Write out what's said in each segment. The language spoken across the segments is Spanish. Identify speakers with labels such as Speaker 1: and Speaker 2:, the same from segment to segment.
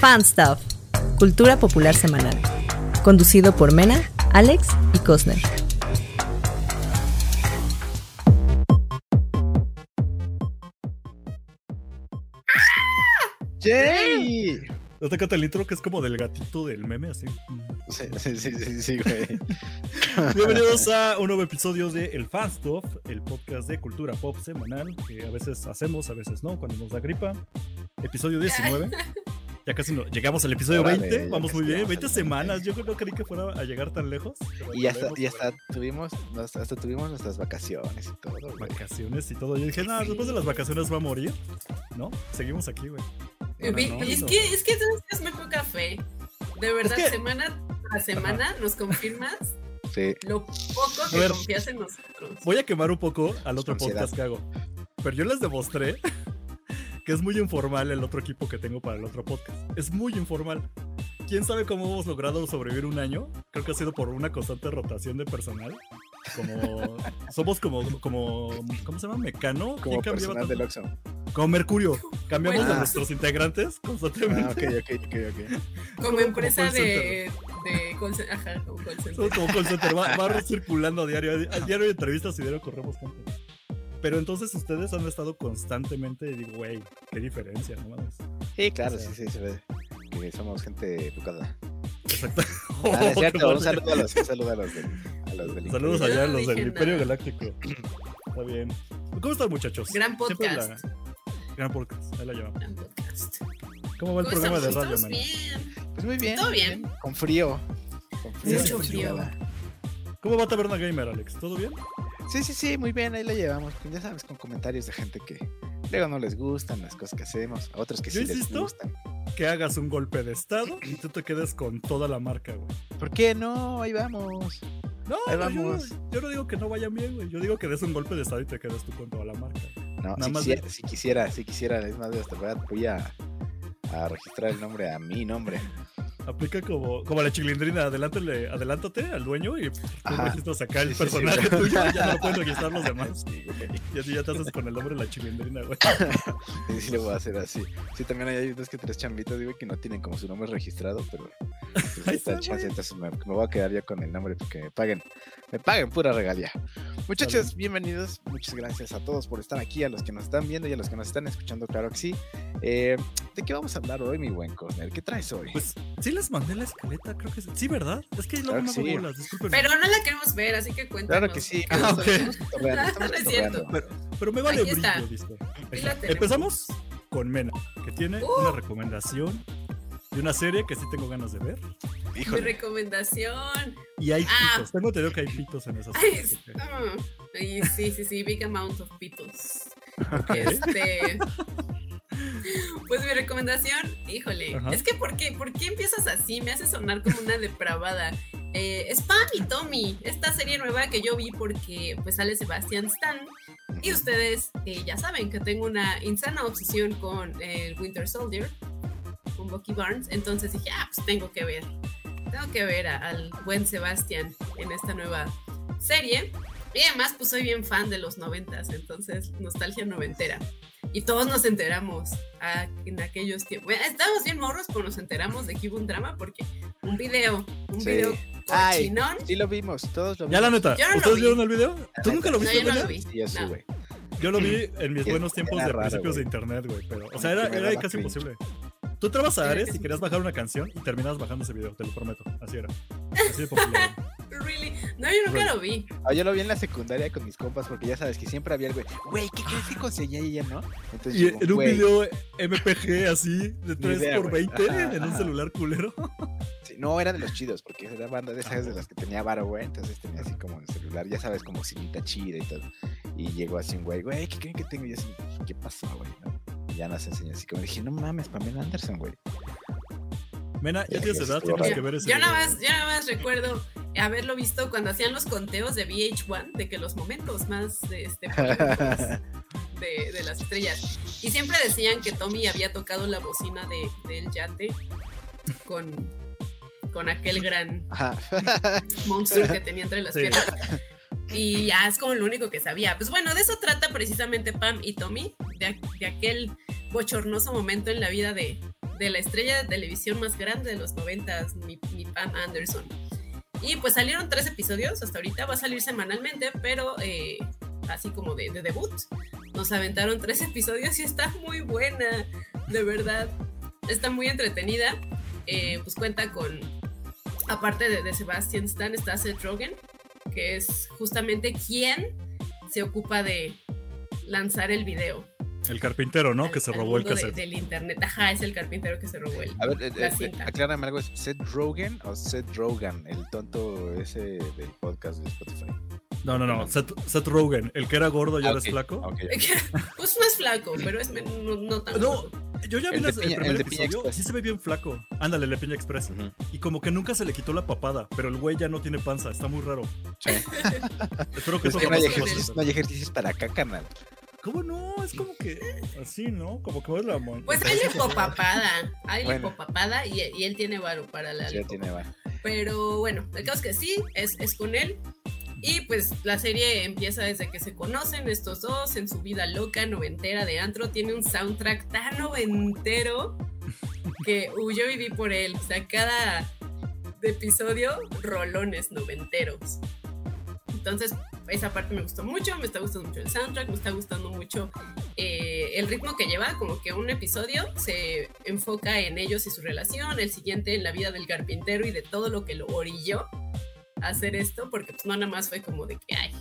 Speaker 1: Fan Stuff, Cultura Popular Semanal, conducido por Mena, Alex y Cosner.
Speaker 2: ¡Yay!
Speaker 3: ¿No te encanta el intro que es como del gatito del meme, así?
Speaker 2: Sí, sí, sí, sí, sí, güey.
Speaker 3: Bienvenidos a un nuevo episodio de El Fan Stuff, el podcast de cultura pop semanal, que a veces hacemos, a veces no, cuando nos da gripa. Episodio 19. Ya casi no, llegamos al episodio
Speaker 2: Órale,
Speaker 3: 20,
Speaker 2: ya
Speaker 3: vamos
Speaker 2: casi
Speaker 3: muy bien,
Speaker 2: llegamos
Speaker 3: 20
Speaker 2: al
Speaker 3: semanas, yo no creí que fuera a llegar tan lejos. pero
Speaker 2: Y hasta,
Speaker 3: llegamos,
Speaker 2: y hasta
Speaker 3: bueno,
Speaker 2: tuvimos, nos- hasta tuvimos nuestras vacaciones y todo, güey.
Speaker 3: Vacaciones y todo, yo dije, nada, después de las vacaciones va a morir, ¿no? Seguimos aquí, güey. Ahora
Speaker 4: Vi-
Speaker 3: no,
Speaker 4: y es
Speaker 3: no.
Speaker 4: que es que sabes que es muy poca fe. De verdad,
Speaker 3: que-
Speaker 4: semana tras semana nos confirmas
Speaker 2: Sí.
Speaker 4: lo poco
Speaker 3: A
Speaker 4: que
Speaker 3: ver.
Speaker 4: confías en nosotros.
Speaker 3: Voy a quemar un poco al otro
Speaker 2: Ansiedad.
Speaker 3: podcast que hago. Pero yo les demostré que es muy informal el otro equipo que tengo para el otro podcast. Es muy informal. ¿Quién sabe cómo hemos logrado sobrevivir un año? Creo que ha sido por una constante rotación de personal. Como somos como como ¿cómo se llama? Mecano,
Speaker 2: Como
Speaker 3: ¿Quién cambiaba
Speaker 2: personal del
Speaker 3: tanto?
Speaker 2: Oxxo.
Speaker 3: Como Mercurio. Cambiamos de
Speaker 2: Ah.
Speaker 3: nuestros integrantes constantemente.
Speaker 2: Ah, ok, ok, ok, ok.
Speaker 4: Como
Speaker 3: Como
Speaker 4: empresa
Speaker 3: call
Speaker 4: de, de call cen- ajá, como call center.
Speaker 3: Somos como call center, va, va circulando a diario. A diario hay entrevistas y diario corremos gente. Pero entonces ustedes han estado constantemente y digo, güey, qué diferencia, no mames.
Speaker 2: Sí, claro,
Speaker 3: Sí.
Speaker 2: sí, sí, se ve. Que somos gente educada.
Speaker 3: Exacto.
Speaker 2: Ah, es
Speaker 3: Qué
Speaker 2: cierto, un
Speaker 3: padre.
Speaker 2: saludo a los, un saludo a los del, a los del
Speaker 3: Saludos
Speaker 4: Yo
Speaker 3: allá a
Speaker 4: no
Speaker 3: los del
Speaker 4: dije
Speaker 3: Imperio
Speaker 4: nada.
Speaker 3: Galáctico. Está bien. ¿Cómo están, muchachos?
Speaker 4: Gran
Speaker 3: Siempre la-
Speaker 4: podcast.
Speaker 3: Gran podcast, ahí la llevamos.
Speaker 4: gran podcast.
Speaker 3: ¿Cómo va el
Speaker 4: ¿Cómo
Speaker 3: programa de
Speaker 4: estamos?
Speaker 3: radio,
Speaker 4: ¿Estamos
Speaker 3: man?
Speaker 4: bien?
Speaker 2: Pues muy bien.
Speaker 4: Todo
Speaker 2: muy
Speaker 4: bien.
Speaker 2: Con frío. Con frío.
Speaker 3: Mucho
Speaker 2: sin
Speaker 4: frío.
Speaker 2: nada.
Speaker 3: ¿Cómo va Taberna Gamer, Alex? ¿Todo bien?
Speaker 2: Sí, sí, sí, muy bien, ahí lo llevamos. Pues Ya sabes, con comentarios de gente que luego no les gustan las cosas que hacemos, a otros que
Speaker 3: Yo
Speaker 2: sí les
Speaker 3: insisto.
Speaker 2: gustan.
Speaker 3: Que hagas un golpe de estado y tú te quedes con toda la marca, güey.
Speaker 2: ¿Por qué no? Ahí vamos.
Speaker 3: No,
Speaker 2: Ahí
Speaker 3: no, yo,
Speaker 2: vamos.
Speaker 3: yo no digo que no vayan bien, güey. Yo digo que des un golpe de estado y te quedes tú con toda la marca.
Speaker 2: No,
Speaker 3: Nada
Speaker 2: si,
Speaker 3: más
Speaker 2: quisiera, si quisiera, si quisiera, es más, hasta verdad, voy a, a registrar el nombre a mi nombre.
Speaker 3: Aplica como, como la chilindrina, adelántale, adelántate al dueño y tú
Speaker 2: Ajá.
Speaker 3: registras acá
Speaker 2: Sí, sí,
Speaker 3: el
Speaker 2: sí,
Speaker 3: personaje
Speaker 2: claro.
Speaker 3: tuyo y ya no lo pueden registrar los demás.
Speaker 2: Sí, güey. Ah,
Speaker 3: Y así ya te haces con el nombre de la chilindrina, güey.
Speaker 2: Sí, sí, le voy a hacer así. Sí, también hay- hay dos que tres chambitas, digo, que no tienen como su nombre registrado, pero pues, está
Speaker 3: Ahí está,
Speaker 2: el chance,
Speaker 3: güey.
Speaker 2: entonces me, me voy a quedar yo con el nombre porque me paguen. Me paguen pura regalía. Muchachos, bienvenidos. Muchas gracias a todos por estar aquí, a los que nos están viendo y a los que nos están escuchando, claro que sí. Eh, ¿De qué vamos a hablar hoy, mi buen Cosner? ¿Qué traes hoy?
Speaker 3: Pues sí les mandé la escaleta, creo que sí. Sí, ¿verdad? Es que
Speaker 2: Claro
Speaker 3: luego
Speaker 2: que
Speaker 3: no hago
Speaker 2: sí.
Speaker 3: bolas, disculpen. Pero,
Speaker 4: Pero no la queremos ver, así que cuéntanos.
Speaker 2: Claro que sí.
Speaker 3: Ah,
Speaker 2: estamos-
Speaker 3: ok.
Speaker 2: estamos cotorreando, estamos
Speaker 4: No es cierto.
Speaker 2: cotorreando.
Speaker 3: me vale
Speaker 4: Aquí está.
Speaker 3: brillo, ¿viste?
Speaker 4: Ahí la tenemos.
Speaker 3: Empezamos con Mena, que tiene
Speaker 4: Uh.
Speaker 3: una recomendación de una serie que sí tengo ganas de ver.
Speaker 4: Mi
Speaker 2: Híjole.
Speaker 4: recomendación.
Speaker 3: Y hay
Speaker 4: Ah.
Speaker 3: pitos. Tengo entendido que hay pitos en esas
Speaker 4: Ay,
Speaker 3: series.
Speaker 4: es- ah, ay, sí, sí, sí, Big Amount of Pitos. Este. Pues mi recomendación, híjole,
Speaker 3: Ajá.
Speaker 4: es que ¿por qué? ¿Por qué empiezas así? Me hace sonar como una depravada. Eh, Spam y Tommy, esta serie nueva que yo vi porque pues sale Sebastián Stan y ustedes eh, ya saben que tengo una insana obsesión con el Winter Soldier, con Bucky Barnes, entonces dije, ah, pues tengo que ver, tengo que ver a- al buen Sebastián en esta nueva serie. Y además, pues soy bien fan de los noventas, entonces nostalgia noventera. Y todos nos enteramos ah, en aquellos tiempos. Bueno, estábamos bien morros, pero nos enteramos de que hubo un drama porque un video, un
Speaker 2: Sí.
Speaker 4: video
Speaker 2: Ay,
Speaker 4: cochinón.
Speaker 2: Sí lo vimos, todos lo vimos.
Speaker 3: Ya la neta,
Speaker 4: Yo no lo
Speaker 3: ¿ustedes
Speaker 4: vi.
Speaker 3: vieron el video? ¿Tú nunca lo
Speaker 4: No,
Speaker 3: viste,
Speaker 4: yo no
Speaker 3: Mena?
Speaker 4: lo vi.
Speaker 2: Sí, yo sí,
Speaker 4: No.
Speaker 2: güey.
Speaker 3: Yo lo vi en mis
Speaker 2: Era-
Speaker 3: buenos tiempos
Speaker 2: era
Speaker 3: de
Speaker 2: raro,
Speaker 3: principios de
Speaker 2: güey.
Speaker 3: internet, güey, pero, o
Speaker 2: Como
Speaker 3: sea,
Speaker 2: que
Speaker 3: era,
Speaker 2: me
Speaker 3: era
Speaker 2: daba
Speaker 3: casi
Speaker 2: cringe.
Speaker 3: imposible. Tú entrabas a
Speaker 4: Era
Speaker 3: Ares
Speaker 4: casi
Speaker 3: y querías bajar una canción y terminabas bajando ese video, te lo prometo, así era. Así de popular.
Speaker 4: Really. No, yo nunca
Speaker 3: Bueno.
Speaker 4: lo vi.
Speaker 2: Ah, yo lo vi en la secundaria con mis compas porque ya sabes que siempre había el güey, güey, ¿qué crees que conseguí ayer, no? Entonces,
Speaker 3: Y
Speaker 2: Pues yo,
Speaker 3: en un
Speaker 2: "Güey,
Speaker 3: video MPG así, de
Speaker 2: idea, güey.
Speaker 3: 3x20,
Speaker 2: Ajá,
Speaker 3: en un
Speaker 2: ajá.
Speaker 3: celular culero.
Speaker 2: sí, no, era de los chidos porque era banda de esas de las que tenía varo, güey. Entonces tenía así como el celular, ya sabes, como cinita chida y todo. Y llegó así un güey, güey, ¿qué creen que tengo? Y yo así, ¿qué pasó, güey? ¿no? Y ya nos enseñó así como dije, no mames, Pamela Anderson, güey.
Speaker 3: Mena, ya
Speaker 2: Sí,
Speaker 3: tienes
Speaker 2: sí,
Speaker 3: edad,
Speaker 2: sí,
Speaker 3: tienes
Speaker 2: raro.
Speaker 3: que ver ese
Speaker 4: Yo nada
Speaker 3: video.
Speaker 4: más, yo nada más recuerdo haberlo visto cuando hacían los conteos de VH1 de que los momentos más de este polémicos de, de las estrellas. Y siempre decían que Tommy había tocado la bocina de, del yate con, con aquel gran
Speaker 2: Ajá.
Speaker 4: monstruo que tenía entre las
Speaker 3: Sí.
Speaker 4: piernas. Y ya es como lo único que sabía. Pues bueno, de eso trata precisamente Pam y Tommy, de, a- de aquel bochornoso momento en la vida de, de la estrella de televisión más grande de los noventas, mi, mi Pam Anderson. Y pues salieron tres episodios hasta ahorita, va a salir semanalmente, pero eh, así como de, de debut. Nos aventaron tres episodios y está muy buena, de verdad. Está muy entretenida. Eh, pues cuenta con, aparte de, de Sebastian Stan, está Seth Rogen, que es justamente quien se ocupa de lanzar el video.
Speaker 3: El carpintero, ¿no?
Speaker 4: al-
Speaker 3: que se
Speaker 4: al
Speaker 3: robó el
Speaker 4: mundo de-
Speaker 3: cassette.
Speaker 4: del internet. Ajá, es el carpintero que se robó el.
Speaker 2: A ver, eh,
Speaker 4: La
Speaker 2: eh,
Speaker 4: cinta.
Speaker 2: aclárame algo, ¿es Seth Rogen o Seth Rogan, el tonto ese del podcast de Spotify?
Speaker 3: No, no, no. Seth, Seth Rogen, el que era gordo y
Speaker 2: Ah,
Speaker 3: ahora
Speaker 2: ok,
Speaker 3: es flaco.
Speaker 2: ok, ok.
Speaker 4: Pues no es flaco, pero es men- no, no tan.
Speaker 3: No, yo ya
Speaker 2: El de
Speaker 3: vi las- el,
Speaker 2: Piña- el
Speaker 3: primer
Speaker 2: de Piña
Speaker 3: episodio.
Speaker 2: Express.
Speaker 3: Sí se ve bien flaco. Ándale, el de Piña Express.
Speaker 2: Ujú.
Speaker 3: Y como que nunca se le quitó la papada, pero el güey ya no tiene panza. Está muy raro.
Speaker 2: Sí.
Speaker 3: Espero que
Speaker 2: Es
Speaker 3: eso
Speaker 2: que
Speaker 3: no
Speaker 2: no hay,
Speaker 3: pase con
Speaker 4: ejercicio.
Speaker 2: ejercicios,
Speaker 3: nosotros.
Speaker 2: no hay ejercicios para acá, canal.
Speaker 3: ¿Cómo no? Es como que así, ¿no? Como que es la mon-
Speaker 4: Pues hay lipopapada. Hay
Speaker 2: Bueno.
Speaker 4: lipopapada y, y él tiene varo para la.
Speaker 2: Ya
Speaker 4: lipo.
Speaker 2: tiene va.
Speaker 4: Pero bueno, el caso es que sí, es, es con él. Y pues la serie empieza desde que se conocen estos dos en su vida loca, noventera de antro. Tiene un soundtrack tan noventero que uh, yo viví por él. O sea, cada episodio, rolones noventeros. Entonces, esa parte me gustó mucho, me está gustando mucho el soundtrack, me está gustando mucho eh, el ritmo que lleva, como que un episodio se enfoca en ellos y su relación, el siguiente en la vida del carpintero y de todo lo que lo orilló a hacer esto, porque pues no nada más fue como de que, ay,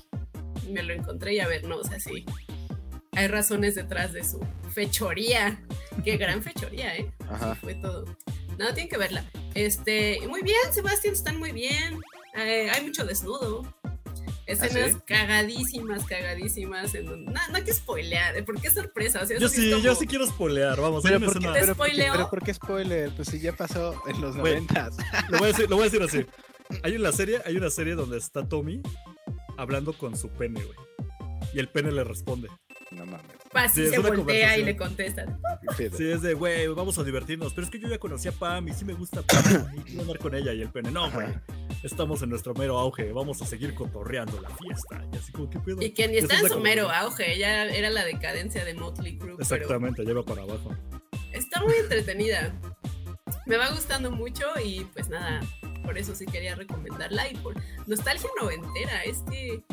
Speaker 4: me lo encontré y a ver, no, o sea, sí, hay razones detrás de su fechoría, qué gran fechoría, ¿eh?
Speaker 2: Ajá.
Speaker 4: fue todo. No, tienen que verla. Este, y muy bien, Sebastián, están muy bien. Eh, hay mucho desnudo. Escenas
Speaker 3: ¿Ah,
Speaker 2: sí?
Speaker 4: cagadísimas, cagadísimas. en donde- no, no hay que spoilear, eh, porque es sorpresa. o sea,
Speaker 3: Yo
Speaker 4: eso es
Speaker 3: sí, yo
Speaker 4: como-
Speaker 3: sí quiero spoilear. Vamos, hay
Speaker 2: Pero
Speaker 3: una
Speaker 2: ¿por, qué,
Speaker 3: escena-
Speaker 2: pero, ¿por qué,
Speaker 4: ¿Spoileo?
Speaker 2: pero ¿por qué spoiler? Pues si ya pasó en los
Speaker 3: Güey.
Speaker 2: noventas.
Speaker 3: Lo voy a decir, lo voy a decir así. Hay una serie, hay una serie donde está Tommy hablando con su pene, güey. Y el pene le responde.
Speaker 2: No mames.
Speaker 3: Sí,
Speaker 4: Así
Speaker 3: es
Speaker 4: se
Speaker 3: una
Speaker 4: voltea y
Speaker 3: conversación.
Speaker 4: le contesta.
Speaker 2: Pedo.
Speaker 3: Sí, es de, güey, vamos a divertirnos. Pero es que yo ya conocí a Pam y sí me gusta Pam. Y quiero andar con ella y el pene. No, güey. Estamos en nuestro mero auge. Vamos a seguir cotorreando la fiesta. Y así como, ¿qué pedo?
Speaker 4: Y que ni
Speaker 3: Esa
Speaker 4: está
Speaker 3: es
Speaker 4: en
Speaker 3: la
Speaker 4: su mero
Speaker 3: conversación.
Speaker 4: auge, ya era la decadencia de Motley Crue. Pero
Speaker 3: Exactamente, lleva para abajo.
Speaker 4: está muy entretenida. Me va gustando mucho y pues nada, por eso sí quería recomendarla. Y por nostalgia noventera, es que.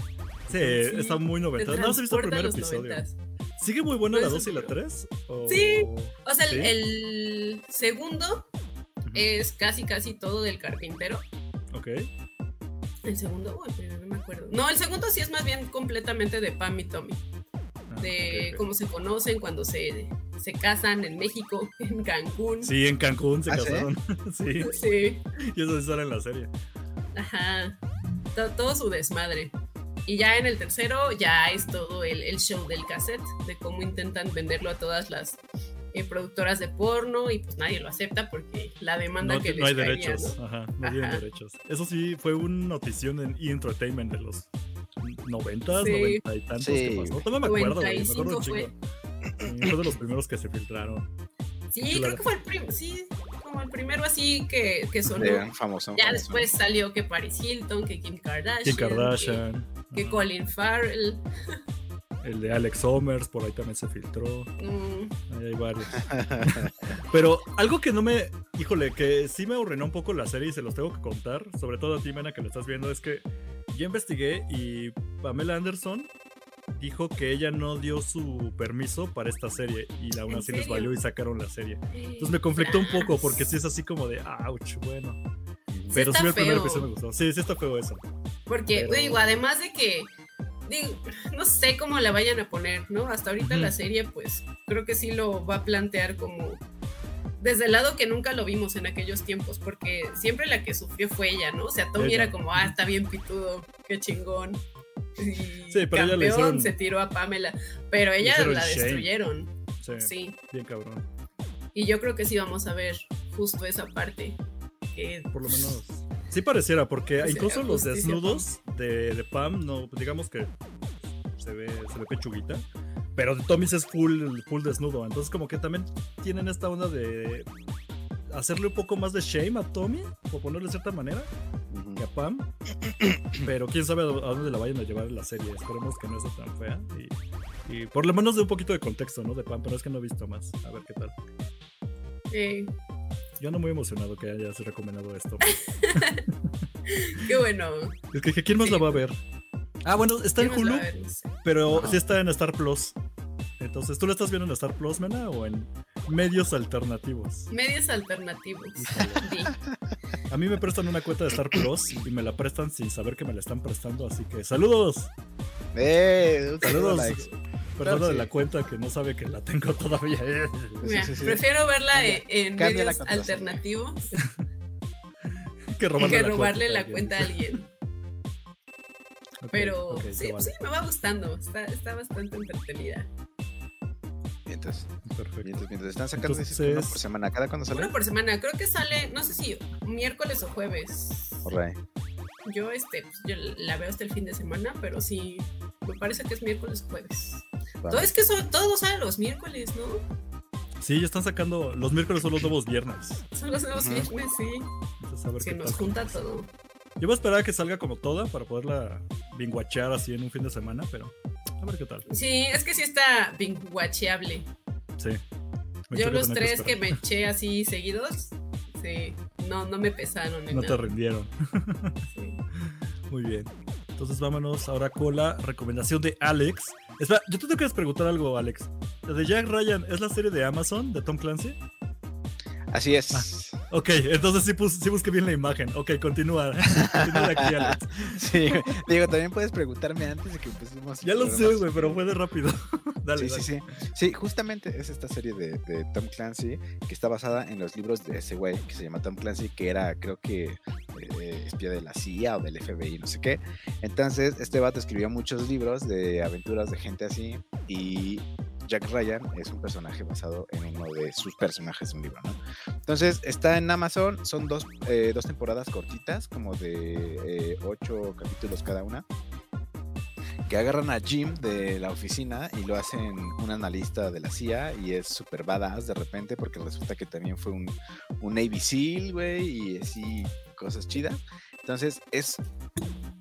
Speaker 3: Sí,
Speaker 4: Sí,
Speaker 3: está muy
Speaker 4: te
Speaker 3: noventa. No has visto el
Speaker 4: transporta a
Speaker 3: primer
Speaker 4: los
Speaker 3: episodio.
Speaker 4: noventas.
Speaker 3: ¿Sigue muy buena
Speaker 4: No,
Speaker 3: la
Speaker 4: eso
Speaker 3: 2 y la
Speaker 4: seguro.
Speaker 3: 3?
Speaker 4: Sí. O sea, el-
Speaker 3: ¿Sí?
Speaker 4: el segundo es casi, casi todo del carpintero.
Speaker 3: Ok.
Speaker 4: El segundo, uy, pero no me acuerdo. No, el segundo sí es más bien completamente de Pam y Tommy.
Speaker 3: Ah,
Speaker 4: De
Speaker 3: ok, ok.
Speaker 4: cómo se conocen, cuando se, se casan en México, en Cancún.
Speaker 3: Sí, en Cancún se
Speaker 2: ¿Ah, sí?
Speaker 3: casaron. Sí.
Speaker 4: Sí,
Speaker 3: Y eso sí sale en la serie.
Speaker 4: ajá. To- todo su desmadre. Y ya en el tercero ya es todo el, el show del cassette, de cómo intentan venderlo a todas las eh, productoras de porno y pues nadie lo acepta porque la demanda
Speaker 3: No,
Speaker 4: que
Speaker 3: no
Speaker 4: les
Speaker 3: hay
Speaker 4: caería,
Speaker 3: derechos.
Speaker 4: ¿no?
Speaker 3: Ajá, no tienen
Speaker 4: Ajá.
Speaker 3: derechos. Eso sí, fue una notición en E! Entertainment de los 90,
Speaker 4: Sí.
Speaker 3: noventa y tantos
Speaker 2: Sí,
Speaker 3: que pasó. No me acuerdo, güey, me acuerdo
Speaker 4: 95
Speaker 3: un chingo. Sí, Fue de los primeros que se filtraron.
Speaker 4: Sí,
Speaker 3: Claro.
Speaker 4: creo que fue el primero, sí, como el primero así que, que sonó.
Speaker 2: De gran famoso.
Speaker 4: ya
Speaker 2: famoso.
Speaker 4: después salió que Paris Hilton, que Kim Kardashian,
Speaker 3: Kim
Speaker 4: que-
Speaker 3: Kardashian,
Speaker 4: que,
Speaker 3: ajá.
Speaker 4: Colin Farrell,
Speaker 3: el de Alex Somers, por ahí también se filtró.
Speaker 4: mm,
Speaker 3: Ahí hay varios. Pero algo que no me. Híjole, que sí me arruinó un poco la serie y se los tengo que contar, sobre todo a ti, Mena, que lo estás viendo, es que yo investigué y Pamela Anderson dijo que ella no dio su permiso para esta serie y aún
Speaker 4: ¿En
Speaker 3: así les
Speaker 4: serio? Ah.
Speaker 3: valió y sacaron la serie. Entonces me conflictó un poco porque sí es así como de, ouch, bueno. Pero sí,
Speaker 4: está
Speaker 3: el primer
Speaker 4: feo.
Speaker 3: episodio me gustó. Sí, sí está feo eso.
Speaker 4: Porque,
Speaker 3: Pero-
Speaker 4: digo, además de que, digo, no sé cómo la vayan a poner, ¿no? Hasta ahorita
Speaker 3: Ujú.
Speaker 4: la serie, pues, creo que sí lo va a plantear como desde el lado que nunca lo vimos en aquellos tiempos, porque siempre la que sufrió fue ella, ¿no? O sea, Tommy
Speaker 3: Ella.
Speaker 4: era como, ah, está bien pitudo, qué chingón. Y
Speaker 3: Sí, pero ella le hicieron-
Speaker 4: se tiró a Pamela, pero ella
Speaker 3: hicieron
Speaker 4: la
Speaker 3: shame.
Speaker 4: destruyeron,
Speaker 3: Sí,
Speaker 4: sí.
Speaker 3: bien cabrón.
Speaker 4: Y yo creo que sí vamos a ver justo esa parte. Que
Speaker 3: Por lo menos. Sí pareciera, porque
Speaker 4: Pues
Speaker 3: incluso
Speaker 4: sería
Speaker 3: los
Speaker 4: justicia,
Speaker 3: desnudos de, de Pam, no, digamos que se ve, se ve pechuguita. Pero de Tommy sí es full, full desnudo. Entonces como que también tienen esta onda de hacerle un poco más de shame a Tommy, por ponerle de cierta manera,
Speaker 2: Ujú.
Speaker 3: que a Pam. Pero quién sabe a dó- a dónde la vayan a llevar en la serie. Esperemos que no sea tan fea. Y, y por lo menos de un poquito de contexto, ¿no? De Pam, pero es que no he visto más. A ver qué tal.
Speaker 4: Eh,
Speaker 3: Yo ando muy emocionado que hayas recomendado esto.
Speaker 4: qué bueno.
Speaker 3: Es que dije, ¿quién más la va a ver? Ah, bueno, está en
Speaker 4: ¿Quién
Speaker 3: Hulu,
Speaker 4: nos va a ver? No sé.
Speaker 3: pero
Speaker 2: Ajá.
Speaker 3: sí está en Star Plus. Entonces, ¿tú la estás viendo en Star Plus, Mena, o en medios alternativos?
Speaker 4: Medios alternativos.
Speaker 3: Híjole.
Speaker 4: Sí.
Speaker 3: A mí me prestan una cuenta de Star Plus y me la prestan sin saber que me la están prestando, así que saludos.
Speaker 2: ¡Eh! Un saludo a
Speaker 3: Saludos.
Speaker 2: la ex.
Speaker 3: Perdona de
Speaker 2: sí.
Speaker 3: la cuenta que no sabe que la tengo todavía.
Speaker 4: Mira,
Speaker 2: sí, sí.
Speaker 4: Prefiero verla
Speaker 2: Cambia-
Speaker 4: eh, en
Speaker 2: cambia la
Speaker 4: medios
Speaker 2: contraseña.
Speaker 4: alternativos
Speaker 3: Hay que
Speaker 4: y
Speaker 3: robarle,
Speaker 4: que
Speaker 3: la
Speaker 4: robarle la
Speaker 3: cuenta.
Speaker 4: cuenta
Speaker 3: a
Speaker 4: a alguien.
Speaker 3: alguien. Ok,
Speaker 4: Pero
Speaker 3: ok,
Speaker 4: sí, pues
Speaker 3: ya vale.
Speaker 4: sí, me va gustando. Está, está bastante entretenida.
Speaker 2: Mientras,
Speaker 3: Perfecto.
Speaker 2: mientras, mientras están sacando dices,
Speaker 3: Entonces-
Speaker 2: uno por semana. ¿Cada cuándo sale?
Speaker 4: Uno por semana. Creo que sale, no sé si miércoles o jueves.
Speaker 2: Arre.
Speaker 4: Yo, este, pues, yo la veo hasta el fin de semana, pero sí, me parece que es miércoles o jueves.
Speaker 2: Va.
Speaker 4: Todo es que son, todos salen los miércoles, ¿no?
Speaker 3: Sí, ya están sacando. Los miércoles son los nuevos viernes.
Speaker 4: Son los nuevos
Speaker 2: Ujú.
Speaker 4: viernes, sí.
Speaker 3: Entonces, a ver
Speaker 4: Se
Speaker 3: qué
Speaker 4: nos
Speaker 3: tal.
Speaker 4: junta todo.
Speaker 3: Yo voy a esperar a que salga como toda para poderla binguachear así en un fin de semana, pero a ver qué tal.
Speaker 4: Sí, es que sí está binguacheable.
Speaker 3: Sí. Me
Speaker 4: Yo
Speaker 3: choca
Speaker 4: los
Speaker 3: tener
Speaker 4: tres que
Speaker 3: esperar.
Speaker 4: me eché así seguidos, sí, no, no me pesaron ni
Speaker 3: No te
Speaker 4: nada.
Speaker 3: rindieron.
Speaker 4: sí.
Speaker 3: Muy bien. Entonces vámonos ahora con la recomendación de Alex. Espera, yo te tengo que preguntar algo, Alex. La de Jack Ryan, ¿es la serie de Amazon de Tom Clancy?
Speaker 2: Así es.
Speaker 3: Ok, entonces sí, pus- sí busqué bien la imagen. Ok, continúa. Continúa aquí, Alex.
Speaker 2: Sí, güey. digo, también puedes preguntarme antes de que empecemos. el
Speaker 3: Ya lo
Speaker 2: programa,
Speaker 3: sé,
Speaker 2: si
Speaker 3: güey,
Speaker 2: quieres.
Speaker 3: pero fue de rápido. dale,
Speaker 2: Sí, sí,
Speaker 3: dale.
Speaker 2: sí. Sí, justamente es esta serie de, de Tom Clancy que está basada en los libros de ese güey que se llama Tom Clancy, que era, creo que, eh, eh, espía de la CIA o del FBI, no sé qué. Entonces, este vato escribió muchos libros de aventuras de gente así y Jack Ryan es un personaje basado en uno de sus personajes de un libro, ¿no? Entonces, está en Amazon, son dos, eh, dos temporadas cortitas, como de eh, ocho capítulos cada una que agarran a Jim de la oficina y lo hacen un analista de la CIA y es súper badass de repente porque resulta que también fue un, un Navy SEAL, güey, y así cosas chidas. Entonces, es,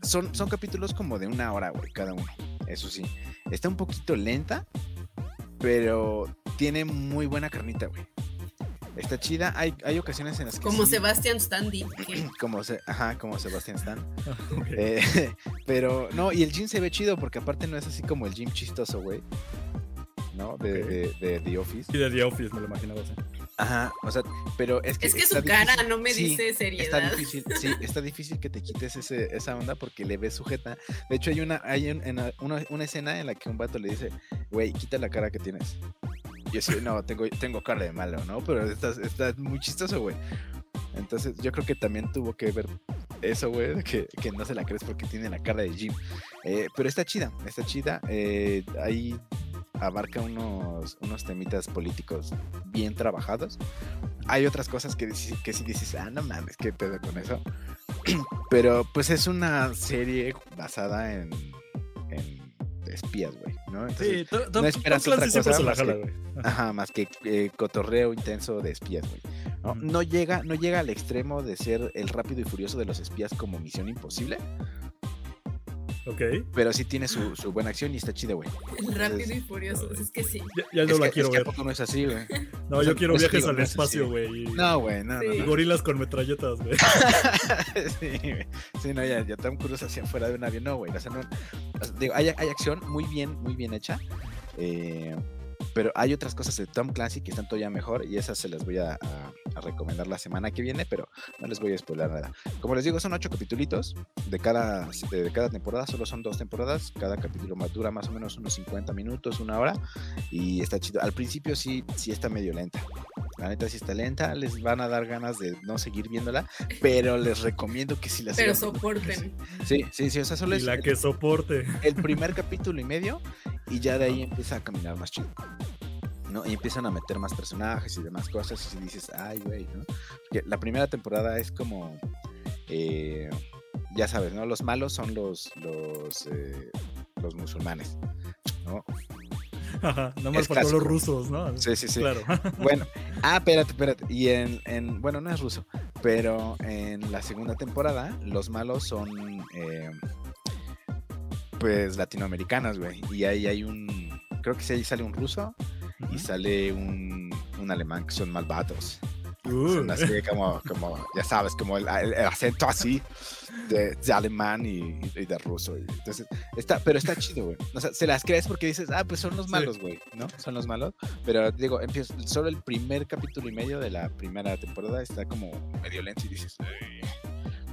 Speaker 2: son, son capítulos como de una hora, güey, cada uno. Eso sí, está un poquito lenta, pero tiene muy buena carnita, güey. Está chida, hay, hay ocasiones en las que...
Speaker 4: Como
Speaker 2: sí-
Speaker 4: Sebastián Standi, que
Speaker 2: Como, se, ajá, como Sebastián Stan.
Speaker 3: Ah, Ok.
Speaker 2: Eh, pero no, y el gym se ve chido porque aparte no es así como el gym chistoso, güey. ¿No? De,
Speaker 3: Ok.
Speaker 2: de- de The Office.
Speaker 3: Y de The Office, me lo imaginaba así.
Speaker 2: Ajá, o sea, pero es que.
Speaker 4: es que
Speaker 2: está
Speaker 4: su cara
Speaker 2: difícil-
Speaker 4: no me
Speaker 2: sí,
Speaker 4: dice
Speaker 2: Está
Speaker 4: seriedad.
Speaker 2: difícil, sí, está difícil que te quites ese- esa onda porque le ves sujeta. De hecho, hay una hay un- en la- una, una escena en la que un vato le dice, güey, quita la cara que tienes. Y así, no, tengo, tengo cara de malo, ¿no? Pero estás, estás muy chistoso, güey. Entonces, yo creo que también tuvo que ver eso, güey, de que, que no se la crees porque tiene la cara de Jim. Eh, pero está chida, está chida. eh, ahí abarca unos, unos temitas políticos bien trabajados. Hay otras cosas que, dices- que sí dices, ah, no mames, qué pedo con eso. Pero pues es una serie basada en, en espías, güey, ¿no? Entonces,
Speaker 3: Sí, Tom, Tom- Tom
Speaker 2: esperas
Speaker 3: Clancy
Speaker 2: otra
Speaker 3: siempre
Speaker 2: cosa
Speaker 3: se la
Speaker 2: más
Speaker 3: jala,
Speaker 2: que-
Speaker 3: güey.
Speaker 2: Ajá, más que eh, cotorreo intenso de espías, güey. No,
Speaker 3: Ujú.
Speaker 2: no llega, no llega al extremo de ser el rápido y furioso de los espías como Misión Imposible,
Speaker 3: Ok.
Speaker 2: pero sí tiene su, su buena acción y está chido, güey.
Speaker 4: El Rápido y furioso.
Speaker 3: Ay.
Speaker 4: Es que sí.
Speaker 3: Ya, ya no
Speaker 2: es
Speaker 3: la
Speaker 2: que,
Speaker 3: quiero
Speaker 2: es que ¿a
Speaker 3: ver.
Speaker 2: poco no es así, güey.
Speaker 3: No,
Speaker 2: o sea,
Speaker 3: yo quiero
Speaker 2: es que
Speaker 3: viajes
Speaker 2: digo,
Speaker 3: al
Speaker 2: no es así.
Speaker 3: espacio, güey. y-
Speaker 2: No, güey, no,
Speaker 4: Sí.
Speaker 2: no,
Speaker 3: Y
Speaker 2: no.
Speaker 3: gorilas con metralletas, güey.
Speaker 2: sí, güey. Sí, no, ya, ya Tom Cruise hacia afuera de un avión, no, güey. O sea, no- o sea, digo, hay, hay acción muy bien, muy bien hecha. eh, pero hay otras cosas de Tom Clancy que están todavía mejor y esas se las voy a, a- a recomendar la semana que viene, pero no les voy a spoiler nada. Como les digo, son ocho capitulitos de cada, de, de cada temporada, solo son dos temporadas, cada capítulo más, dura más o menos unos 50 minutos, una hora, y está chido. Al principio sí, sí está medio lenta, la neta sí está lenta, les van a dar ganas de no seguir viéndola, pero les recomiendo que sí la
Speaker 4: Pero
Speaker 2: sigan.
Speaker 4: soporten.
Speaker 2: Sí, sí, sí, o sea, solo
Speaker 3: Y
Speaker 2: es
Speaker 3: la
Speaker 2: el-
Speaker 3: que soporte.
Speaker 2: el primer capítulo y medio y ya de ahí empieza a caminar más chido. ¿no? Y empiezan a meter más personajes y demás cosas y dices, ay, güey, ¿no? Porque la primera temporada es como, eh, ya sabes, ¿no? Los malos son los, los, eh, los musulmanes, ¿no?
Speaker 3: Ajá, Nada más
Speaker 2: Es
Speaker 3: faltó
Speaker 2: clásico.
Speaker 3: los rusos, ¿no?
Speaker 2: Sí, sí, sí.
Speaker 3: Claro.
Speaker 2: Bueno, ah, espérate, espérate. Y en, en- bueno, no es ruso, pero en la segunda temporada los malos son, eh, pues, latinoamericanos, güey. Y ahí hay un, creo que sí, ahí sale un ruso y
Speaker 3: Ujú.
Speaker 2: sale un un alemán que son malvados.
Speaker 3: Uh,
Speaker 2: Son así como, como, ya sabes, como el, el- el acento así de, de alemán y, y de ruso. y entonces, está, pero está chido, güey. O sea, se las crees porque dices, ah, pues son los
Speaker 3: Sí.
Speaker 2: malos, güey, ¿no? Son los malos. Pero digo, empieza, solo el primer capítulo y medio de la primera temporada está como medio lento y dices, "Ay,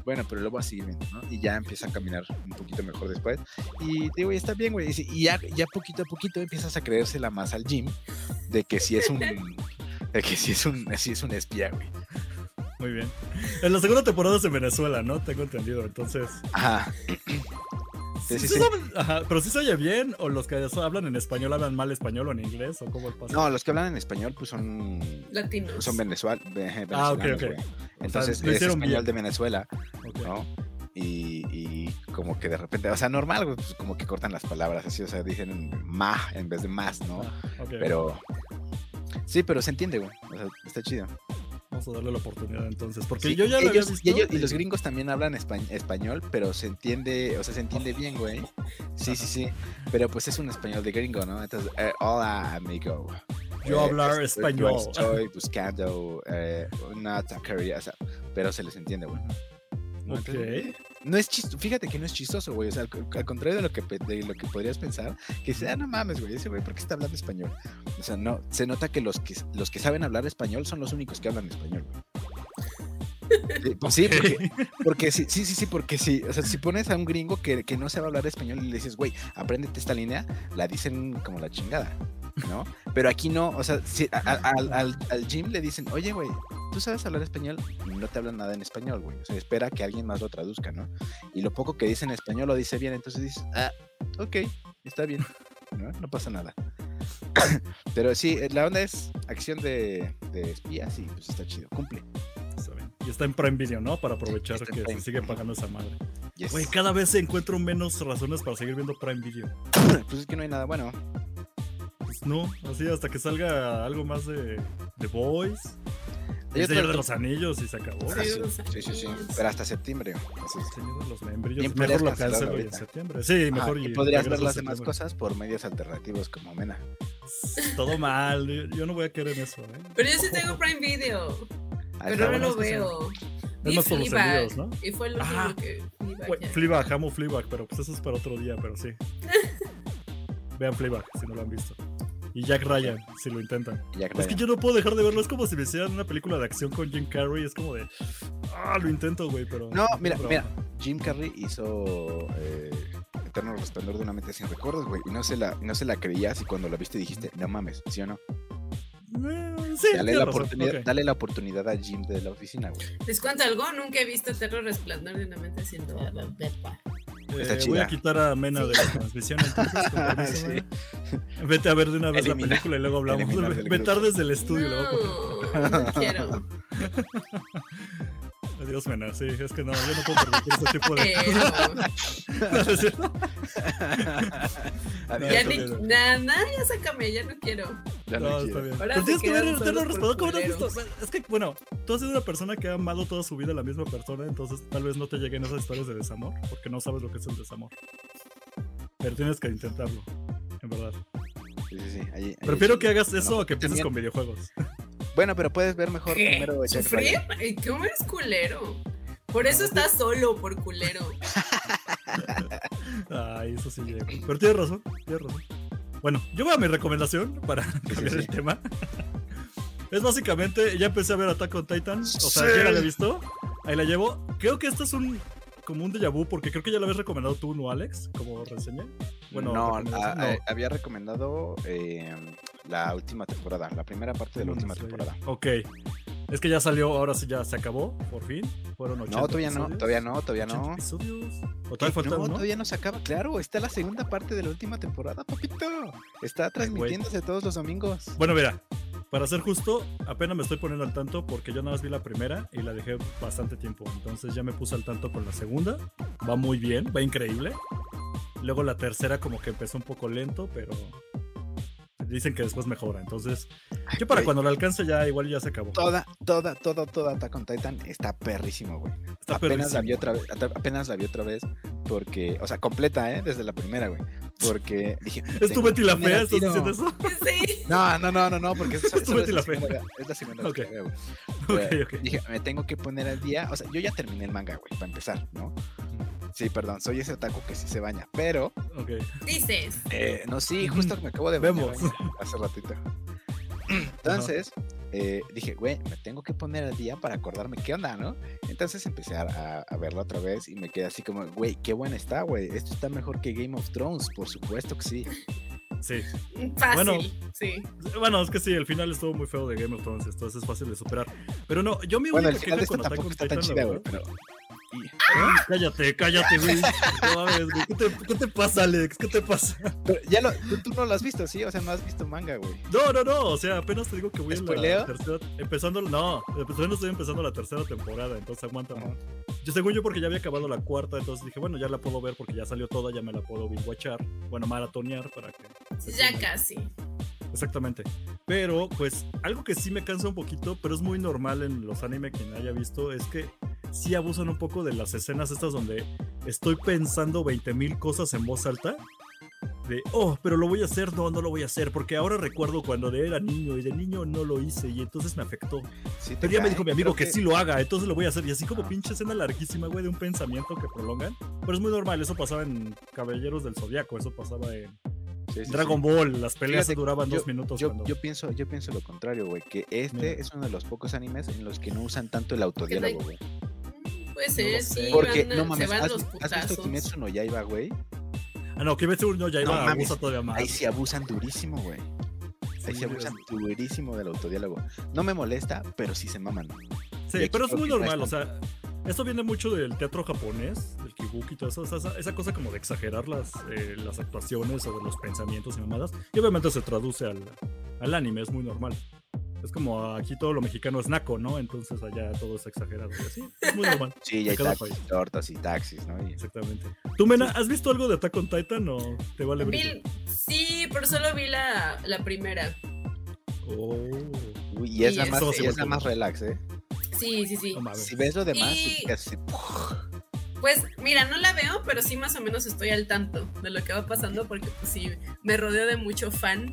Speaker 2: bueno, pero luego a seguir viendo, ¿no? Y ya empieza a caminar un poquito mejor después. Y digo, y está bien, güey. Y sí, Y ya, ya poquito a poquito empiezas a creérsela más al gym de que si es un. De que si es un, sí es un espía, güey.
Speaker 3: muy bien. En la segunda temporada es en Venezuela, ¿no? Tengo entendido, entonces.
Speaker 2: Ajá. Sí,
Speaker 3: ¿sí
Speaker 2: sí,
Speaker 3: se
Speaker 2: sí.
Speaker 3: saben- Ajá, pero si se oye bien, o los que so- hablan en español hablan mal español o en inglés, o cómo pasa.
Speaker 2: No, los que hablan en español, pues son.
Speaker 4: Latinos.
Speaker 2: Son venezua- ve- eh, venezolanos.
Speaker 3: Ah, ok, ok.
Speaker 2: güey. Entonces,
Speaker 3: lo
Speaker 2: es
Speaker 3: hicieron
Speaker 2: español
Speaker 3: bien.
Speaker 2: de Venezuela,
Speaker 3: Ok.
Speaker 2: ¿no? Y, y como que de repente, o sea, normal, güey, pues como que cortan las palabras así, o sea, dicen ma en vez de más, ¿no?
Speaker 3: Ah, ok,
Speaker 2: Pero. Sí, pero se entiende, güey. O sea, está chido.
Speaker 3: Vamos a darle la oportunidad entonces, porque
Speaker 2: Sí,
Speaker 3: yo ya la había
Speaker 2: ellos,
Speaker 3: visto.
Speaker 2: y, ellos- y los gringos también hablan espa- español, pero se entiende, o sea, se entiende bien, güey. Sí, sí, sí. Pero pues es un español de gringo, ¿no? Entonces, eh, hola, amigo.
Speaker 3: Yo hablar
Speaker 2: estoy-
Speaker 3: español.
Speaker 2: Yo estoy buscando eh, una taquería, o sea, pero se les entiende, güey. ¿no?
Speaker 3: Ok.
Speaker 2: Entonces, no es chistoso, fíjate que no es chistoso, güey. O sea, al, al contrario de lo, que, pe- de lo que podrías pensar, que sea, ah, no mames, güey, ese güey, ¿por qué está hablando español? O sea, no, se nota que los que, los que saben hablar español son los únicos que hablan español, güey. Sí, pues sí, porque, porque sí, sí, sí, sí, porque sí. O sea, si pones a un gringo que, que no sabe hablar español y le dices, güey, apréndete esta línea, la dicen como la chingada, ¿no? Pero aquí no, o sea, si a- a- al, al, al gym le dicen, oye, güey, tú sabes hablar español y no te hablan nada en español, güey. O sea, espera que alguien más lo traduzca, ¿no? Y lo poco que dice en español lo dice bien, entonces dices, ah, ok, está bien, ¿no? No pasa nada. Pero sí, eh, la onda es acción de, de espías y pues está chido, cumple.
Speaker 3: Está bien. Y está en Prime Video, ¿no? Para aprovechar
Speaker 2: Está en
Speaker 3: que se
Speaker 2: Prime.
Speaker 3: sigue pagando esa madre.
Speaker 2: Yes.
Speaker 3: Güey, cada vez encuentro menos razones para seguir viendo Prime Video.
Speaker 2: Pues es que no hay nada bueno.
Speaker 3: Pues no, así hasta que salga algo más de The Boys,
Speaker 2: Hay
Speaker 3: El Señor de
Speaker 2: otras-
Speaker 3: los Anillos y se acabó.
Speaker 2: Ah,
Speaker 3: El
Speaker 2: sí, sí, sí, sí, Pero hasta septiembre. así es.
Speaker 3: Señor de los Membrillos.
Speaker 2: Bien,
Speaker 3: mejor
Speaker 2: podrías
Speaker 3: lo
Speaker 2: cancelarlo
Speaker 3: cancelo y en
Speaker 2: ahorita.
Speaker 3: septiembre. Sí,
Speaker 2: Ajá,
Speaker 3: mejor.
Speaker 2: y podrías ver
Speaker 3: regreso en
Speaker 2: las demás
Speaker 3: septiembre. Pues,
Speaker 2: cosas por medios alternativos como Mena.
Speaker 3: Todo mal, yo- yo no voy a caer en eso. ¿eh?
Speaker 4: Pero yo sí tengo Prime Video,
Speaker 2: Ahí
Speaker 4: pero
Speaker 2: está,
Speaker 4: no
Speaker 3: bueno,
Speaker 4: lo
Speaker 3: es que sí.
Speaker 4: veo.
Speaker 3: Es
Speaker 4: Vi
Speaker 3: más por los
Speaker 4: Fleabag,
Speaker 3: envíos, ¿no?
Speaker 4: Y fue el último
Speaker 3: Ah.
Speaker 4: que Fleabag
Speaker 3: Güey,
Speaker 4: ya.
Speaker 3: Fleabag, amo Fleabag, pero pues eso es para otro día, pero sí. Vean Fleabag si no lo han visto. Y Jack Ryan, si lo intentan.
Speaker 2: ya
Speaker 3: Es que
Speaker 2: creo.
Speaker 3: yo no puedo dejar de verlo, es como si me hicieran una película de acción con Jim Carrey, es como de... Ah, lo intento, güey, pero...
Speaker 2: No, mira,
Speaker 3: pero-
Speaker 2: mira. Jim Carrey hizo eh, Eterno Resplandor de una mente sin recuerdos, güey. Y no se, la, no se la creías y cuando la viste dijiste, no mames, ¿sí o no?
Speaker 3: Eh, sí,
Speaker 2: Dale
Speaker 3: tienes
Speaker 2: la,
Speaker 3: razón,
Speaker 2: oportunidad,
Speaker 3: ok.
Speaker 2: dale la oportunidad a Jim de la oficina, güey.
Speaker 4: Les cuento algo, nunca he visto Terror Resplandor de una mente sin recuerdos.
Speaker 2: Está
Speaker 3: Eh, voy
Speaker 2: chida.
Speaker 3: a quitar a Mena de la transmisión, entonces, con permiso,
Speaker 2: Sí.
Speaker 3: Mena. Vete a ver de una vez
Speaker 2: Elimina-
Speaker 3: la película y luego hablamos.
Speaker 2: eliminar del
Speaker 3: Vetar
Speaker 2: grupo.
Speaker 3: desde el estudio. luego con-
Speaker 4: No, no quiero.
Speaker 3: Adiós, Mena, sí, es que no, yo no puedo permitir este tipo de...
Speaker 4: Pero
Speaker 3: No, no es cierto.
Speaker 2: Adiós,
Speaker 4: ya
Speaker 3: no
Speaker 4: ni
Speaker 3: quiero.
Speaker 4: nada, ya sácame, ya no quiero.
Speaker 2: ya no
Speaker 3: No,
Speaker 2: hay
Speaker 3: está
Speaker 2: chido.
Speaker 3: bien.
Speaker 4: Ahora
Speaker 3: Pero
Speaker 4: sí
Speaker 3: tienes que ver
Speaker 4: quedan
Speaker 3: el Eterno
Speaker 4: solos
Speaker 3: Resplandor.
Speaker 4: por
Speaker 3: ¿Cómo no has visto?
Speaker 4: culeros.
Speaker 3: Es que, bueno, tú has sido una persona que ha amado toda su vida a la misma persona, entonces tal vez no te lleguen esas historias de desamor, porque no sabes lo que es el desamor. Pero tienes que intentarlo, en verdad.
Speaker 2: Sí, sí, sí, ahí- ahí
Speaker 3: Prefiero
Speaker 2: sí.
Speaker 3: que hagas eso
Speaker 2: No,
Speaker 3: o que empieces
Speaker 2: también-
Speaker 3: con videojuegos.
Speaker 2: Bueno, pero puedes ver mejor
Speaker 4: ¿Qué?
Speaker 2: primero Jack
Speaker 4: ¿Sufrir?
Speaker 2: Ryan.
Speaker 4: Ay, ¿Cómo eres culero? Por eso estás solo, por culero.
Speaker 3: Ay, eso sí llega. Pero tienes razón, tienes razón. Bueno, yo voy a mi recomendación para cambiar el
Speaker 2: sí.
Speaker 3: tema. Es básicamente, ya empecé a ver Attack on Titan, o sea,
Speaker 2: Sí.
Speaker 3: ya la había visto, ahí la llevo. Creo que esto es un como un déjà vu, porque creo que ya lo habías recomendado tú, ¿no, Alex? Como reseña. Bueno,
Speaker 2: no, ah, eh,
Speaker 3: recomendación,
Speaker 2: a- a- había recomendado eh, la última temporada, la primera parte de la última
Speaker 3: Demon
Speaker 2: temporada.
Speaker 3: Slayer. Ok. Es que ya salió, ahora sí ya se acabó, por fin. Fueron 80
Speaker 2: No, todavía no,
Speaker 3: episodios.
Speaker 2: todavía no, todavía
Speaker 3: 80
Speaker 2: no.
Speaker 3: episodios. O
Speaker 2: ¿Qué?
Speaker 3: todavía
Speaker 2: no,
Speaker 3: faltan, ¿no?
Speaker 2: todavía no se acaba. Claro, está la segunda parte de la última temporada, papito. Está transmitiéndose todos los domingos.
Speaker 3: Bueno, mira, para ser justo, apenas me estoy poniendo al tanto porque yo nada más vi la primera y la dejé bastante tiempo. Entonces ya me puse al tanto con la segunda. Va muy bien, va increíble. Luego la tercera como que empezó un poco lento, pero dicen que después mejora. Entonces, yo para
Speaker 2: güey.
Speaker 3: cuando la alcance ya igual ya se acabó.
Speaker 2: Toda, toda, toda, toda Attack on Titan está perrísimo, güey.
Speaker 3: Está
Speaker 2: apenas la
Speaker 3: perrísimo.
Speaker 2: vi otra vez, ata- apenas la vi otra vez porque, o sea, completa, ¿eh? Desde la primera, güey. Porque dije.
Speaker 3: ¿Es tu
Speaker 2: tengo
Speaker 3: Betty la
Speaker 2: primera
Speaker 3: fea? ¿Estás
Speaker 2: tiro.
Speaker 3: diciendo eso?
Speaker 4: Sí.
Speaker 2: No, no, no, no, no, porque es,
Speaker 3: tu
Speaker 2: solo es
Speaker 3: Betty
Speaker 2: la
Speaker 3: la Fea.
Speaker 2: segunda- es la segunda vez que
Speaker 3: Ok.
Speaker 2: la veo.
Speaker 3: Ok,
Speaker 2: Eh,
Speaker 3: ok.
Speaker 2: Dije, me tengo que poner al día. O sea, yo ya terminé el manga, güey, para empezar, ¿no? Sí, perdón, soy ese otaku que sí se baña, pero.
Speaker 3: Ok.
Speaker 4: Dices.
Speaker 2: eh, no, sí, justo me acabo de bañar
Speaker 3: Vemos.
Speaker 2: güey, hace ratito. Entonces, eh, dije, güey, me tengo que poner al día para acordarme qué onda, ¿no? Entonces empecé a, a- a verla otra vez y me quedé así como, güey, qué buena está, güey. Esto está mejor que Game of Thrones, por supuesto que sí.
Speaker 3: Sí.
Speaker 4: Fácil.
Speaker 3: Bueno.
Speaker 4: Sí.
Speaker 3: Bueno, es que sí, el final estuvo muy feo de Game of Thrones, entonces es fácil de superar. Pero no, yo mi
Speaker 2: Bueno, el
Speaker 3: única
Speaker 2: final de
Speaker 3: queja
Speaker 2: esta
Speaker 3: con Attack
Speaker 2: tampoco
Speaker 3: on
Speaker 2: está
Speaker 3: Titan,
Speaker 2: tan
Speaker 3: la
Speaker 2: chida, güey,
Speaker 3: verdad-
Speaker 2: pero. y-
Speaker 3: Ay, Cállate, cállate, güey. No mames, güey. ¿Qué te, qué te pasa, Alex? ¿Qué te pasa?
Speaker 2: Pero ya lo, tú, tú no lo has visto, sí, o sea, no has visto manga, güey.
Speaker 3: No, no, no. O sea, apenas te digo que voy en
Speaker 2: ¿Spoileo?
Speaker 3: la tercera. Empezando, no, apenas estoy empezando la tercera temporada, entonces aguanta.
Speaker 2: Ajá.
Speaker 3: Yo, según yo, porque ya había acabado la cuarta, entonces dije, bueno, ya la puedo ver porque ya salió toda, ya me la puedo binguachar. Bueno, maratonear para que. se
Speaker 4: Ya
Speaker 3: tenga-
Speaker 4: casi.
Speaker 3: Exactamente. Pero, pues, algo que sí me cansa un poquito, pero es muy normal en los anime quien haya visto, es que sí abusan un poco de las escenas estas donde estoy pensando 20.000 cosas en voz alta. De, oh, pero lo voy a hacer, no, no lo voy a hacer, porque ahora recuerdo cuando era niño y de niño no lo hice y entonces me afectó.
Speaker 2: Sí, te
Speaker 3: Pero ya me
Speaker 2: cae,
Speaker 3: dijo mi amigo
Speaker 2: creo
Speaker 3: que, sí lo haga, entonces lo voy a hacer. Y así como
Speaker 2: Ah.
Speaker 3: pinche escena larguísima, güey, de un pensamiento que prolongan. Pero es muy normal, eso pasaba en Caballeros del Zodiaco, eso pasaba en
Speaker 2: Sí, sí, sí.
Speaker 3: Dragon Ball, las peleas
Speaker 2: Fíjate,
Speaker 3: duraban
Speaker 2: yo-
Speaker 3: dos minutos.
Speaker 2: Yo,
Speaker 3: cuando...
Speaker 2: yo pienso, yo pienso lo contrario, güey, que este
Speaker 3: Mira.
Speaker 2: es uno de los pocos animes en los que no usan tanto el
Speaker 4: no hay-
Speaker 2: autodiálogo, güey.
Speaker 4: Mm, Puede
Speaker 3: No
Speaker 4: ser,
Speaker 3: lo sé.
Speaker 4: sí.
Speaker 2: Porque,
Speaker 4: van a-
Speaker 2: no mames,
Speaker 4: se van
Speaker 2: ¿has,
Speaker 4: los
Speaker 2: vi- has visto
Speaker 4: putazos.
Speaker 2: Kimetsu no Yaiba, güey?
Speaker 3: Ah, no, Kimetsu no
Speaker 2: No
Speaker 3: Yaiba
Speaker 2: mames,
Speaker 3: abusa todavía más.
Speaker 2: Ahí se abusan durísimo, güey. Ahí
Speaker 3: Sí,
Speaker 2: se abusan durísimo del autodiálogo. No me molesta, pero sí se maman.
Speaker 3: Sí,
Speaker 2: Y aquí
Speaker 3: pero es
Speaker 2: creo
Speaker 3: muy
Speaker 2: que no
Speaker 3: normal, o
Speaker 2: es
Speaker 3: sea, esto viene mucho del teatro japonés, del kibuki y todo eso, o sea, esa, esa cosa como de exagerar las, eh, las actuaciones o de los pensamientos y mamadas, y obviamente se traduce al, al anime, es muy normal. Es como aquí todo lo mexicano es naco, ¿no? Entonces allá todo es exagerado. y así, es muy normal,
Speaker 2: Sí, y
Speaker 3: De
Speaker 2: hay
Speaker 3: cada
Speaker 2: taxis,
Speaker 3: país.
Speaker 2: tortas y taxis, ¿no? Y-
Speaker 3: exactamente. ¿Tú, Mena, has visto algo de Attack on Titan o te vale brillo?
Speaker 4: Vi- sí, pero solo vi la, la primera.
Speaker 3: Oh,
Speaker 2: Uy, y es
Speaker 4: Y
Speaker 2: la más,
Speaker 3: eso se
Speaker 2: y es la
Speaker 3: vuelve
Speaker 2: más relax, ¿eh?
Speaker 4: Sí, sí, sí.
Speaker 3: no mames.
Speaker 2: Si ves lo demás,
Speaker 4: Y-
Speaker 2: te quedas así, "Puf".
Speaker 4: Pues mira, no la veo, pero sí más o menos estoy al tanto de lo que va pasando porque pues sí, me rodeo de mucho fan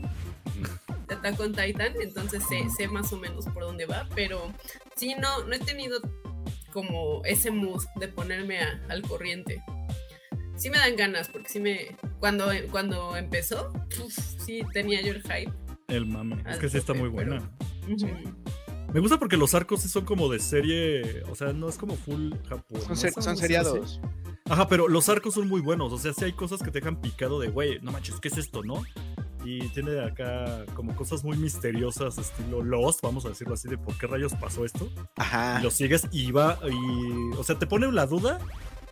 Speaker 4: de Attack on Titan, entonces sé, sé más o menos por dónde va, pero sí, no, no he tenido como ese mood de ponerme a- al corriente. Sí me dan ganas, porque sí me... Cuando, cuando empezó, uf, sí tenía yo el hype.
Speaker 3: El mame, es
Speaker 4: Al
Speaker 3: que sí está
Speaker 4: tope,
Speaker 3: muy buena.
Speaker 4: pero- Ujú.
Speaker 2: Sí.
Speaker 3: Me gusta porque los arcos sí son como de serie, o sea, no es como full japonés.
Speaker 2: Son, ser- son seriados.
Speaker 3: ¿eh? Ajá, pero los arcos son muy buenos, o sea, sí hay cosas que te dejan picado de, güey, no manches, ¿qué es esto, no? Y tiene acá como cosas muy misteriosas, estilo Lost, vamos a decirlo así, de por qué rayos pasó esto.
Speaker 2: Ajá.
Speaker 3: Y lo sigues y va, y, o sea, te pone la duda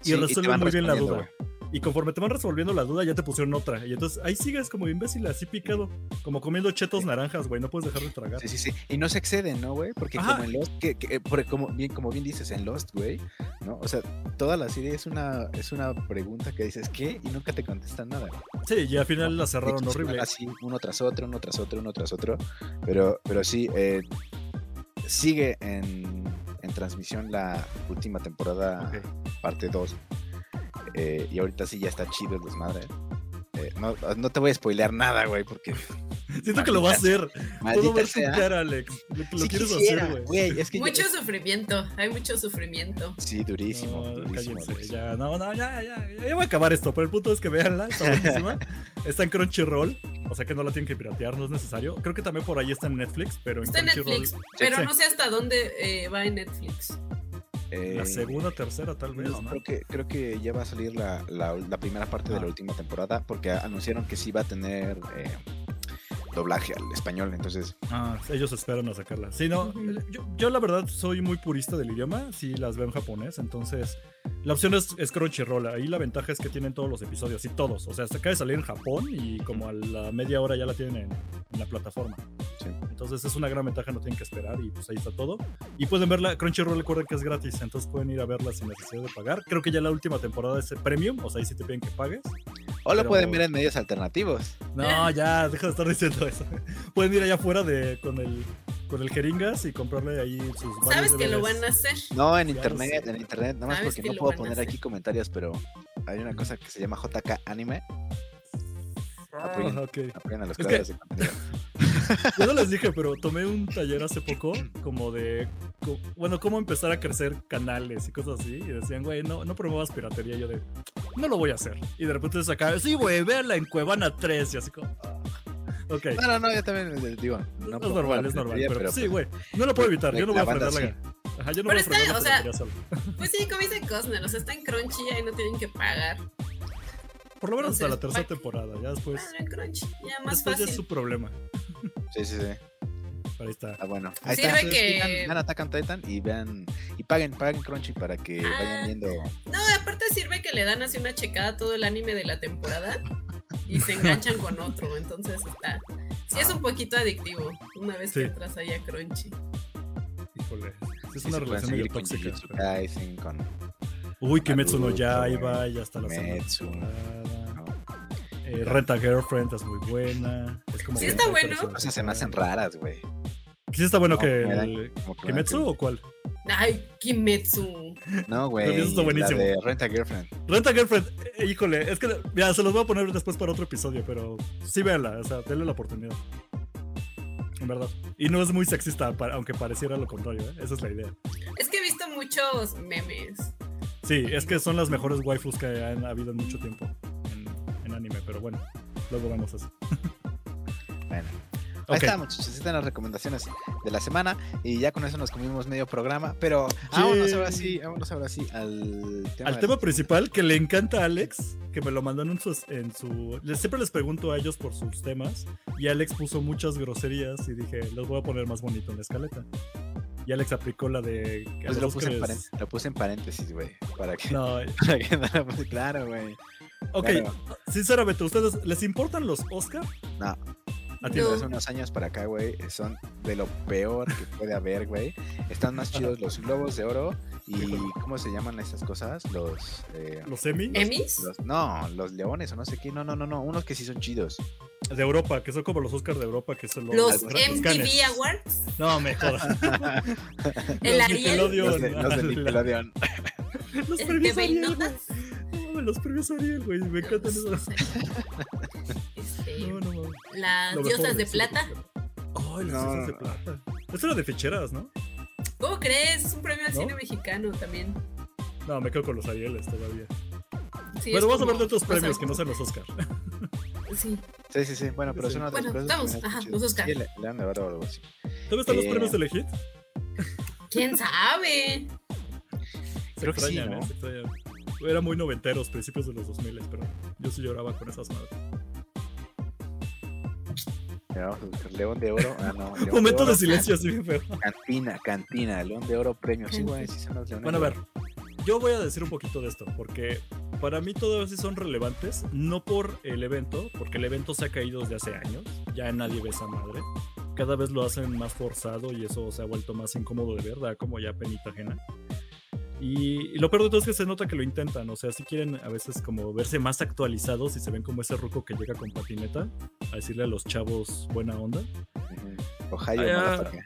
Speaker 3: y
Speaker 2: Sí, te
Speaker 3: resuelve
Speaker 2: van
Speaker 3: muy bien la
Speaker 2: respondiendo,
Speaker 3: duda. Y conforme te van resolviendo la duda, ya te pusieron otra. Y entonces ahí sigues como imbécil, así picado, como comiendo chetos naranjas, güey, no puedes dejar de tragar.
Speaker 2: Sí, sí, sí. Y no se exceden, ¿no, güey? Porque
Speaker 3: Ajá.
Speaker 2: como en Lost, que, que- porque como, bien, como bien dices, en Lost, güey, ¿no? O sea, toda la serie es una, es una pregunta que dices, ¿qué? Y nunca te contestan nada. güey.
Speaker 3: Sí, y al final la cerraron
Speaker 2: Entonces,
Speaker 3: horrible.
Speaker 2: van Así, uno tras otro, uno tras otro, uno tras otro. Pero, pero sí, eh, sigue en, en transmisión la última temporada,
Speaker 3: Ok.
Speaker 2: parte 2. eh, y ahorita sí ya está chido el desmadre. Eh, no, no te voy a spoilear nada, güey, porque Ah,
Speaker 3: Siento que lo va a hacer. Puedo
Speaker 2: maldita
Speaker 3: ver tu
Speaker 2: sea.
Speaker 3: cara, Alex. Lo, lo
Speaker 2: sí
Speaker 3: quieres
Speaker 2: quisiera,
Speaker 3: hacer, güey.
Speaker 2: güey. Es que yo-
Speaker 4: Mucho sufrimiento, hay mucho sufrimiento.
Speaker 2: Sí, durísimo.
Speaker 3: No,
Speaker 2: durísimo,
Speaker 3: cállense,
Speaker 2: durísimo.
Speaker 3: ya, no, no, ya, ya, ya, ya voy a acabar esto, pero el punto es que veanla, está buenísima. está en Crunchyroll, o sea que no la tienen que piratear, no es necesario. Creo que también por ahí está en Netflix, pero en
Speaker 4: Está en
Speaker 3: Crunchyroll.
Speaker 4: Netflix, pero
Speaker 3: sí.
Speaker 4: no sé hasta dónde eh, va en Netflix.
Speaker 2: Eh,
Speaker 3: La segunda, tercera, tal vez,
Speaker 2: no,
Speaker 3: Pues ¿no?
Speaker 2: Pues creo, que, creo que ya va a salir la, la- la primera parte de
Speaker 3: Ah.
Speaker 2: la última temporada porque anunciaron que sí va a tener eh, doblaje al español. Entonces,
Speaker 3: Ah, ellos esperan a sacarla. Sí, no, eh,
Speaker 4: Ujú.
Speaker 3: yo, yo la verdad soy muy purista del idioma, sí las veo en japonés, entonces la opción es, es Crunchyroll, ahí la ventaja es que tienen todos los episodios, y todos, o sea, hasta acaba de salir en Japón y como a la media hora ya la tienen en, en la plataforma.
Speaker 2: Sí.
Speaker 3: Entonces es una gran ventaja, no tienen que esperar y pues ahí está todo. Y pueden verla, Crunchyroll recuerden que es gratis, entonces pueden ir a verla sin necesidad de pagar. Creo que ya la última temporada es premium, o sea, ahí sí te piden que pagues.
Speaker 2: o lo
Speaker 3: Pero-
Speaker 2: pueden ver en medios alternativos.
Speaker 3: No, ya, deja de estar diciendo eso. Pueden ir allá afuera de, con, el, con el jeringas y comprarle ahí sus varios
Speaker 4: Sabes que lo van
Speaker 3: DVDs.
Speaker 4: a hacer.
Speaker 2: No, en
Speaker 3: Ya lo
Speaker 2: internet,
Speaker 3: sé.
Speaker 2: en internet, nada más
Speaker 4: Sabes
Speaker 2: porque
Speaker 4: que
Speaker 2: no
Speaker 4: lo
Speaker 2: puedo
Speaker 4: van a
Speaker 2: poner
Speaker 4: hacer.
Speaker 2: aquí comentarios, pero hay una cosa que se llama JK Anime Apoyen,
Speaker 3: Ah, ok.
Speaker 2: apoyen a los
Speaker 3: Es que-
Speaker 2: creadores de contenido.
Speaker 3: Yo no les dije, pero tomé un taller hace poco como de, co- bueno, cómo empezar a crecer canales y cosas así. Y decían, güey, no, no promuevas piratería. Y Yo de, no lo voy a hacer. Y de repente se acaba, sí, güey, véanla en Cuevana 3. Y así como, ah, ok.
Speaker 2: No, no, no, yo también les digo. No
Speaker 3: es
Speaker 2: promuevo
Speaker 3: normal,
Speaker 2: la
Speaker 3: es normal.
Speaker 2: piratería,
Speaker 3: Pero, sí,
Speaker 2: pues,
Speaker 3: güey, no lo puedo evitar.
Speaker 2: la-
Speaker 3: Yo no voy
Speaker 2: la
Speaker 3: a
Speaker 2: banda
Speaker 3: frenar la Ajá, yo no
Speaker 4: Pero
Speaker 3: voy a frenar
Speaker 4: está,
Speaker 3: la
Speaker 4: o sea,
Speaker 3: piratería solo.
Speaker 4: Pues sí, como dice Cosner, o sea, está en Crunchy y ahí no tienen que pagar.
Speaker 3: Por lo menos hasta la
Speaker 4: entonces,
Speaker 3: tercera
Speaker 4: pa-
Speaker 3: temporada. Ya después,
Speaker 4: Padre, en Crunchy, ya más
Speaker 3: Pues después ya es
Speaker 4: fácil.
Speaker 3: su problema.
Speaker 2: Sí, sí, sí.
Speaker 3: Pero ahí está.
Speaker 2: Ah, bueno. Ahí
Speaker 4: Sirve
Speaker 2: está. Entonces,
Speaker 4: que-
Speaker 2: digan, Vean Attack on Titan y vean. Y paguen, paguen Crunchy para que
Speaker 4: Ah.
Speaker 2: vayan viendo.
Speaker 4: No, aparte sirve que le dan así una checada a todo el anime de la temporada y se enganchan con otro, entonces está. Sí, es un poquito adictivo una vez que
Speaker 3: Ah. Sí.
Speaker 4: entras ahí a Crunchy.
Speaker 3: Híjole. Es
Speaker 2: si
Speaker 3: una
Speaker 2: Ah. se pueden
Speaker 3: relación
Speaker 2: seguir
Speaker 3: medio
Speaker 2: con
Speaker 3: tóxica.
Speaker 2: Jujutsu
Speaker 3: pero-
Speaker 2: Kaisen, Ah, con.
Speaker 3: Uy, Kimetsu no
Speaker 2: Naruto,
Speaker 3: Yaiba, ya hasta la
Speaker 2: Kimetsu.
Speaker 3: segunda temporada.
Speaker 2: ¿no?
Speaker 3: Eh, Renta Girlfriend es muy buena. Es como
Speaker 4: Sí
Speaker 3: que-
Speaker 4: está bueno.
Speaker 2: O sea, se me hacen raras, güey.
Speaker 3: Sí está bueno
Speaker 2: No,
Speaker 3: que
Speaker 2: me dan-
Speaker 3: el-
Speaker 2: Como que-
Speaker 3: ¿Kimetsu o cuál?
Speaker 4: Ay, Kimetsu.
Speaker 2: No, güey.
Speaker 3: Eso está buenísimo.
Speaker 2: La de Rent a Girlfriend.
Speaker 3: Renta Girlfriend, eh, híjole, es que ya se los voy a poner después para otro episodio, pero sí véanla, o sea, denle la oportunidad. En verdad. Y no es muy sexista, pa- aunque pareciera lo contrario, ¿eh? esa es la idea.
Speaker 4: Es que he visto muchos memes.
Speaker 3: Sí, es que son las mejores waifus que han habido en mucho tiempo en, en anime, pero bueno, luego vemos eso.
Speaker 2: Bueno. Ahí
Speaker 3: Ok,
Speaker 2: está, muchachos. Estas eran las recomendaciones de la semana. Y ya con eso nos comimos medio programa. Pero
Speaker 3: Yeah.
Speaker 2: vámonos ahora sí, vámonos ahora sí al tema.
Speaker 3: Al
Speaker 2: de-
Speaker 3: tema principal que le encanta a Alex, que me lo mandaron en su, en su- les- Siempre les pregunto a ellos por sus temas. Y Alex puso muchas groserías y dije, los voy a poner más bonito en la escaleta. Y Alex aplicó la de. a
Speaker 2: Pues
Speaker 3: los
Speaker 2: lo puse, en
Speaker 3: Óscares-
Speaker 2: paren- lo puse en paréntesis, güey. Para que.
Speaker 3: No,
Speaker 2: para que no lo puse- claro, güey.
Speaker 3: ok,
Speaker 2: Claro.
Speaker 3: sinceramente, ¿ustedes les importan los Oscar?
Speaker 2: No.
Speaker 3: ¿A ti?
Speaker 2: Desde
Speaker 4: No.
Speaker 2: hace unos años para acá, güey, eh, son de lo peor que puede haber, güey. Están más chidos los globos de oro y ¿cómo se llaman esas cosas? Los, eh,
Speaker 3: ¿Los Emmy?
Speaker 4: ¿Emis?
Speaker 2: los- no, los leones o no sé qué. No, no, no, no, unos que sí son chidos.
Speaker 3: De Europa, que son como los Oscar de Europa, que son los.
Speaker 4: Los
Speaker 3: los
Speaker 4: MTV
Speaker 3: Cannes.
Speaker 4: Awards.
Speaker 3: No, mejor.
Speaker 4: El
Speaker 3: Los
Speaker 4: Ariel.
Speaker 2: Los
Speaker 3: Nickelodeon.
Speaker 2: de, los de Nickelodeon.
Speaker 3: Los
Speaker 4: El
Speaker 3: premios
Speaker 4: TV
Speaker 3: Ariel, güey.
Speaker 4: Notas.
Speaker 3: No mames, Los premios Ariel, güey. Me encantan
Speaker 4: No, no
Speaker 3: esos.
Speaker 4: sé. Este,
Speaker 3: No, no mames.
Speaker 4: Las
Speaker 3: Lo mejor
Speaker 4: diosas de
Speaker 3: sí,
Speaker 4: plata.
Speaker 3: Ay, las
Speaker 2: No,
Speaker 3: diosas de
Speaker 2: no.
Speaker 3: plata. Eso era de ficheras, ¿no?
Speaker 4: ¿Cómo crees? Es un premio al
Speaker 3: ¿No?
Speaker 4: cine mexicano también.
Speaker 3: No, me quedo con los Arieles todavía.
Speaker 4: Sí, es
Speaker 3: pero vamos a
Speaker 4: como-
Speaker 3: hablar de otros
Speaker 4: o sea,
Speaker 3: premios que no sean los Oscar.
Speaker 4: Sí.
Speaker 2: Sí, sí, sí. Bueno, pero
Speaker 3: Sí.
Speaker 2: son otras
Speaker 4: Bueno,
Speaker 2: cosas.
Speaker 4: vamos,
Speaker 2: también están
Speaker 4: ajá,
Speaker 2: chidas.
Speaker 4: los Oscar.
Speaker 2: Sí, le- León de oro o algo así.
Speaker 3: ¿Dónde están
Speaker 2: Eh,
Speaker 3: los premios de Legit?
Speaker 4: ¿Quién
Speaker 3: Se
Speaker 4: sabe?
Speaker 2: creo que sí,
Speaker 3: extrañan,
Speaker 2: ¿no?
Speaker 3: ¿eh? Se extrañan. Era muy noventeros, principios de los 2000, pero yo sí lloraba con esas madres.
Speaker 2: Mira, vamos a buscar León de oro. Ah, no. León
Speaker 3: Momento
Speaker 2: oro,
Speaker 3: de silencio, así bien feo.
Speaker 2: Cantina, cantina. León de oro premio. Sí, güey, sí son los leones.
Speaker 3: Bueno, a
Speaker 2: de
Speaker 3: ver,
Speaker 2: oro.
Speaker 3: yo voy a decir un poquito de esto, porque para mí todos sí son relevantes, no por el evento, porque el evento se ha caído desde hace años, ya nadie ve esa madre, cada vez lo hacen más forzado y eso se ha vuelto más incómodo de ver, da como ya penita ajena. Y, y lo peor de todo es que se nota que lo intentan, o sea, si quieren a veces como verse más actualizados y se ven como ese ruco que llega con patineta a decirle a los chavos buena onda.
Speaker 2: Ujú. Ohio,
Speaker 3: Ah,
Speaker 2: motherfucker.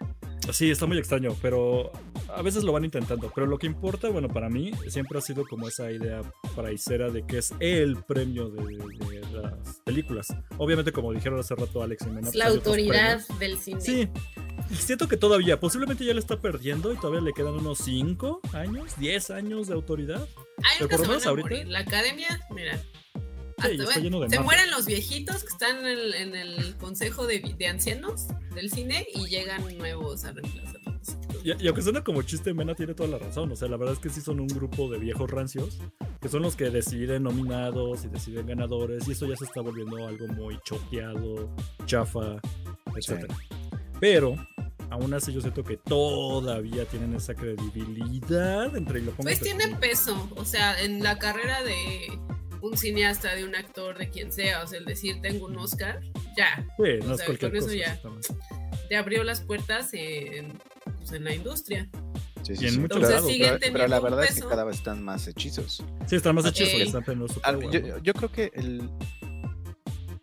Speaker 3: Sí, está muy extraño, pero a veces lo van intentando. Pero lo que importa, bueno, para mí siempre ha sido como esa idea paraicera de que es el premio de, de las películas. Obviamente, como dijeron hace rato Alex y Mena,
Speaker 4: Es
Speaker 3: pues
Speaker 4: la
Speaker 3: hay otros
Speaker 4: autoridad
Speaker 3: premios.
Speaker 4: del cine.
Speaker 3: Sí, y siento que todavía, posiblemente ya le está perdiendo y todavía le quedan unos 5 años, 10 años de autoridad.
Speaker 4: Hay
Speaker 3: Pero por
Speaker 4: unos que
Speaker 3: lo
Speaker 4: van
Speaker 3: menos
Speaker 4: a
Speaker 3: ahorita-
Speaker 4: morir. La academia, mira.
Speaker 3: Sí,
Speaker 4: hasta
Speaker 3: y está
Speaker 4: bueno,
Speaker 3: lleno de
Speaker 4: se
Speaker 3: mame.
Speaker 4: mueren los viejitos que están en el, en el consejo de, vi- de ancianos del cine y llegan nuevos a Pues reemplazarlos.
Speaker 3: Y, y aunque suena como chiste, Mena tiene toda la razón. O sea, la verdad es que sí son un grupo de viejos rancios, que son los que deciden nominados y deciden ganadores, y eso ya se está volviendo algo muy choteado, chafa, etc. Pero, aún así yo siento que todavía tienen esa credibilidad entre y lo pongo
Speaker 4: Pues
Speaker 3: entre
Speaker 4: tiene
Speaker 3: comillas.
Speaker 4: peso, o sea, en la carrera de un cineasta, de un actor, de quien sea, o sea, el decir tengo un Oscar, ya,
Speaker 3: Sí,
Speaker 4: o
Speaker 3: no es
Speaker 4: sea,
Speaker 3: cualquier
Speaker 4: con eso
Speaker 3: cosa.
Speaker 4: ya.
Speaker 3: exactamente.
Speaker 4: te abrió las puertas en, pues, en la industria.
Speaker 2: Sí,
Speaker 3: Y en muchos
Speaker 2: pero-
Speaker 3: lados.
Speaker 4: Siguen
Speaker 2: pero- Pero la
Speaker 4: teniendo un
Speaker 2: verdad es que
Speaker 4: peso.
Speaker 2: cada vez están más hechizos.
Speaker 3: Sí, están más
Speaker 2: Ah,
Speaker 3: hechizos,
Speaker 4: sí.
Speaker 3: están teniendo su
Speaker 2: Al-
Speaker 3: power, ¿no?
Speaker 2: yo, yo creo que el.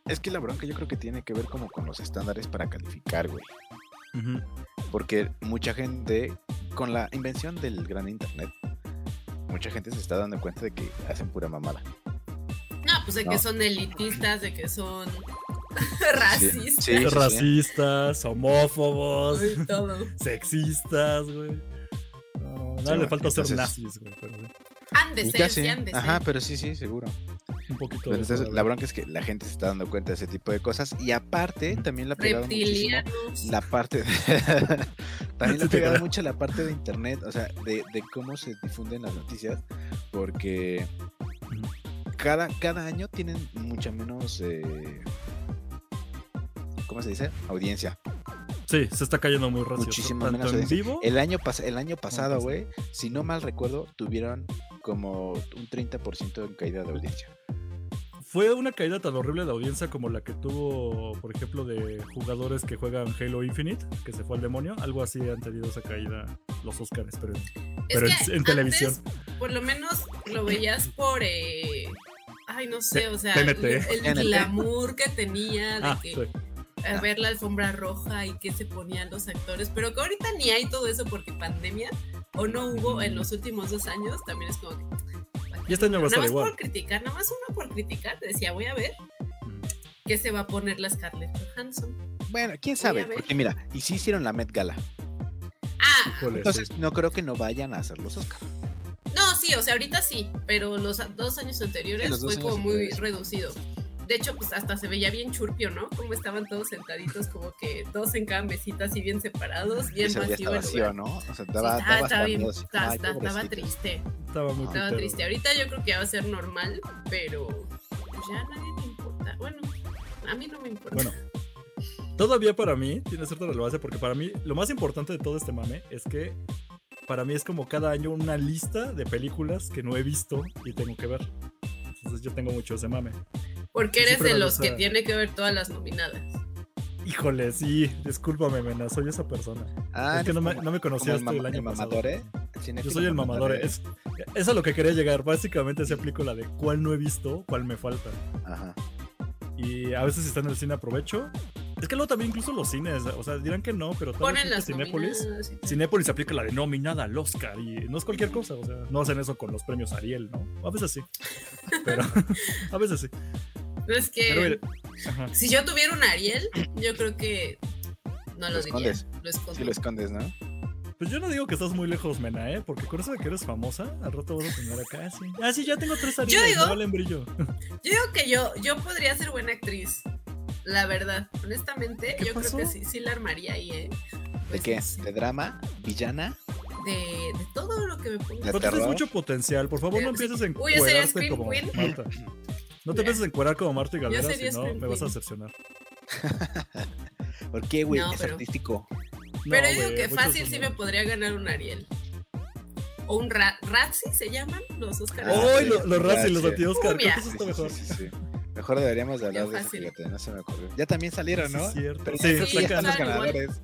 Speaker 2: Es que la bronca yo creo que tiene que ver como con los estándares para calificar, güey.
Speaker 3: Ujú.
Speaker 2: Porque mucha gente, con la invención del gran internet, mucha gente se está dando cuenta de que hacen pura mamada.
Speaker 4: No, pues de que
Speaker 2: No.
Speaker 4: son elitistas, de que son racistas
Speaker 2: Sí, sí, sí.
Speaker 3: Racistas, homófobos,
Speaker 4: y todo.
Speaker 3: sexistas, güey. No, nada
Speaker 2: Sí,
Speaker 3: le falta ser
Speaker 2: entonces-
Speaker 3: nazis, güey. Pero sí,
Speaker 4: Han de
Speaker 2: Pues
Speaker 4: ser,
Speaker 2: casi.
Speaker 4: sí, han de ser.
Speaker 2: Ajá, pero sí, sí, seguro.
Speaker 3: un poquito.
Speaker 2: Pero entonces,
Speaker 3: de-
Speaker 2: la bronca es que la gente se está dando cuenta de ese tipo de cosas. Y aparte,
Speaker 3: Ujú.
Speaker 2: también la pegaron muchísimo
Speaker 4: Reptilianos.
Speaker 2: la parte de... también le ha
Speaker 3: Sí,
Speaker 2: pegado
Speaker 3: ¿verdad?
Speaker 2: mucho la parte de internet, o sea, de, de cómo se difunden las noticias, porque
Speaker 3: Ujú.
Speaker 2: cada, cada año tienen mucha menos, eh, ¿cómo se dice? Audiencia.
Speaker 3: Sí, se está cayendo muy rápido.
Speaker 2: Muchísimo
Speaker 3: Tanto
Speaker 2: menos
Speaker 3: en
Speaker 2: audiencia.
Speaker 3: vivo.
Speaker 2: El año, pas- el año pasado,
Speaker 3: pasa.
Speaker 2: güey, si no mal recuerdo, tuvieron como un 30% en caída de audiencia.
Speaker 3: Fue una caída tan horrible de audiencia como la que tuvo, por ejemplo, de jugadores que juegan Halo Infinite, que se fue al demonio. Algo así han tenido esa caída los Oscars, pero, pero en,
Speaker 4: que
Speaker 3: en
Speaker 4: antes,
Speaker 3: televisión.
Speaker 4: Por lo menos lo veías por. eh, Ay, no sé, o sea,
Speaker 3: TNT.
Speaker 4: el
Speaker 2: TNT.
Speaker 4: glamour que tenía de
Speaker 3: Ah,
Speaker 4: que
Speaker 3: sí.
Speaker 4: a ver la alfombra roja y qué se ponían los actores, pero que ahorita ni hay todo eso porque pandemia o no hubo en los últimos dos años, también es como que
Speaker 3: Y este año va a
Speaker 4: nada
Speaker 3: estar
Speaker 4: más
Speaker 3: igual.
Speaker 4: por criticar, nada más uno por criticar, decía, voy a ver qué se va a poner la Scarlett Johansson.
Speaker 2: Bueno, quién sabe,
Speaker 4: ver.
Speaker 2: porque mira, y sí hicieron la Met Gala.
Speaker 4: Ah,
Speaker 3: Híjole, sí.
Speaker 2: Entonces, no creo que no vayan a hacer los Oscar.
Speaker 4: no, sí, o sea, ahorita sí, pero los a- dos años anteriores
Speaker 2: Sí, los dos
Speaker 4: fue
Speaker 2: años
Speaker 4: como muy
Speaker 2: anteriores.
Speaker 4: reducido. De hecho, pues hasta se veía bien churpio, ¿no? Como estaban todos sentaditos, como que dos en cada mesita, así bien separados, bien
Speaker 2: Ese ya
Speaker 4: vacío
Speaker 2: está
Speaker 4: el
Speaker 2: vacío,
Speaker 4: lugar.
Speaker 2: ¿no? O sea, daba,
Speaker 4: Sí, estaba-
Speaker 2: daba hasta
Speaker 4: estaba bien-
Speaker 2: miedo, así,
Speaker 4: estaba-
Speaker 2: "Ay,
Speaker 4: estaba- estaba
Speaker 2: pobrecitos".
Speaker 4: triste.
Speaker 3: Estaba muy
Speaker 4: Estaba
Speaker 3: pitero,
Speaker 4: triste.
Speaker 3: güey.
Speaker 4: Ahorita yo creo que ya va a ser normal, pero pues, ya a nadie le importa. Bueno, a mí no me importa.
Speaker 3: Bueno, todavía para mí tiene cierta relevancia porque para mí lo más importante de todo este mame es que para mí es como cada año una lista de películas que no he visto y tengo que ver. Entonces yo tengo mucho ese mame.
Speaker 4: Porque
Speaker 3: sí,
Speaker 4: eres
Speaker 3: pero
Speaker 4: de
Speaker 3: no
Speaker 4: los que
Speaker 3: sabe.
Speaker 4: tiene que ver todas las nominadas.
Speaker 3: Híjole, sí, discúlpame, mena, soy esa persona.
Speaker 2: Ah,
Speaker 3: es que no me,
Speaker 2: como-
Speaker 3: no me
Speaker 2: como
Speaker 3: conocías
Speaker 2: el,
Speaker 3: tú el
Speaker 2: mama-
Speaker 3: año
Speaker 2: el eh,
Speaker 3: pasado.
Speaker 2: mamadore.
Speaker 3: Yo
Speaker 2: cinéfilo
Speaker 3: soy el mamador.
Speaker 2: mamadore.
Speaker 3: Es, es a lo que quería llegar. Básicamente se aplico la de cuál no he visto, cuál me falta.
Speaker 2: Ajá.
Speaker 3: Y a veces si está en el cine aprovecho. Es que luego también incluso los cines, o sea, dirán que no, pero tal vez
Speaker 4: Ponen
Speaker 3: tipo
Speaker 4: las
Speaker 3: Cinépolis.
Speaker 4: nominadas. y tal.
Speaker 3: Cinépolis aplica la de nominada al Oscar y no es cualquier cosa, o sea, no hacen eso con los premios Ariel, ¿no? A veces sí, pero a veces sí.
Speaker 4: No, es que
Speaker 3: Pero mira, ajá.
Speaker 4: si yo tuviera un Ariel, yo creo que no
Speaker 2: Lo
Speaker 4: lo, diría.
Speaker 2: escondes.
Speaker 4: Lo escondo.
Speaker 2: Sí lo escondes, ¿no?
Speaker 3: pues yo no digo que estás muy lejos, Mena, ¿eh? Porque con eso de que eres famosa, al rato vas a tener acá, sí. Ah, sí, ya tengo tres Ariel,
Speaker 4: digo-
Speaker 3: no valen brillo.
Speaker 4: Yo digo que yo, yo podría ser buena actriz. La verdad, honestamente,
Speaker 3: ¿Qué
Speaker 4: yo
Speaker 3: pasó?
Speaker 4: creo que sí, sí la armaría ahí, ¿eh?
Speaker 2: ¿De
Speaker 4: Pues,
Speaker 2: qué?
Speaker 4: no sé,
Speaker 2: ¿De drama? ¿Villana?
Speaker 4: De, de todo lo que me ponga.
Speaker 2: De
Speaker 3: Pero tienes
Speaker 2: terror.
Speaker 3: mucho potencial, por favor no
Speaker 4: Pero sí.
Speaker 3: empieces a
Speaker 4: Uy, yo sería
Speaker 3: encuerarte
Speaker 4: Scream
Speaker 3: como
Speaker 4: Queen.
Speaker 3: Marta. No te
Speaker 4: Mira.
Speaker 3: empieces a encuerar como Marta y Galera,
Speaker 4: sería
Speaker 3: si no
Speaker 4: Scream
Speaker 3: me vas a
Speaker 4: Queen.
Speaker 3: decepcionar.
Speaker 2: ¿Por qué, güey?
Speaker 4: No,
Speaker 2: es
Speaker 4: pero-
Speaker 2: artístico.
Speaker 4: Pero
Speaker 3: No,
Speaker 4: yo digo
Speaker 3: güey,
Speaker 4: que
Speaker 3: muchos
Speaker 4: fácil sí
Speaker 3: son-
Speaker 4: me podría ganar un Ariel. O un Ra Razzie, se llaman los Oscars.
Speaker 2: Ah,
Speaker 3: ¡Ay,
Speaker 2: sí,
Speaker 3: lo- los Razzies, los
Speaker 2: gracias.
Speaker 3: anti-Oscar! Creo que eso
Speaker 2: Sí, sí,
Speaker 3: está
Speaker 2: sí,
Speaker 3: mejor.
Speaker 2: sí, sí. Mejor deberíamos de hablar de eso,
Speaker 4: fácil.
Speaker 2: fíjate, no se me ocurrió. Ya también salieron, ¿no?
Speaker 3: Sí, es cierto.
Speaker 2: Pero
Speaker 3: Sí,
Speaker 2: ya
Speaker 4: sí,
Speaker 2: están los
Speaker 4: están igual.
Speaker 2: ganadores.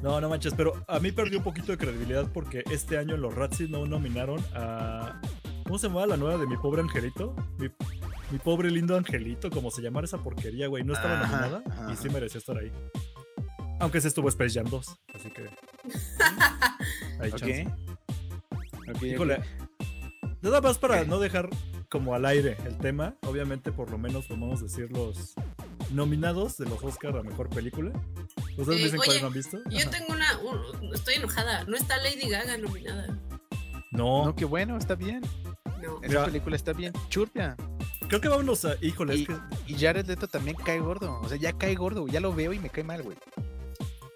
Speaker 3: No, no manches, pero a mí perdí un poquito de credibilidad porque este año los Razzies no nominaron a. ¿Cómo se llamaba la nueva de mi pobre angelito? Mi, mi pobre lindo angelito, como se llamara esa porquería, güey. No estaba
Speaker 2: Ajá,
Speaker 3: nominada
Speaker 2: ajá.
Speaker 3: y sí merecía estar ahí. Aunque se estuvo Space Jam 2, así que. Hay
Speaker 2: Ok.
Speaker 3: chance.
Speaker 2: Ok, ok.
Speaker 3: Híjole. Nada más para no dejar como al aire el tema, obviamente por lo menos podemos decir los nominados de los Oscar a mejor película. ¿Ustedes me
Speaker 4: Eh,
Speaker 3: dicen
Speaker 4: oye,
Speaker 3: cuáles no han visto?
Speaker 4: Yo
Speaker 3: Ajá.
Speaker 4: tengo una. un- estoy enojada. No está Lady Gaga nominada.
Speaker 3: No,
Speaker 2: No, qué bueno, está bien.
Speaker 4: No.
Speaker 2: Esa
Speaker 3: Mira.
Speaker 2: película está bien. Churpia.
Speaker 3: Creo que vámonos a. Híjole, es que.
Speaker 2: Y Jared Leto también cae gordo. O sea, ya cae gordo. Ya lo veo y me cae mal, güey.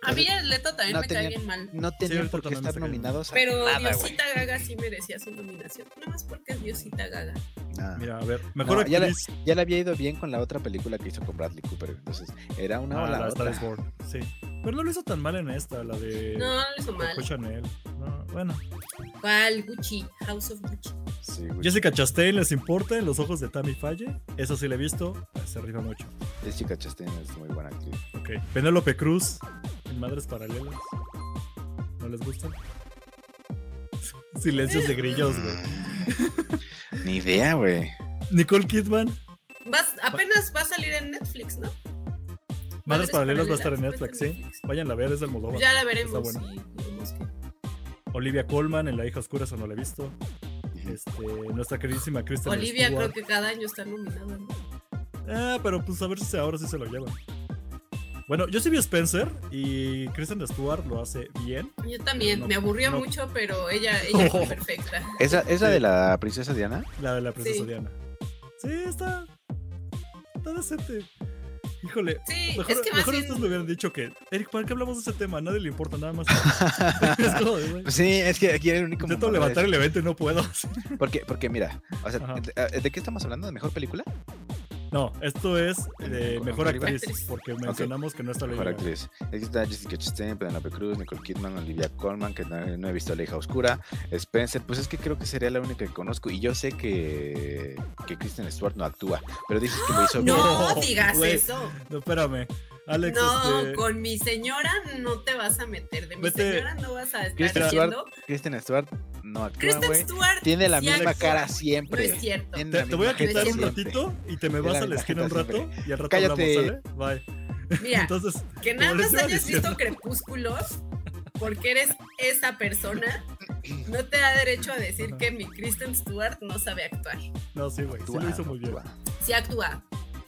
Speaker 4: A mí el Leto también
Speaker 2: Pues No
Speaker 4: me
Speaker 2: tenía-
Speaker 4: cae bien mal.
Speaker 2: No tenían
Speaker 3: ahorita
Speaker 2: por qué estar
Speaker 3: también está cayendo.
Speaker 2: nominados a
Speaker 4: Pero
Speaker 2: nada, güey.
Speaker 4: Diosita Gaga sí merecía su nominación. Nada más porque es Diosita Gaga.
Speaker 2: Nada.
Speaker 3: Mira, a ver. Mejor
Speaker 2: No, ya la-
Speaker 3: actriz.
Speaker 2: Ya le había ido bien con la otra película que hizo con Bradley Cooper. Entonces, era una o
Speaker 3: Ah,
Speaker 2: la,
Speaker 3: la Star
Speaker 2: otra.
Speaker 3: is Born, Sí. Pero no lo hizo tan mal en esta, la de.
Speaker 4: No, no lo hizo mal.
Speaker 3: Coco Chanel. No, bueno.
Speaker 4: ¿Cuál? Gucci. House of Gucci.
Speaker 2: Sí, güey.
Speaker 3: Jessica Chastain, ¿les importa? En los ojos de Tammy Falle. Eso sí la he visto. Se arriba mucho.
Speaker 2: Jessica Chastain es muy buena actriz.
Speaker 3: Ok. Penélope Cruz. En Madres Paralelas. ¿No les gusta? Silencios de grillos, güey.
Speaker 2: Mm, Ni idea, güey.
Speaker 3: Nicole Kidman.
Speaker 4: Vas- apenas va a salir en Netflix, ¿no?
Speaker 3: Madres
Speaker 4: Madres
Speaker 3: Paralelas va a estar en
Speaker 4: Paralelas,
Speaker 3: Netflix,
Speaker 4: va a estar en
Speaker 3: sí.
Speaker 4: Netflix.
Speaker 3: Vayan a ver, es del Moldova.
Speaker 4: Ya la veremos.
Speaker 3: bueno.
Speaker 4: y veremos qué.
Speaker 3: Olivia Colman en La hija oscura, esa no la he visto. Este, nuestra queridísima Kristen
Speaker 4: Olivia
Speaker 3: Stewart.
Speaker 4: creo que cada año está nominada. ¿no?
Speaker 3: Ah, pero pues a ver si se- ahora sí se lo llevan. Bueno, yo sí vi Spencer y Kristen Stewart lo hace bien.
Speaker 4: Yo también,
Speaker 3: No,
Speaker 4: me aburrió
Speaker 3: no.
Speaker 4: mucho, pero ella, ella fue perfecta.
Speaker 2: ¿Esa, esa
Speaker 3: Sí.
Speaker 2: de la princesa Diana?
Speaker 3: La de la princesa
Speaker 4: Sí.
Speaker 3: Diana. Sí, está. Está decente. Híjole.
Speaker 4: Sí,
Speaker 3: Mejor,
Speaker 4: es que más
Speaker 3: mejor
Speaker 4: bien,
Speaker 3: ustedes me hubieran dicho que, Eric, ¿para qué hablamos de ese tema? A nadie le importa nada más. es como, de, güey,
Speaker 2: Sí, es que aquí el único.
Speaker 3: intento
Speaker 2: mamador
Speaker 3: levantar
Speaker 2: es-
Speaker 3: el evento y no puedo.
Speaker 2: Porque, porque mira, o sea, eh,
Speaker 3: Ajá.
Speaker 2: ¿de, de qué estamos hablando? ¿De mejor película?
Speaker 3: No, esto es de
Speaker 2: Mejor
Speaker 3: mejor actriz,
Speaker 4: actriz.
Speaker 3: porque mencionamos que no está
Speaker 2: Mejor
Speaker 3: leyendo.
Speaker 2: actriz. Aquí está Jessica Chastain, Penelope Cruz, Nicole Kidman, Olivia Colman, que no, no he visto La hija oscura, Spencer, pues es que creo que sería la única que conozco y yo sé que, que Kristen Stewart no actúa, pero dices que lo hizo bien.
Speaker 4: no
Speaker 3: No,
Speaker 4: digas
Speaker 3: güey.
Speaker 4: eso.
Speaker 3: No, espérame. Alex,
Speaker 4: No,
Speaker 3: este,
Speaker 4: con mi señora no te vas a meter. De mi
Speaker 3: Vete.
Speaker 4: señora no vas a estar
Speaker 2: Kristen Stewart,
Speaker 4: diciendo.
Speaker 2: Kristen Stewart no actúa,
Speaker 4: Kristen
Speaker 2: güey.
Speaker 4: Stewart.
Speaker 2: Tiene la
Speaker 4: sí
Speaker 2: misma
Speaker 4: actúa".
Speaker 2: cara
Speaker 4: No es
Speaker 2: siempre.
Speaker 4: cierto.
Speaker 2: Tiene la
Speaker 3: te, te voy a
Speaker 2: misma cara
Speaker 3: quitar un
Speaker 2: siempre.
Speaker 3: ratito y te me
Speaker 2: Es
Speaker 3: vas
Speaker 2: la
Speaker 3: a la
Speaker 2: misma
Speaker 3: esquina un
Speaker 2: jeta
Speaker 3: rato y al rato
Speaker 2: Cállate.
Speaker 3: hablamos, ¿sale? Bye.
Speaker 4: Mira,
Speaker 3: Entonces,
Speaker 4: que
Speaker 3: como
Speaker 4: nada
Speaker 3: les
Speaker 4: más
Speaker 3: iba
Speaker 4: hayas
Speaker 3: diciendo.
Speaker 4: visto crepúsculos, porque eres esa persona, no te da derecho a decir
Speaker 3: Ajá.
Speaker 4: que mi Kristen Stewart no sabe actuar.
Speaker 3: no, sí, güey, sí
Speaker 2: Actúa,
Speaker 3: lo hizo
Speaker 2: no
Speaker 3: muy bien.
Speaker 2: actúa.
Speaker 4: Sí actúa.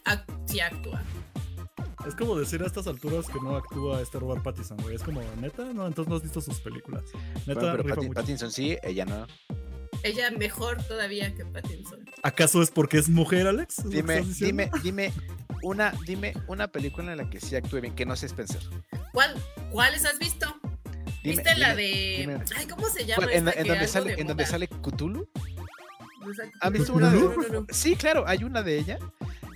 Speaker 4: ac- sí actúa.
Speaker 3: Es como decir a estas alturas que no actúa este Robert Pattinson, güey. Es como, neta, no, entonces no has visto sus películas.
Speaker 2: Bueno,
Speaker 3: Neta,
Speaker 2: pero
Speaker 3: rifa
Speaker 2: Patti-
Speaker 3: mucho.
Speaker 2: Pattinson sí, ella no.
Speaker 4: Ella mejor todavía que Pattinson.
Speaker 3: ¿Acaso es porque es mujer, Alex? ¿Es lo que
Speaker 2: Dime,
Speaker 3: estás diciendo?
Speaker 2: dime, dime una, dime una película en la que sí actúe bien, que no sea Spencer.
Speaker 4: ¿Cuál, ¿Cuáles has visto?
Speaker 2: Dime,
Speaker 4: ¿Viste la
Speaker 2: dime, dime.
Speaker 4: de. Ay, ¿cómo se llama?
Speaker 2: ¿Cuál? ¿En,
Speaker 4: esta
Speaker 2: en
Speaker 4: que
Speaker 2: donde
Speaker 4: algo
Speaker 2: sale,
Speaker 4: de
Speaker 2: ¿En donde
Speaker 4: moda?
Speaker 2: sale Cthulhu?
Speaker 4: No sé-
Speaker 2: ¿Han visto
Speaker 4: no,
Speaker 2: una de-
Speaker 4: no, no, no.
Speaker 2: Sí, claro, hay una de ella.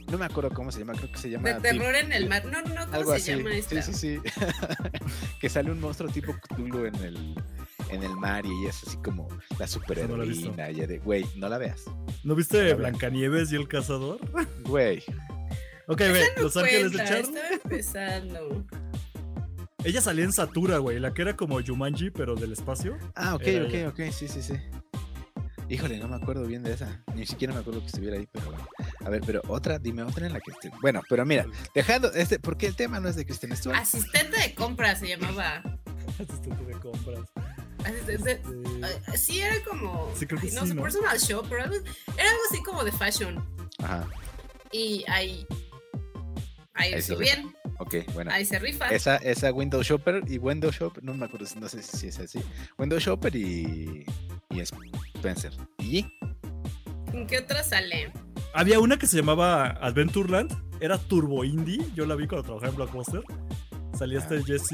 Speaker 2: No me acuerdo cómo se llama, creo que se llama.
Speaker 4: De
Speaker 2: Deep-
Speaker 4: terror en el
Speaker 2: Deep-
Speaker 4: mar. No, no, no, ¿cómo
Speaker 2: Algo
Speaker 4: se
Speaker 2: así.
Speaker 4: llama esta?
Speaker 2: Sí, sí, sí. que sale un monstruo tipo Cthulhu en el, en el mar y ella es así como la
Speaker 3: no la he visto.
Speaker 2: superheroína. ella de, güey, no la veas.
Speaker 3: ¿No
Speaker 2: A
Speaker 3: viste
Speaker 2: ver.
Speaker 3: Blancanieves y el cazador?
Speaker 2: Güey.
Speaker 3: Ok, ve, Los Ángeles de
Speaker 4: Cuenta,
Speaker 3: Charlie.
Speaker 4: Estaba empezando.
Speaker 3: Ella salía en Satura, güey, la que era como Jumanji, pero del espacio.
Speaker 2: Ah, ok,
Speaker 3: Era
Speaker 2: ok,
Speaker 3: ella.
Speaker 2: ok, sí, sí, sí. Híjole, no me acuerdo bien de esa. Ni siquiera me acuerdo que estuviera ahí, pero bueno. A ver, pero otra, dime otra en la que esté. Bueno, pero mira, dejando este, porque el tema no es de Kristen Stewart.
Speaker 4: Asistente de compra se llamaba.
Speaker 3: Asistente Este de compras.
Speaker 4: Asistente.
Speaker 3: Este,
Speaker 4: eh, Sí, era como.
Speaker 3: Sí, creo que
Speaker 4: ay, no
Speaker 3: sí,
Speaker 4: sé,
Speaker 3: ¿no?
Speaker 4: personal shopper. algo- Era algo así como de fashion.
Speaker 2: Ajá,
Speaker 4: Y ahí. Ahí
Speaker 2: Ahí se
Speaker 4: hizo
Speaker 2: rifa.
Speaker 4: bien.
Speaker 2: ok, bueno.
Speaker 4: Ahí se rifa.
Speaker 2: Esa, esa Window Shopper y Window Shop, no me acuerdo, no sé si es así. Window Shopper y, y Spencer. Y
Speaker 4: ¿En qué otra sale?
Speaker 3: Había una que se llamaba Adventureland, era turbo indie, yo la vi cuando trabajaba en Blockbuster. Salía este Jesse,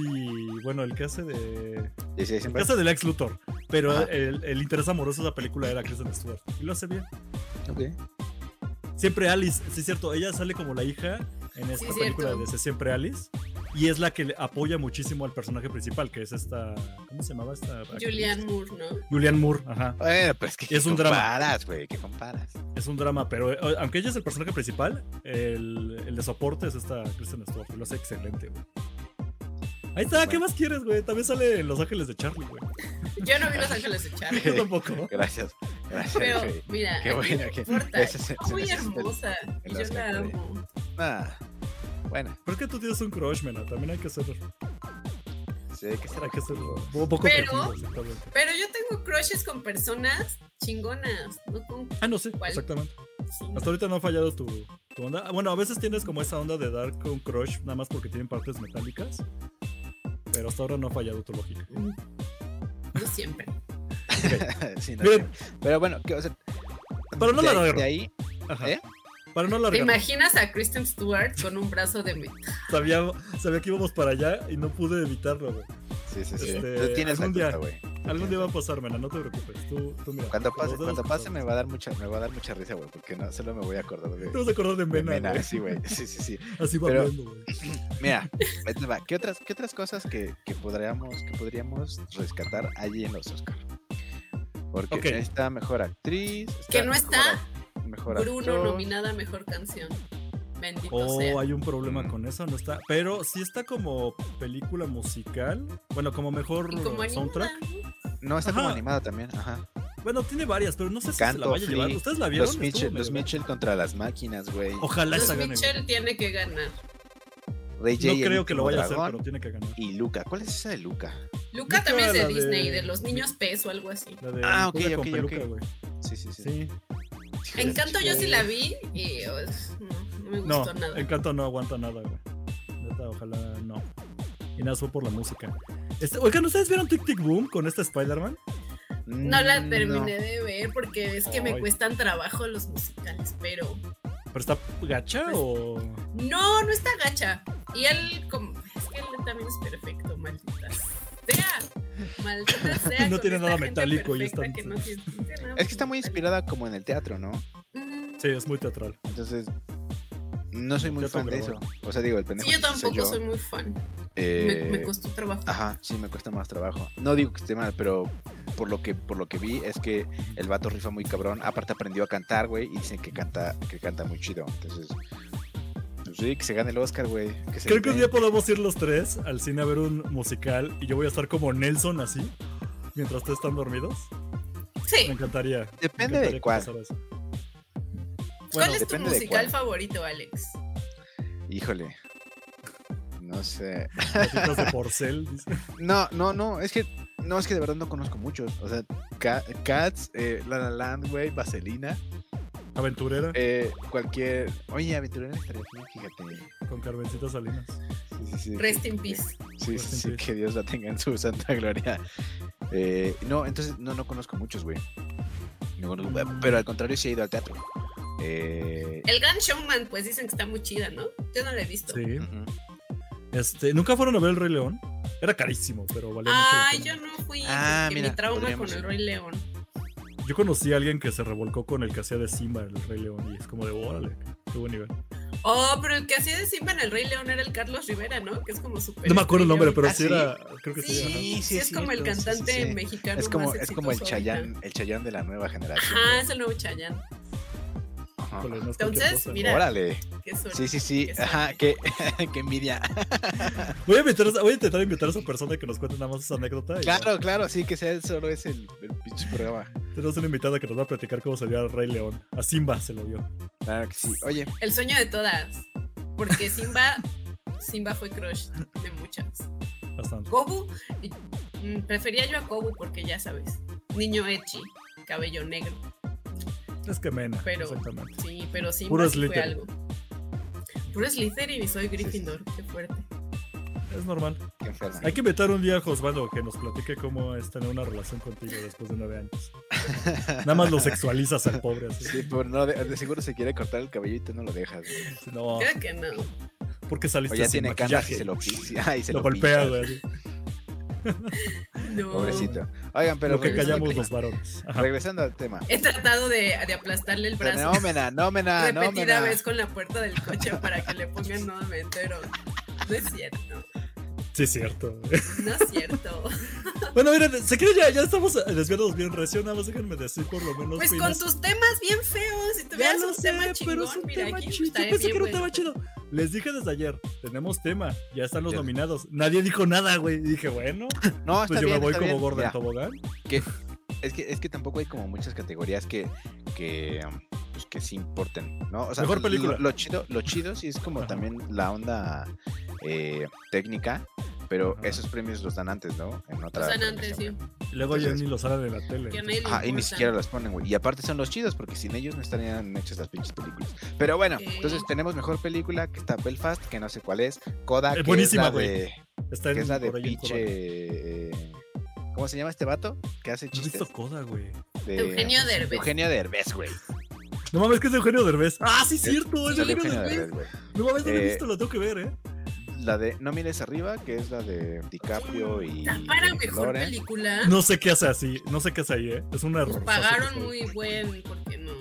Speaker 3: bueno, el que hace de...
Speaker 2: y así
Speaker 3: El
Speaker 2: siempre.
Speaker 3: que hace del ex Luthor, pero
Speaker 2: Ajá.
Speaker 3: el, el interés amoroso de esa película era Kristen Stewart, y lo hace bien.
Speaker 2: Ok.
Speaker 3: Siempre Alice, sí es cierto, ella sale como la hija en esta
Speaker 4: cierto.
Speaker 3: película de ese Siempre Alice, y es la que le apoya muchísimo al personaje principal, que es esta... ¿Cómo se llamaba esta? actriz?
Speaker 4: Julianne Moore, ¿no?
Speaker 3: Julianne Moore, ajá.
Speaker 2: Bueno, pues que
Speaker 3: Es un drama.
Speaker 2: comparas, güey, que comparas.
Speaker 3: Es un drama, pero eh, aunque ella es el personaje principal, el, el de soporte es esta Kristen Stewart. y Lo hace excelente, güey. Ahí está, ¿qué
Speaker 2: Bueno.
Speaker 3: más quieres, güey? También sale en Los Ángeles de Charlie, güey.
Speaker 4: Yo no vi Los Ángeles de Charlie.
Speaker 3: Yo tampoco.
Speaker 2: Gracias, gracias,
Speaker 4: Pero,
Speaker 2: güey.
Speaker 4: mira,
Speaker 2: Qué
Speaker 4: ¿a quién
Speaker 2: bueno
Speaker 4: le
Speaker 2: que-
Speaker 4: importa?
Speaker 2: ese se-
Speaker 4: Está
Speaker 2: se
Speaker 4: muy
Speaker 2: necesita el-
Speaker 4: hermosa.
Speaker 2: el
Speaker 4: y yo
Speaker 2: Oscar
Speaker 4: la
Speaker 2: por ahí.
Speaker 4: amo.
Speaker 2: Ah, bueno,
Speaker 3: Pero es que tú tienes un crush, mena. También hay que ser, hay
Speaker 2: sí, hay que estar
Speaker 3: que
Speaker 2: aquí.
Speaker 3: ser un poco
Speaker 4: Pero-
Speaker 3: creativo, exactamente.
Speaker 4: Pero yo tengo crushes con personas chingonas, no con.
Speaker 3: Ah, no sé,
Speaker 4: ¿Cuál?
Speaker 3: exactamente. Hasta ahorita no ha fallado tu, tu onda. Ah, Bueno, a veces tienes como esa onda de dar con crush, nada más porque tienen partes metálicas. Pero hasta ahora no ha fallado tu lógica.
Speaker 2: Mm,
Speaker 4: No siempre.
Speaker 2: Sí, no
Speaker 3: Bien.
Speaker 2: sé. Pero bueno, que, o sea,
Speaker 3: Pero no
Speaker 2: de,
Speaker 3: la
Speaker 2: ahí-
Speaker 3: agarro.
Speaker 2: de ahí,
Speaker 3: Ajá.
Speaker 2: ¿Eh?
Speaker 3: Para no
Speaker 4: ¿Te
Speaker 3: alargar.
Speaker 4: imaginas a Kristen Stewart con un brazo de metal?
Speaker 3: Sabía, sabía que íbamos para allá y no pude evitarlo, güey.
Speaker 2: sí, sí, sí.
Speaker 3: Este,
Speaker 2: Tú tienes la
Speaker 3: algún día-
Speaker 2: culpa, güey. Tú
Speaker 3: Algún
Speaker 2: tienes
Speaker 3: día
Speaker 2: la
Speaker 3: va a pasar, mena, no te preocupes. Tú, tú mira.
Speaker 2: Cuando
Speaker 3: con los
Speaker 2: pase,
Speaker 3: dedos
Speaker 2: cuando pase
Speaker 3: cruzados.
Speaker 2: me va a dar mucha, me va a dar mucha risa, güey, porque no solo me voy a acordar de,
Speaker 3: Te vas a acordar de
Speaker 2: de
Speaker 3: Mena,
Speaker 2: Mena,
Speaker 3: güey.
Speaker 2: sí, güey, sí, sí, sí.
Speaker 3: Así va
Speaker 2: Pero-
Speaker 3: hablando, güey.
Speaker 2: Mira, ahí te va. ¿Qué otras, qué otras cosas que, que podríamos, que podríamos rescatar allí en los Oscar? Porque
Speaker 3: Ok.
Speaker 2: ahí está mejor actriz.
Speaker 4: Que no
Speaker 2: mejor
Speaker 4: está
Speaker 2: ac- Mejor
Speaker 4: Bruno
Speaker 2: actor.
Speaker 4: nominada a mejor canción. Bendito
Speaker 3: Oh,
Speaker 4: sea.
Speaker 3: hay un problema
Speaker 2: Mm.
Speaker 3: con eso, no está. Pero sí está como película musical. Bueno, como mejor
Speaker 4: Y como
Speaker 3: soundtrack.
Speaker 4: animada, ¿no?
Speaker 2: No, está como
Speaker 3: Ajá.
Speaker 2: animada también. Ajá.
Speaker 3: Bueno, tiene varias, pero no sé si se la
Speaker 2: Canto,
Speaker 3: vaya a llevar.
Speaker 2: Flea,
Speaker 3: ¿Ustedes la vieron?
Speaker 2: Los
Speaker 3: Estuvo
Speaker 2: Mitchell,
Speaker 3: medio
Speaker 2: los
Speaker 3: ver-
Speaker 2: Mitchell contra las máquinas, güey.
Speaker 3: Ojalá esa
Speaker 4: Los
Speaker 3: gane. güey.
Speaker 4: Mitchell tiene que ganar.
Speaker 2: Ray J,
Speaker 3: No
Speaker 2: el
Speaker 3: creo que
Speaker 2: último
Speaker 3: lo vaya a hacer,
Speaker 2: dragón,
Speaker 3: pero tiene que ganar.
Speaker 2: Y Luca. ¿Cuál es esa de Luca?
Speaker 4: Luca
Speaker 3: Luca,
Speaker 4: también es de
Speaker 3: la de-
Speaker 4: Disney, de los niños pez o algo así.
Speaker 3: La de
Speaker 2: Ah,
Speaker 3: Nicola
Speaker 2: ok,
Speaker 3: con
Speaker 2: ok,
Speaker 3: peluca,
Speaker 2: ok.
Speaker 3: güey.
Speaker 2: Sí, sí, sí.
Speaker 3: Sí.
Speaker 2: Híjole,
Speaker 4: Encanto yo
Speaker 2: chica.
Speaker 4: sí la vi y pues, no, no me
Speaker 3: No, eh,
Speaker 4: gustó nada.
Speaker 3: Encanto no aguanta nada, güey. Neta, ojalá no. Y nada, fue por la música. Este, oigan, ¿ustedes vieron Tic Tic Boom con este Spider-Man?
Speaker 4: No la
Speaker 2: Mm,
Speaker 4: terminé de ver porque es que me
Speaker 3: Ay.
Speaker 4: cuestan trabajo los musicales, pero
Speaker 3: ¿Pero está gacha
Speaker 4: Pues,
Speaker 3: o...?
Speaker 4: no, no está gacha. Y él, como, es que él también es perfecto, maldita sea. Maldita sea.
Speaker 3: No
Speaker 4: con
Speaker 3: tiene
Speaker 4: esta
Speaker 3: nada
Speaker 4: gente
Speaker 3: metálico y
Speaker 4: perfecta
Speaker 3: está-
Speaker 4: que no tiene- no tiene nada
Speaker 2: Es que está muy
Speaker 4: metálico. Mm,
Speaker 2: inspirada como en el teatro, ¿no?
Speaker 4: Ujú.
Speaker 3: Sí, es muy teatral.
Speaker 2: Entonces, no soy muy
Speaker 3: Teatro
Speaker 2: fan de eso.
Speaker 3: grabado.
Speaker 2: O sea, digo, el pendejo
Speaker 4: Sí, yo
Speaker 2: que
Speaker 4: tampoco
Speaker 2: yo,
Speaker 4: soy muy fan. Me,
Speaker 2: eh,
Speaker 4: me costó trabajo.
Speaker 2: Ajá, sí, me cuesta más trabajo. No digo que esté mal, pero por lo que por lo que vi es que el vato rifa muy cabrón. Aparte aprendió a cantar, güey, y dicen que canta que canta muy chido. Entonces, pues sí, que se gane el Oscar, güey. Que se
Speaker 3: Creo
Speaker 4: eh.
Speaker 3: que un
Speaker 2: dé.
Speaker 3: día podemos ir los tres al cine a ver un musical y yo voy a estar como Nelson así, mientras ustedes están dormidos. Me
Speaker 4: Sí.
Speaker 3: encantaría. me
Speaker 2: Depende de
Speaker 3: encantaría que
Speaker 2: cuál.
Speaker 3: pasara eso.
Speaker 4: ¿Cuál
Speaker 3: Bueno,
Speaker 4: es tu
Speaker 2: depende de
Speaker 4: musical
Speaker 2: cuál.
Speaker 4: favorito, Alex?
Speaker 2: Híjole. No sé.
Speaker 3: Patitas de porcel. dice.
Speaker 2: No, no, no, es que no es que de verdad no conozco muchos. O sea, Ca- Cats, eh, La La Land, güey, Vaselina,
Speaker 3: Aventurera
Speaker 2: eh, cualquier. Oye, aventurera estaría bien, fíjate.
Speaker 3: con Carmencita Salinas.
Speaker 2: Sí, sí, sí.
Speaker 4: Rest
Speaker 2: que-
Speaker 4: in
Speaker 2: que-
Speaker 4: peace.
Speaker 2: Sí,
Speaker 3: Rest
Speaker 2: sí,
Speaker 3: in
Speaker 2: sí,
Speaker 3: peace.
Speaker 2: que Dios la tenga en su santa gloria. Eh, no, entonces no, no conozco muchos, güey. No conozco-
Speaker 3: Mm.
Speaker 2: pero al contrario, sí he ido al teatro. Eh,
Speaker 4: El Gran Showman, pues dicen que está muy chida, ¿no? Yo no la he visto.
Speaker 3: Sí.
Speaker 2: ujú.
Speaker 3: Este, ¿Nunca fueron a ver El Rey León? Era carísimo, pero valía mucho la
Speaker 4: Ay,
Speaker 3: pena.
Speaker 4: yo no fui.
Speaker 2: Ah,
Speaker 4: porque
Speaker 2: mira,
Speaker 4: mi trauma
Speaker 2: podríamos
Speaker 4: con el
Speaker 2: ir.
Speaker 4: Rey León.
Speaker 3: Yo conocí a alguien que se revolcó con el que hacía de Simba en el Rey León y es como de órale, qué buen nivel.
Speaker 4: Oh, pero el que hacía de Simba en el Rey León era el Carlos Rivera, ¿no? Que es como súper.
Speaker 3: No me acuerdo el nombre, pero
Speaker 2: Ah,
Speaker 3: sí
Speaker 2: ¿sí?
Speaker 3: era, creo que
Speaker 4: Sí,
Speaker 3: sí, ajá.
Speaker 4: sí,
Speaker 2: Sí, sí,
Speaker 4: es
Speaker 2: es
Speaker 4: como el
Speaker 2: cierto, sí, sí,
Speaker 4: cantante
Speaker 2: sí.
Speaker 4: mexicano.
Speaker 2: Es como,
Speaker 4: más
Speaker 2: es como el
Speaker 4: exitoso ahorita.
Speaker 2: Chayán, el Chayán de la nueva generación.
Speaker 4: Ajá,
Speaker 2: güey.
Speaker 4: es el nuevo Chayán.
Speaker 2: Ajá.
Speaker 3: Híjole, no es
Speaker 4: Entonces,
Speaker 3: cualquier cosa.
Speaker 4: mira.
Speaker 2: Órale.
Speaker 4: Qué suerte.
Speaker 2: Sí, sí, sí.
Speaker 4: Qué suerte.
Speaker 2: Ajá, qué, qué envidia.
Speaker 3: Voy a, invitar, a- voy a intentar invitar a esa persona que nos cuente nada más esa anécdota. y ya.
Speaker 2: Claro, claro, sí, que sea él solo es el, el pinche programa.
Speaker 3: Tenemos una invitada que nos va a platicar cómo sería el Rey León. A Simba se lo dio.
Speaker 2: Claro que sí. Oye,
Speaker 4: El sueño de todas. Porque Simba. Simba fue crush de muchas.
Speaker 3: Bastante.
Speaker 4: Gobu. y- mm, Prefería yo a Gobu porque ya sabes. Niño Echi. Cabello negro.
Speaker 3: Es que mena.
Speaker 4: Pero-
Speaker 3: Exactamente.
Speaker 4: Sí, pero Simba
Speaker 3: Puro
Speaker 4: sí fue algo.
Speaker 3: Slytherin.
Speaker 4: Puro Slytherin y soy Gryffindor. Qué fuerte.
Speaker 3: Es normal.
Speaker 2: qué enferma.
Speaker 3: Hay que invitar un día a Josvaldo que nos platique cómo es tener una relación contigo después de nueve años. Nada más lo sexualizas al pobre así.
Speaker 2: Sí, por no, de, de seguro se quiere cortar el cabello y tú no lo dejas. güey.
Speaker 3: No,
Speaker 4: Creo que no.
Speaker 3: porque
Speaker 2: O
Speaker 3: saliste
Speaker 2: ya
Speaker 3: sin
Speaker 2: tiene canas
Speaker 3: maquillaje.
Speaker 2: y se lo pisa. Y se
Speaker 3: lo
Speaker 2: lo,
Speaker 3: golpea,
Speaker 2: pinchas.
Speaker 3: güey. así.
Speaker 4: No.
Speaker 2: Pobrecito. Oigan, pero
Speaker 3: lo que
Speaker 2: regresando-
Speaker 3: callamos los varones. Ajá.
Speaker 2: Regresando al tema.
Speaker 4: He tratado de, de aplastarle el brazo
Speaker 2: Nómena, nómena,
Speaker 4: repetida
Speaker 2: nómena.
Speaker 4: vez con la puerta del coche para que le pongan no me entero. No es cierto.
Speaker 3: Sí, es cierto.
Speaker 4: No es cierto.
Speaker 3: bueno, miren, se cree ya, ya estamos desviados bien recio, nada más déjenme decir por lo menos.
Speaker 4: Pues
Speaker 3: Pinas.
Speaker 4: con tus temas bien feos. Si
Speaker 3: Ya
Speaker 4: tuvieras
Speaker 3: lo
Speaker 4: un
Speaker 3: sé,
Speaker 4: tema chingón,
Speaker 3: pero es un
Speaker 4: mira,
Speaker 3: tema
Speaker 4: aquí
Speaker 3: chido. Yo
Speaker 4: estaría
Speaker 3: pensé que
Speaker 4: bien
Speaker 3: era un tema
Speaker 4: bueno.
Speaker 3: chido. Les dije desde ayer, tenemos tema, ya están los
Speaker 2: Ya.
Speaker 3: nominados. Nadie dijo nada, güey. Y dije, bueno,
Speaker 2: No, está
Speaker 3: pues yo
Speaker 2: bien,
Speaker 3: me voy
Speaker 2: está
Speaker 3: como
Speaker 2: bien.
Speaker 3: gorda
Speaker 2: Mira,
Speaker 3: en tobogán.
Speaker 2: es, que, es que tampoco hay como muchas categorías que, que, um, pues, que sí importen, ¿no? O sea,
Speaker 3: Mejor
Speaker 2: lo-
Speaker 3: película.
Speaker 2: Lo, chido, lo chido sí es como
Speaker 3: Ajá.
Speaker 2: también la onda eh, técnica, pero
Speaker 3: Ajá.
Speaker 2: esos premios los dan antes, ¿no? En otra
Speaker 4: Los dan antes,
Speaker 2: premiación.
Speaker 3: Y luego ya
Speaker 2: Entonces-
Speaker 3: ni lo salen en la tele.
Speaker 4: Que a
Speaker 3: entonces-
Speaker 4: nadie le
Speaker 2: Ajá, y ni
Speaker 4: importan.
Speaker 2: siquiera los ponen, güey. Y aparte son los chidos, porque sin ellos no estarían hechas las pinches películas. Pero bueno,
Speaker 4: Ok.
Speaker 2: entonces tenemos mejor película, que está Belfast, que no sé cuál es, Koda, que
Speaker 3: buenísima,
Speaker 2: es la
Speaker 3: güey.
Speaker 2: de...
Speaker 3: Está en
Speaker 2: que es la de
Speaker 3: por ahí en Coda.
Speaker 2: pinche. eh, ¿Cómo se llama este vato? Que hace
Speaker 3: No he
Speaker 2: chistes.
Speaker 3: visto Coda, güey.
Speaker 2: De...
Speaker 4: Eugenio Derbez.
Speaker 2: Eugenio Derbez, güey.
Speaker 3: No mames, que es de Eugenio Derbez. Ah, sí, cierto, es de
Speaker 2: Sale
Speaker 3: Eugenio
Speaker 2: Eugenio
Speaker 3: Derbez.
Speaker 2: Derbez, güey.
Speaker 3: No mames, no lo he
Speaker 2: Eh,
Speaker 3: visto, lo tengo que ver, eh.
Speaker 2: La de No mires arriba, que es la de DiCaprio y.
Speaker 4: Mm, Para
Speaker 2: Jennifer
Speaker 4: mejor
Speaker 2: Lawrence.
Speaker 4: película.
Speaker 3: No sé qué hace así, no sé qué hace ahí, eh. Es un error.
Speaker 4: Pues pagaron muy buen porque no.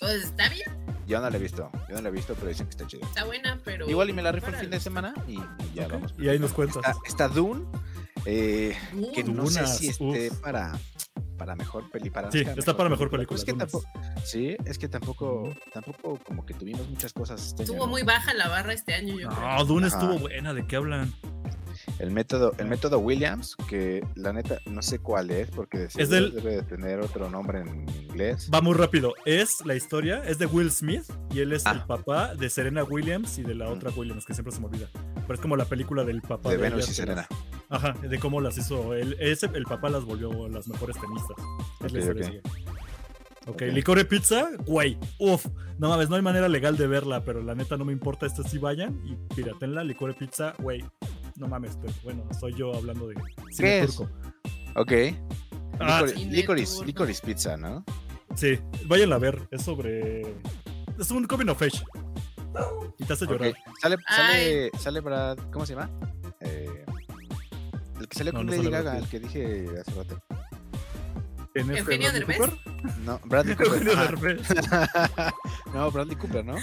Speaker 4: Pues está bien,
Speaker 2: Yo no la he visto. Yo no la he visto, pero dicen que está chida.
Speaker 4: está buena, pero.
Speaker 2: Igual y me la rifo el
Speaker 4: Órale.
Speaker 2: fin de semana y, y ya vamos.
Speaker 3: Y ahí nos cuentas.
Speaker 2: Está, está Dune. Eh,
Speaker 4: Uh,
Speaker 2: que no sé si
Speaker 3: Dunas, uf.
Speaker 2: esté para. Para mejor peli, para
Speaker 3: Sí,
Speaker 2: Oscar,
Speaker 3: está para mejor película,
Speaker 2: Pues que
Speaker 3: Dunas.
Speaker 2: tampoco, sí, es que tampoco,
Speaker 3: Ujú.
Speaker 2: tampoco como que tuvimos muchas cosas. Este año,
Speaker 4: Estuvo
Speaker 2: ¿no?
Speaker 4: muy baja la barra este año, yo creo.
Speaker 3: No, Dune
Speaker 2: Ajá.
Speaker 3: estuvo buena, ¿de qué hablan?
Speaker 2: El método, el método Williams, que la neta no sé cuál es, porque de seguro
Speaker 3: del-
Speaker 2: debe de tener otro nombre en inglés.
Speaker 3: Va muy rápido. Es la historia, es de Will Smith y él es el
Speaker 2: Ah.
Speaker 3: papá de Serena Williams y de la
Speaker 2: Mm.
Speaker 3: otra Williams, que siempre se me olvida. Pero es como la película del papá
Speaker 2: De
Speaker 3: ellas,
Speaker 2: Venus y
Speaker 3: que
Speaker 2: Serena.
Speaker 3: las- Ajá, de cómo las hizo. Él, ese, el papá las volvió las mejores tenistas. Es
Speaker 2: Ok,
Speaker 3: la historia
Speaker 2: ok.
Speaker 3: que sigue. Ok,
Speaker 2: Ok.
Speaker 3: licor de pizza, güey, uf. No mames, no hay manera legal de verla, pero la neta no me importa, estas sí vayan y piratenla, licor de pizza, güey. No mames, pero bueno, soy yo hablando de cine
Speaker 2: ¿Qué es?
Speaker 3: turco.
Speaker 2: Ok.
Speaker 3: Ah,
Speaker 2: Licori-
Speaker 4: cine
Speaker 2: licorice,
Speaker 4: turco.
Speaker 2: licorice pizza, ¿no?
Speaker 3: sí, váyanla a ver, es sobre... Es un coming of age. Y te hace
Speaker 2: Ok.
Speaker 3: llorar.
Speaker 2: Sale,
Speaker 4: Ay.
Speaker 2: sale, sale Brad. ¿Cómo se llama? Eh, el que salió
Speaker 3: No,
Speaker 2: con
Speaker 3: no
Speaker 2: Lady
Speaker 3: sale Brad
Speaker 2: Gaga,
Speaker 3: Pitt.
Speaker 2: el que dije hace rato.
Speaker 3: En este
Speaker 4: ¿Eugenio
Speaker 3: Bradley
Speaker 4: Derbez?
Speaker 3: Cooper.
Speaker 2: No, Ah, Bradley Cooper.
Speaker 3: Eugenio
Speaker 2: ajá.
Speaker 3: Derbez.
Speaker 2: no, Bradley Cooper, ¿no?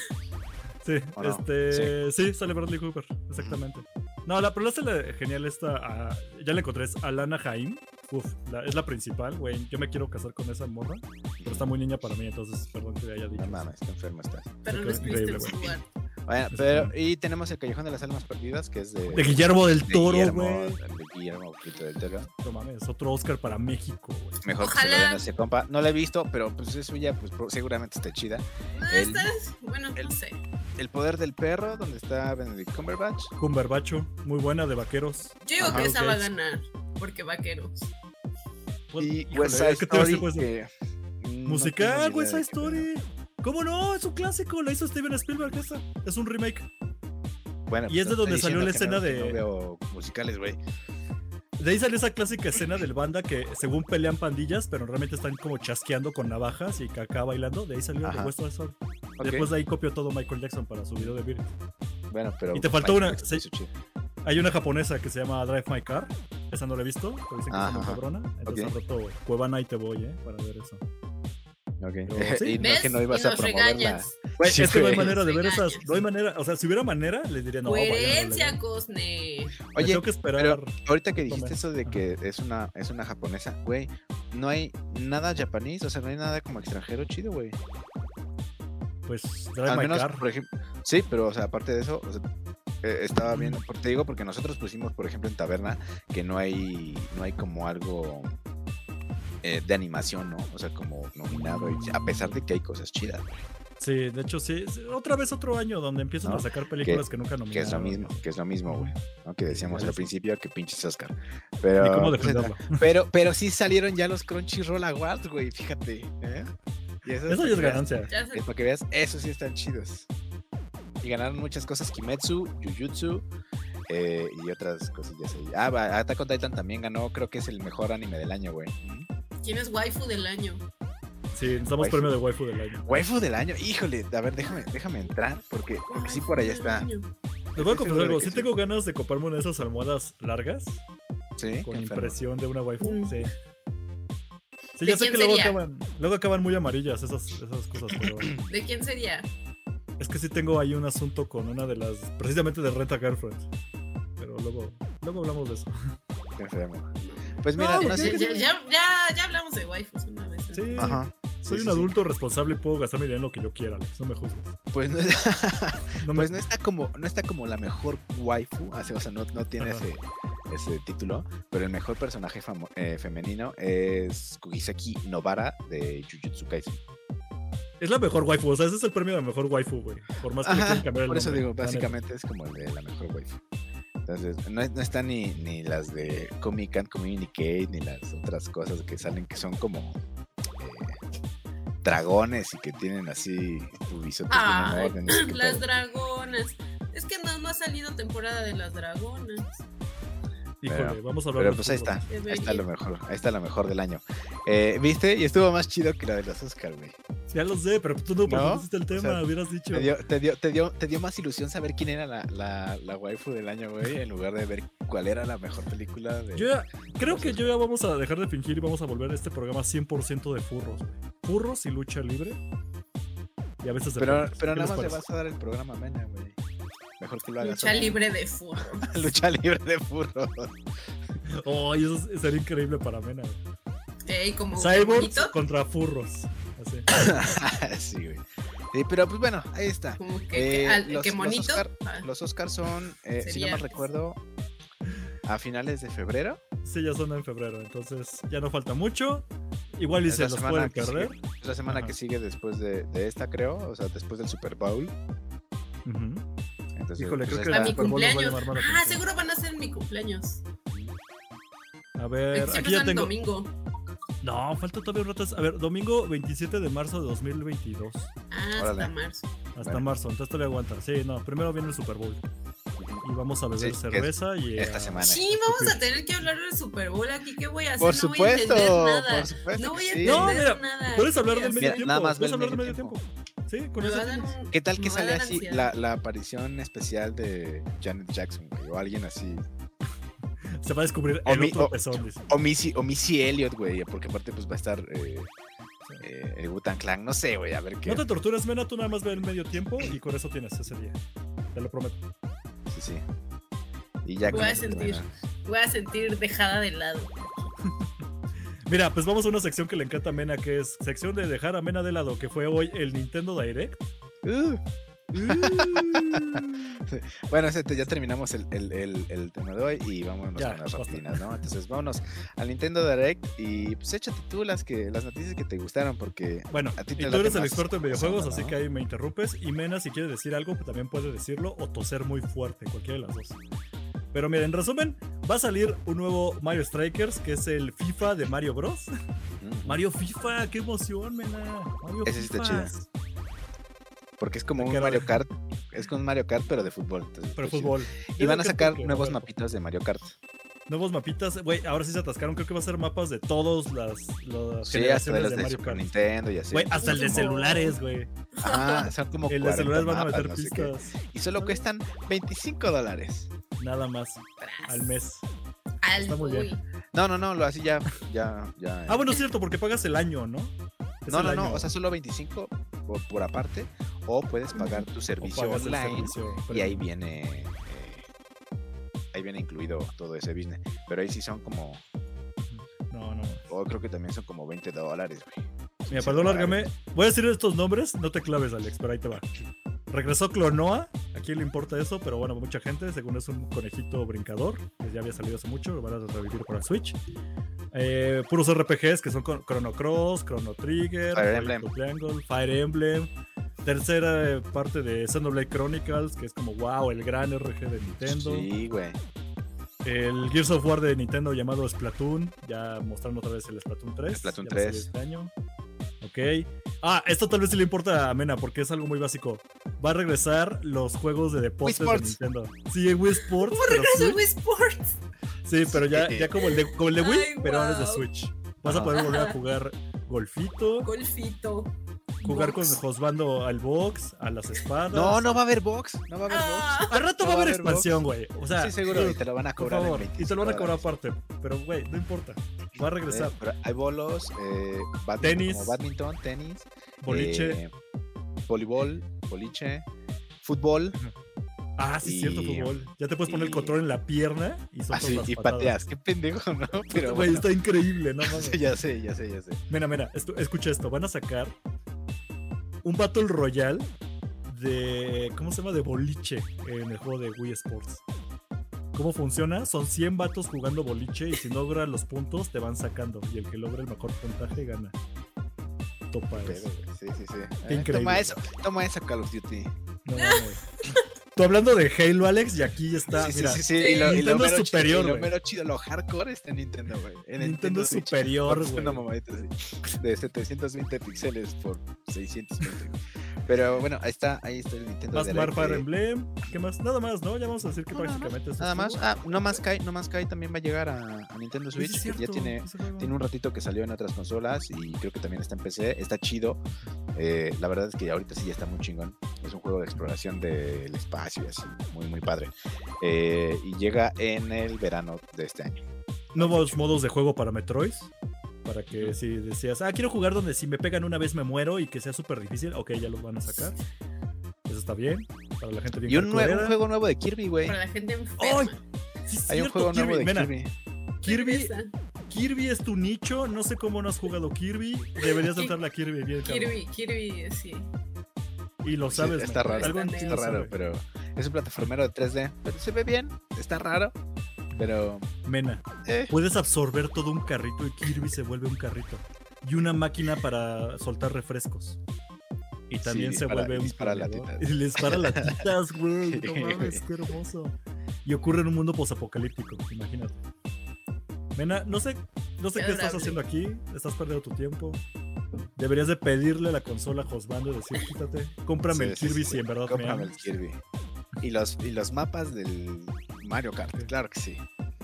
Speaker 3: Sí,
Speaker 2: ¿O no?
Speaker 3: este, sí. sale Bradley Cooper, exactamente. No, la pero la hace la- genial esta, ah, ya la encontré, es Alana Jaim. Uf, la- es la principal, güey. Yo me quiero casar con esa morra, pero está muy niña para mí, entonces perdón que haya dicho.
Speaker 2: No
Speaker 3: eso.
Speaker 2: mames, qué enfermo estás.
Speaker 4: Pero no
Speaker 3: creo
Speaker 4: es
Speaker 3: que es increíble,
Speaker 4: Kristen Stewart.
Speaker 2: Bueno,
Speaker 3: Está
Speaker 2: pero, y tenemos el Callejón de las Almas Perdidas, que es de,
Speaker 3: De Guillermo del
Speaker 2: de
Speaker 3: Toro,
Speaker 2: Guillermo,
Speaker 3: güey.
Speaker 2: de Guillermo Brito del Toro.
Speaker 3: No mames, otro Oscar para México, güey.
Speaker 2: Mejor que se lo
Speaker 4: Ojalá.
Speaker 2: den a ese compa. No la he visto, pero pues es suya, pues pro- seguramente está chida.
Speaker 4: No,
Speaker 2: El-
Speaker 4: estás- bueno,
Speaker 2: el-
Speaker 4: no sé.
Speaker 2: El poder del perro, donde está Benedict Cumberbatch.
Speaker 3: Cumberbacho, muy buena de vaqueros.
Speaker 4: Yo digo
Speaker 2: Ajá,
Speaker 4: que esa
Speaker 3: ok.
Speaker 4: va a ganar, porque vaqueros.
Speaker 3: Pues,
Speaker 2: y
Speaker 3: híjole,
Speaker 2: West Side
Speaker 3: ¿qué te iba a decir,
Speaker 2: Story,
Speaker 3: pues?
Speaker 2: que mm, no tengo ni
Speaker 3: Musical,
Speaker 2: idea
Speaker 3: West Side
Speaker 2: de qué pedo.
Speaker 3: Story. ¿Cómo no? Es un clásico, la hizo Steven Spielberg esa. Es un remake.
Speaker 2: Bueno,
Speaker 3: Y es
Speaker 2: no
Speaker 3: de
Speaker 2: estoy
Speaker 3: donde salió la
Speaker 2: diciendo que no-
Speaker 3: escena de-
Speaker 2: que No veo musicales, güey.
Speaker 3: De ahí salió esa clásica escena del banda que según pelean pandillas, pero realmente están como chasqueando con navajas y caca bailando. De ahí salió
Speaker 2: Ajá.
Speaker 3: el puesto de sol.
Speaker 2: Ok,
Speaker 3: Después de ahí copió todo Michael Jackson para su video de Beatles.
Speaker 2: Bueno, pero.
Speaker 3: Y te faltó
Speaker 2: Michael
Speaker 3: una-
Speaker 2: Jackson
Speaker 3: sí.
Speaker 2: hizo chido.
Speaker 3: Hay una japonesa que se llama Drive My Car. Esa no la he visto, pero dicen que está muy
Speaker 2: Ajá.
Speaker 3: cabrona. Entonces
Speaker 2: Ok.
Speaker 3: al rato Cuevana y te voy, ¿eh? Para ver eso.
Speaker 2: Ok.
Speaker 3: Pero sí.
Speaker 2: y no es que no ibas
Speaker 4: y
Speaker 2: a
Speaker 4: nos
Speaker 2: promoverla.
Speaker 4: regañas.
Speaker 3: Güey,
Speaker 2: Sí,
Speaker 3: es que no hay
Speaker 2: güey.
Speaker 3: manera de ver
Speaker 4: Regañas.
Speaker 3: esas. No hay manera. O sea, si hubiera manera, les diría no. vayan a verla,
Speaker 4: Coherencia,
Speaker 3: ya".
Speaker 4: Cosne.
Speaker 3: Me
Speaker 2: Oye,
Speaker 3: tengo que esperar.
Speaker 2: ahorita que
Speaker 3: Toma.
Speaker 2: dijiste eso de
Speaker 3: Ajá.
Speaker 2: que es una, es una japonesa, güey, no hay nada japonés, o sea, no hay nada como extranjero chido, güey.
Speaker 3: Pues Drive
Speaker 2: Al
Speaker 3: My
Speaker 2: menos,
Speaker 3: Car.
Speaker 2: por ejemplo. Sí, pero, o sea, aparte de eso, o sea, eh, estaba viendo, por- te digo, porque nosotros pusimos, por ejemplo, en Taberna, que no hay, no hay como algo eh, de animación, ¿no? O sea, como nominado, y- a pesar de que hay cosas chidas,
Speaker 3: Sí, de hecho sí. Sí, Otra vez otro año donde empiezan
Speaker 2: No,
Speaker 3: a sacar películas que, nunca nominaron.
Speaker 2: que es lo mismo, que es lo mismo, güey. ¿no? Que decíamos
Speaker 3: ya
Speaker 2: al
Speaker 3: sé.
Speaker 2: principio que pinches Oscar.
Speaker 3: Ni
Speaker 2: Pero,
Speaker 3: cómo
Speaker 2: pues,
Speaker 3: defenderlo.
Speaker 2: pero, pero sí salieron ya los Crunchyroll Awards, güey, fíjate. ¿eh? Y es
Speaker 3: Eso
Speaker 2: para
Speaker 3: ya es
Speaker 2: que veas-
Speaker 3: ganancia.
Speaker 4: Ya se-
Speaker 2: es eh, para que veas, esos sí están chidos. Y ganaron muchas cosas, Kimetsu, Jujutsu eh, y otras cosillas ahí. Ah, va, Attack on Titan también ganó, creo que es el mejor anime del año, güey. Eh.
Speaker 4: ¿Quién es waifu del año?
Speaker 3: Sí, necesitamos
Speaker 2: Waifu.
Speaker 3: premio de waifu del año.
Speaker 2: Waifu del año, híjole, a ver, déjame, déjame entrar, porque, porque Pues sí por allá
Speaker 4: Waifu del
Speaker 2: está.
Speaker 4: año.
Speaker 3: Les voy
Speaker 2: Estoy
Speaker 3: a confesar
Speaker 2: seguro
Speaker 3: algo.
Speaker 2: que
Speaker 3: Sí
Speaker 2: sí.
Speaker 3: tengo ganas de coparme una de esas almohadas largas
Speaker 2: Sí,
Speaker 3: con
Speaker 2: qué enfermo.
Speaker 3: impresión de una waifu.
Speaker 4: Mm.
Speaker 3: Sí. Sí,
Speaker 4: ¿De
Speaker 3: ya sé
Speaker 4: quién
Speaker 3: que luego
Speaker 4: sería?
Speaker 3: acaban, luego acaban muy amarillas esas, esas cosas, pero
Speaker 4: ¿De quién sería?
Speaker 3: es que sí tengo ahí un asunto con una de las, precisamente de Renta Girlfriend. Pero luego, luego hablamos de eso.
Speaker 2: qué enfermo. Pues
Speaker 3: No,
Speaker 2: mira, no,
Speaker 3: pues
Speaker 2: sé.
Speaker 3: sí,
Speaker 4: ya, ya, ya, ya hablamos de waifus una vez. ¿no?
Speaker 3: Sí,
Speaker 2: Ajá. sí,
Speaker 3: soy
Speaker 2: sí,
Speaker 3: un
Speaker 2: sí.
Speaker 3: adulto responsable y puedo gastar mi dinero en lo que yo quiera, Alex, no me juzgues.
Speaker 2: Pues no,
Speaker 3: No me-
Speaker 2: pues no está como, no está como la mejor waifu, así, o sea, no, no tiene
Speaker 3: Ajá.
Speaker 2: ese, ese título, pero el mejor personaje famo- eh, femenino es Kugisaki Nobara de Jujutsu Kaisen.
Speaker 3: Es la mejor waifu, o sea, ese es el premio de la mejor waifu, güey. Por más Pues que le
Speaker 2: Ajá,
Speaker 3: quieran cambiar el
Speaker 2: por eso
Speaker 3: nombre,
Speaker 2: digo,
Speaker 3: la neta.
Speaker 2: básicamente es como el de la mejor waifu. Entonces, no, es- no están ni, ni las de Comic and Communicate, ni las otras cosas que salen que son como eh, dragones y que tienen así rubisotes bien en
Speaker 4: Ay,
Speaker 2: orden, no sé qué
Speaker 4: las
Speaker 2: pedo.
Speaker 4: dragonas. Es que no, no ha salido temporada de las dragonas.
Speaker 3: Híjole,
Speaker 2: Pero-
Speaker 3: vamos a hablar
Speaker 2: Pero
Speaker 3: de
Speaker 2: pues ahí
Speaker 3: fútbol.
Speaker 2: está.
Speaker 4: Debería.
Speaker 2: Ahí está lo mejor, ahí está lo mejor del año. Eh, ¿Viste? Y estuvo más chido que la de los Oscar, güey.
Speaker 3: Ya lo sé, pero tú no
Speaker 2: ¿No?
Speaker 3: pusiste el tema,
Speaker 2: sea,
Speaker 3: hubieras dicho.
Speaker 2: Te dio, te, dio, te, dio, te dio más ilusión saber quién era la, la, la waifu del año, güey, en lugar de ver cuál era la mejor película de...
Speaker 3: Yo ya- creo que yo ya vamos a dejar de fingir y vamos a volver a este programa 100% de furros, güey. Furros y lucha libre. Y a veces de
Speaker 2: pero
Speaker 3: furros.
Speaker 2: pero
Speaker 3: ¿Qué
Speaker 2: nada
Speaker 3: les
Speaker 2: más le
Speaker 3: parece?
Speaker 2: vas a dar el programa a Mena, güey. Mejor que lo hagas.
Speaker 4: Lucha
Speaker 2: tú.
Speaker 4: libre de furro.
Speaker 2: Lucha libre de furro.
Speaker 3: Ay, eso es- sería increíble para Mena, güey.
Speaker 4: Ey, como
Speaker 3: Cyborgs
Speaker 4: bonito,
Speaker 3: contra furros. Así.
Speaker 2: sí, güey. Sí, pero pues bueno, ahí está.
Speaker 4: como que,
Speaker 2: Eh,
Speaker 4: que, al-
Speaker 2: los-
Speaker 4: que
Speaker 2: los
Speaker 4: monito.
Speaker 2: Oscar-
Speaker 4: Ah,
Speaker 2: Los Oscars son, eh, si no
Speaker 4: Sería-
Speaker 2: mal recuerdo, a finales de febrero.
Speaker 3: Sí, ya son en febrero, entonces ya no falta mucho. Igual y
Speaker 2: Es
Speaker 3: se
Speaker 2: la
Speaker 3: los
Speaker 2: semana
Speaker 3: pueden
Speaker 2: que sigue.
Speaker 3: perder.
Speaker 2: Es la semana
Speaker 3: Ajá.
Speaker 2: que sigue después de, de esta, creo. O sea, después del Super Bowl.
Speaker 3: Ujú.
Speaker 2: Entonces, pues,
Speaker 3: Híjole, creo que
Speaker 4: Para
Speaker 3: la
Speaker 2: está-
Speaker 4: mi
Speaker 3: Super Bowl nos va a
Speaker 4: cumpleaños.
Speaker 3: llamar más la
Speaker 4: Ah,
Speaker 3: atención.
Speaker 4: seguro van a ser mi cumpleaños.
Speaker 3: A
Speaker 4: Es que
Speaker 3: ver, aquí
Speaker 4: Siempre
Speaker 3: ya
Speaker 4: son en
Speaker 3: tengo.
Speaker 4: domingo.
Speaker 3: No, falta todavía un rato. A ver, domingo 27 de marzo de 2022.
Speaker 4: Ah,
Speaker 2: Órale.
Speaker 4: hasta marzo.
Speaker 3: Hasta
Speaker 2: Bueno.
Speaker 3: marzo, entonces todavía aguanta. Sí, no, primero viene el Super Bowl. Y vamos a
Speaker 2: Sí,
Speaker 3: beber
Speaker 2: que es
Speaker 3: cerveza y.
Speaker 2: Esta
Speaker 3: ah,
Speaker 2: semana.
Speaker 4: Sí, vamos a tener que hablar del Super Bowl aquí. ¿Qué voy a hacer?
Speaker 2: Por
Speaker 4: no
Speaker 2: supuesto,
Speaker 4: voy a entender nada.
Speaker 2: por supuesto.
Speaker 4: no voy a
Speaker 2: que sí.
Speaker 3: No,
Speaker 4: entender
Speaker 3: mira,
Speaker 4: nada.
Speaker 3: Puedes hablar
Speaker 4: ¿Qué
Speaker 3: de
Speaker 4: voy a
Speaker 3: medio
Speaker 2: Mira,
Speaker 4: hacer?
Speaker 3: tiempo.
Speaker 2: nada más ve
Speaker 3: puedes
Speaker 2: el
Speaker 3: hablar de
Speaker 2: medio
Speaker 3: medio
Speaker 2: tiempo.
Speaker 3: tiempo. Sí, con
Speaker 4: Me
Speaker 3: eso.
Speaker 4: va a dar
Speaker 3: tienes.
Speaker 4: un-
Speaker 2: ¿Qué tal que
Speaker 4: me va a
Speaker 2: sale
Speaker 4: dar
Speaker 2: así
Speaker 4: ansiedad.
Speaker 2: la, la aparición especial de Janet Jackson, güey? O alguien así.
Speaker 3: Se va a descubrir
Speaker 2: O
Speaker 3: el
Speaker 2: mi-
Speaker 3: otro
Speaker 2: o-
Speaker 3: pezón, dice.
Speaker 2: O Missy, o Missy Elliott, güey. Porque aparte, pues va a estar eh, eh, el Wu-Tang Clan. No sé, güey. A ver qué.
Speaker 3: No te torturas, Mena, tú nada más ve el medio tiempo y con eso tienes ese día. Te lo prometo.
Speaker 2: Sí, sí. Y ya
Speaker 4: Voy
Speaker 2: con
Speaker 4: a
Speaker 2: eso, pues,
Speaker 4: sentir.
Speaker 2: bueno.
Speaker 4: Voy a sentir dejada de lado.
Speaker 3: Mira, pues vamos a una sección que le encanta a Mena, que es sección de dejar a Mena de lado, que fue hoy el Nintendo Direct.
Speaker 2: Uh. bueno, gente, ya terminamos el, el- el- el tema de hoy y vámonos
Speaker 3: Ya,
Speaker 2: con las
Speaker 3: basta.
Speaker 2: rapidinas, ¿no? Entonces, vámonos al Nintendo Direct y pues échate tú las, que, las noticias que te gustaron porque
Speaker 3: Bueno,
Speaker 2: A ti
Speaker 3: y
Speaker 2: te
Speaker 3: tú
Speaker 2: late
Speaker 3: eres el
Speaker 2: más
Speaker 3: experto en videojuegos,
Speaker 2: persona,
Speaker 3: así
Speaker 2: ¿no?
Speaker 3: que ahí me interrumpes. Y Mena, si quiere decir algo, pues también puede decirlo o toser muy fuerte, cualquiera de las dos. Pero miren, en resumen, va a salir un nuevo Mario Strikers, que es el FIFA de Mario Bros.
Speaker 2: mm,
Speaker 3: Mario FIFA, qué emoción, Mena. Mario
Speaker 2: Ese sí está
Speaker 3: FIFA.
Speaker 2: chido. porque es como
Speaker 3: Me
Speaker 2: un
Speaker 3: quedo-
Speaker 2: Mario Kart, es como un Mario Kart pero de fútbol. entonces
Speaker 3: Pero
Speaker 2: está chido.
Speaker 3: fútbol.
Speaker 2: Y
Speaker 3: Yo
Speaker 2: van
Speaker 3: creo
Speaker 2: a
Speaker 3: que
Speaker 2: sacar
Speaker 3: porque-
Speaker 2: nuevos
Speaker 3: bueno,
Speaker 2: mapitas de Mario Kart.
Speaker 3: Nuevos mapitas. Güey, ahora sí se atascaron. Creo que va a ser mapas de todas las, las
Speaker 2: Sí, hasta de
Speaker 3: generaciones
Speaker 2: los
Speaker 3: de
Speaker 2: de
Speaker 3: Mario
Speaker 2: Super
Speaker 3: Kart.
Speaker 2: Nintendo y así.
Speaker 3: Güey, hasta el de
Speaker 4: Muchísimo.
Speaker 3: celulares, güey.
Speaker 2: Ajá, son como
Speaker 3: El de
Speaker 2: 40
Speaker 3: celulares van a meter
Speaker 2: mapas, no sé qué.
Speaker 3: pistas.
Speaker 2: Y solo cuestan 25 dólares.
Speaker 3: Nada más
Speaker 4: Tras.
Speaker 3: al mes.
Speaker 4: Al-
Speaker 3: Está muy bien.
Speaker 4: uy.
Speaker 2: No, no, no, lo así ya, ya, ya.
Speaker 3: Ah, bueno, es cierto, porque pagas el año, ¿no? Es
Speaker 2: No,
Speaker 3: el
Speaker 2: no, no,
Speaker 3: año.
Speaker 2: o sea, solo 25 por, por aparte, o puedes pagar tu
Speaker 3: O
Speaker 2: servicio
Speaker 3: pagas el
Speaker 2: online
Speaker 3: servicio,
Speaker 2: y
Speaker 3: pero-
Speaker 2: ahí viene, eh, ahí viene incluido todo ese business. Pero ahí sí son como,
Speaker 3: No, no.
Speaker 2: o creo que también son como 20 dólares, güey.
Speaker 3: Mira,
Speaker 2: pues, Sí,
Speaker 3: perdón,
Speaker 2: no,
Speaker 3: lárgame. Voy a decir estos nombres, no te claves, Alex, pero ahí te va. Regresó Clonoa, a quién le importa eso, pero bueno, mucha gente, según es un conejito brincador, que ya había salido hace mucho, lo van a revivir para Switch. Eh, puros RPGs que son con- Chrono Cross, Chrono Trigger,
Speaker 2: Fire
Speaker 3: Project
Speaker 2: Emblem.
Speaker 3: Triangle, Fire Emblem. Tercera eh, parte de Xenoblade Chronicles, que es como wow, el gran RG de Nintendo.
Speaker 2: Sí, güey.
Speaker 3: El Gears of War de Nintendo llamado Splatoon. Ya mostraron otra vez el Splatoon 3.
Speaker 2: Splatoon
Speaker 3: ya va a salir
Speaker 2: 3.
Speaker 3: Este año. Ok. Ah, esto tal vez sí le importa a Mena porque es algo muy básico. Va a regresar los juegos de deportes de
Speaker 2: Sports.
Speaker 3: Nintendo. Sí, Wii Sports.
Speaker 4: ¿Cómo
Speaker 3: pero
Speaker 4: regresa
Speaker 3: Switch-
Speaker 4: Wii Sports?
Speaker 3: Sí, pero ya, ya como, el de, como el de Wii,
Speaker 4: Ay,
Speaker 3: pero ahora es de
Speaker 4: guau.
Speaker 3: Switch. Vas a
Speaker 2: Ah.
Speaker 3: poder volver a jugar golfito,
Speaker 4: Golfito.
Speaker 3: jugar con
Speaker 4: box.
Speaker 3: Josbando al box, a las espadas.
Speaker 2: No, no va a haber box, no va a haber
Speaker 4: Ah,
Speaker 3: Al rato
Speaker 2: no
Speaker 3: va a
Speaker 2: va a haber
Speaker 3: haber expansión, güey. O
Speaker 2: box.
Speaker 3: sea,
Speaker 2: sí, seguro, y te lo van a
Speaker 3: por
Speaker 2: cobrar en
Speaker 3: favor. Y te lo van a cobrar
Speaker 2: 25
Speaker 3: aparte. Pero, güey, no importa. Va a
Speaker 2: dólares,
Speaker 3: regresar.
Speaker 2: ¿eh? Pero hay bolos, eh, badminton,
Speaker 3: Tenis.
Speaker 2: como badminton, tenis,
Speaker 3: Boliche.
Speaker 2: eh, voleibol, boliche, fútbol,
Speaker 3: ah, sí, cierto,
Speaker 2: y-
Speaker 3: fútbol. Ya te puedes poner
Speaker 2: y-
Speaker 3: el control en la pierna y soltas
Speaker 2: así,
Speaker 3: las
Speaker 2: y
Speaker 3: patadas.
Speaker 2: Ah, pateas. Qué pendejo, ¿no? Pero
Speaker 3: Güey,
Speaker 2: bueno,
Speaker 3: está increíble, no mames.
Speaker 2: ya sé, ya sé, ya sé.
Speaker 3: Mira, mira, estu- escucha esto. Van a sacar un Battle Royale de. ¿Cómo se llama? De boliche en el juego de Wii Sports. ¿Cómo funciona? Son 100 vatos jugando boliche y si no logran los puntos te van sacando. Y el que logra el mejor puntaje gana. Topa
Speaker 2: Pero,
Speaker 3: eso.
Speaker 2: güey, sí, sí, sí. Ah,
Speaker 3: Qué increíble.
Speaker 2: Toma eso, toma eso, Call of Duty.
Speaker 3: No mames. Tú hablando de Halo, Alex, y aquí está.
Speaker 2: sí, sí,
Speaker 3: Ah, mira,
Speaker 2: sí, sí, Y lo, y lo
Speaker 3: Nintendo es
Speaker 2: mero
Speaker 3: superior,
Speaker 2: chido, y lo
Speaker 3: güey.
Speaker 2: mero chido, lo hardcore está en Nintendo, güey. En el
Speaker 3: Nintendo es
Speaker 2: Switch.
Speaker 3: superior,
Speaker 2: No, es una
Speaker 3: güey.
Speaker 2: mamadita así, De 720 píxeles por 620. güey. Pero bueno, ahí está, ahí está el Nintendo
Speaker 3: Más
Speaker 2: Direct,
Speaker 3: Marfar
Speaker 2: eh.
Speaker 3: Emblem. ¿Qué más? Nada más, ¿no? Ya vamos a decir que
Speaker 2: No, nada más,
Speaker 3: prácticamente es
Speaker 2: Nada más,
Speaker 3: esto.
Speaker 2: ah, No Más Sky, No Más Sky también va a llegar a, a Nintendo
Speaker 3: Oye,
Speaker 2: Switch,
Speaker 3: sí es
Speaker 2: que ya
Speaker 3: cierto,
Speaker 2: tiene
Speaker 3: ese juego.
Speaker 2: Tiene un ratito que salió en otras consolas y creo que también está en PC. Está chido. Eh, la verdad es que ahorita sí ya está muy chingón. Es un juego de exploración del espacio y así. Muy, muy padre. Eh, y llega en el verano de este año.
Speaker 3: nuevos modos de juego para Metroid. Para que si decías, ah, quiero jugar donde si me pegan una vez me muero y que sea súper difícil, ok, ya los van a sacar. Eso está bien. Para la gente bien
Speaker 2: Y un, nue-
Speaker 3: hardcoreada.
Speaker 2: un juego nuevo de Kirby, güey.
Speaker 4: Para la gente enferma.
Speaker 3: ¡Ay! Sí, es
Speaker 2: Hay un
Speaker 3: cierto,
Speaker 2: juego
Speaker 3: Kirby.
Speaker 2: nuevo de
Speaker 3: Mena,
Speaker 2: Kirby.
Speaker 3: Kirby,
Speaker 4: Regresa.
Speaker 3: Kirby es tu nicho. No sé cómo no has jugado Kirby. Deberías
Speaker 4: Ki-
Speaker 3: entrarle a Kirby bien, cabrón.
Speaker 4: Kirby, Kirby, sí.
Speaker 3: Y lo
Speaker 2: Sí,
Speaker 3: sabes.
Speaker 2: está
Speaker 3: Mena.
Speaker 2: raro,
Speaker 3: Algo
Speaker 4: está
Speaker 3: tienes
Speaker 2: Está
Speaker 3: que
Speaker 2: raro,
Speaker 3: saber.
Speaker 2: pero es un plataformero de 3D. Pero se ve bien. Está raro. Pero.
Speaker 3: Mena,
Speaker 2: eh,
Speaker 3: puedes absorber todo un carrito y Kirby se vuelve un carrito. Y una máquina para soltar refrescos. Y
Speaker 2: Sí,
Speaker 3: también se
Speaker 2: dispara-
Speaker 3: vuelve
Speaker 2: y
Speaker 3: un.
Speaker 2: dispara
Speaker 3: planeador.
Speaker 2: latitas.
Speaker 3: Y le dispara latitas, güey.
Speaker 2: Sí,
Speaker 3: No mames, qué hermoso. Y ocurre en un mundo posapocalíptico, imagínate. Mena, no sé, No sé
Speaker 4: Qué
Speaker 3: qué estás haciendo
Speaker 4: adorable.
Speaker 3: aquí, estás perdiendo tu tiempo. Deberías de pedirle la consola a Josbando y decir, quítate, cómprame el
Speaker 2: Sí, sí,
Speaker 3: Kirby
Speaker 2: sí,
Speaker 3: si en verdad me
Speaker 2: Cómprame el
Speaker 3: amas".
Speaker 2: Kirby. Y los, y los mapas del Mario Kart, claro que sí.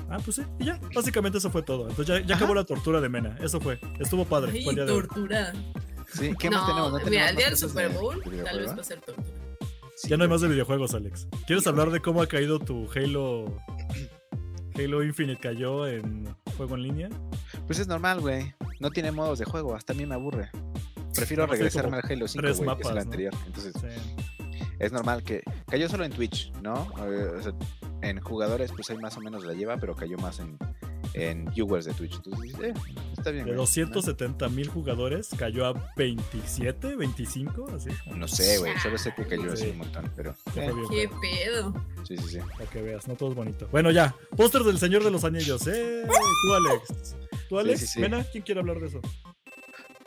Speaker 3: Ah, pues sí, y ya, básicamente eso fue todo. Entonces ya,
Speaker 2: Ajá.
Speaker 3: ya acabó la tortura de Mena, eso fue, estuvo padre.
Speaker 4: Ay,
Speaker 3: fue el día de hoy.
Speaker 4: tortura.
Speaker 2: Sí, ¿qué
Speaker 4: no,
Speaker 2: más tenemos? ¿No tenemos
Speaker 4: mira, el
Speaker 2: más
Speaker 4: día del
Speaker 2: cosas
Speaker 4: Super
Speaker 2: de-
Speaker 4: Bowl
Speaker 2: de
Speaker 4: tal vez pues,
Speaker 2: videojuego?
Speaker 4: va a ser tortura.
Speaker 2: Sí,
Speaker 3: ya no hay más de videojuegos, Alex. ¿Quieres
Speaker 2: Híjole.
Speaker 3: hablar de cómo ha caído tu Halo? Halo Infinite cayó en juego en línea.
Speaker 2: Pues es normal, güey. No tiene modos de juego, hasta a mí me aburre. Prefiero
Speaker 3: Además, hay
Speaker 2: regresarme
Speaker 3: como
Speaker 2: al Halo 5,
Speaker 3: tres
Speaker 2: güey, que es el
Speaker 3: mapas, ¿no?
Speaker 2: anterior. Entonces,
Speaker 3: Sí.
Speaker 2: es normal que cayó solo en Twitch, ¿no? Eh, o sea, en jugadores, pues ahí más o menos la lleva, pero cayó más en, en viewers de Twitch. Entonces, eh, está bien.
Speaker 3: De
Speaker 2: güey, ¿no?
Speaker 3: 270 mil jugadores cayó a 27, 25, así.
Speaker 2: No sé, güey. Solo sé que cayó así
Speaker 3: Sí.
Speaker 2: un montón, pero.
Speaker 3: Qué
Speaker 2: eh,
Speaker 3: fue bien
Speaker 4: Qué
Speaker 3: feo,
Speaker 4: pedo.
Speaker 2: sí, sí, sí.
Speaker 3: para que veas, no todo es bonito. Bueno, ya. Póster del Señor de los Anillos, ¿eh? Tú, Alex. ¿Tú, Alex?
Speaker 2: sí, sí.
Speaker 3: Mena, ¿quién quiere hablar de eso?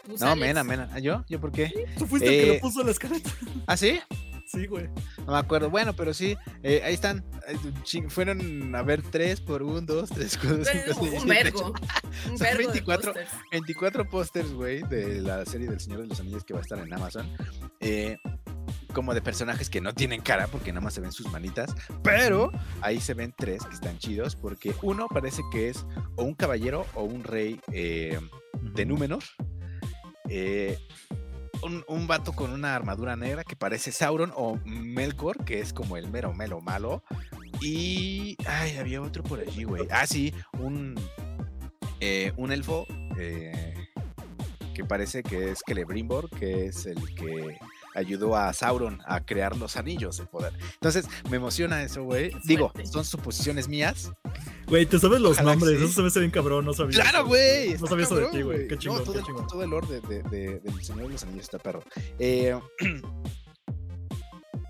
Speaker 4: Pues,
Speaker 2: No,
Speaker 4: Alex,
Speaker 2: mena, mena. ¿Ah, ¿Yo? ¿Yo por qué?
Speaker 3: Tú fuiste el que
Speaker 2: Eh.
Speaker 3: le puso la escaleta.
Speaker 2: ¿Ah, sí?
Speaker 3: Sí, güey.
Speaker 2: No me acuerdo. Bueno, pero sí. eh, ahí están. Eh, ching- Fueron a ver 3 por 1, 2, 3, 4, 5,
Speaker 4: pero
Speaker 2: 6,
Speaker 4: Un vergo.
Speaker 2: Son
Speaker 4: Un vergo.
Speaker 2: 24.
Speaker 4: 24.
Speaker 2: 24 pósters, güey, de la serie del Señor de los Anillos que va a estar en Amazon. eh, como de personajes que no tienen cara porque nada más se ven sus manitas. Pero ahí se ven tres que están chidos porque uno parece que es o un caballero o un rey eh, de Númenor. eh, un, un vato con una armadura negra que parece Sauron o Melkor, que es como el mero melo malo. Y. Ay, había otro por allí, güey. Ah, sí, un. eh, un elfo. eh, que parece que es Celebrimbor, que es el que ayudó a Sauron a crear los anillos de poder. Entonces, me emociona eso, güey.
Speaker 4: Qué
Speaker 2: Digo,
Speaker 4: fuerte.
Speaker 2: son suposiciones mías.
Speaker 3: Güey, ¿te sabes los
Speaker 2: Ojalá que
Speaker 3: nombres?
Speaker 2: sí.
Speaker 3: Eso se me hace bien cabrón, no sabía.
Speaker 2: ¡Claro,
Speaker 3: eso,
Speaker 2: güey!
Speaker 3: No
Speaker 2: está
Speaker 3: sabía eso de
Speaker 2: cabrón,
Speaker 3: ti, güey. Qué
Speaker 2: No,
Speaker 3: chingón,
Speaker 2: todo,
Speaker 3: qué
Speaker 2: el-
Speaker 3: chingón.
Speaker 2: todo el orden de, de- del Señor de los Anillos está perro. Eh,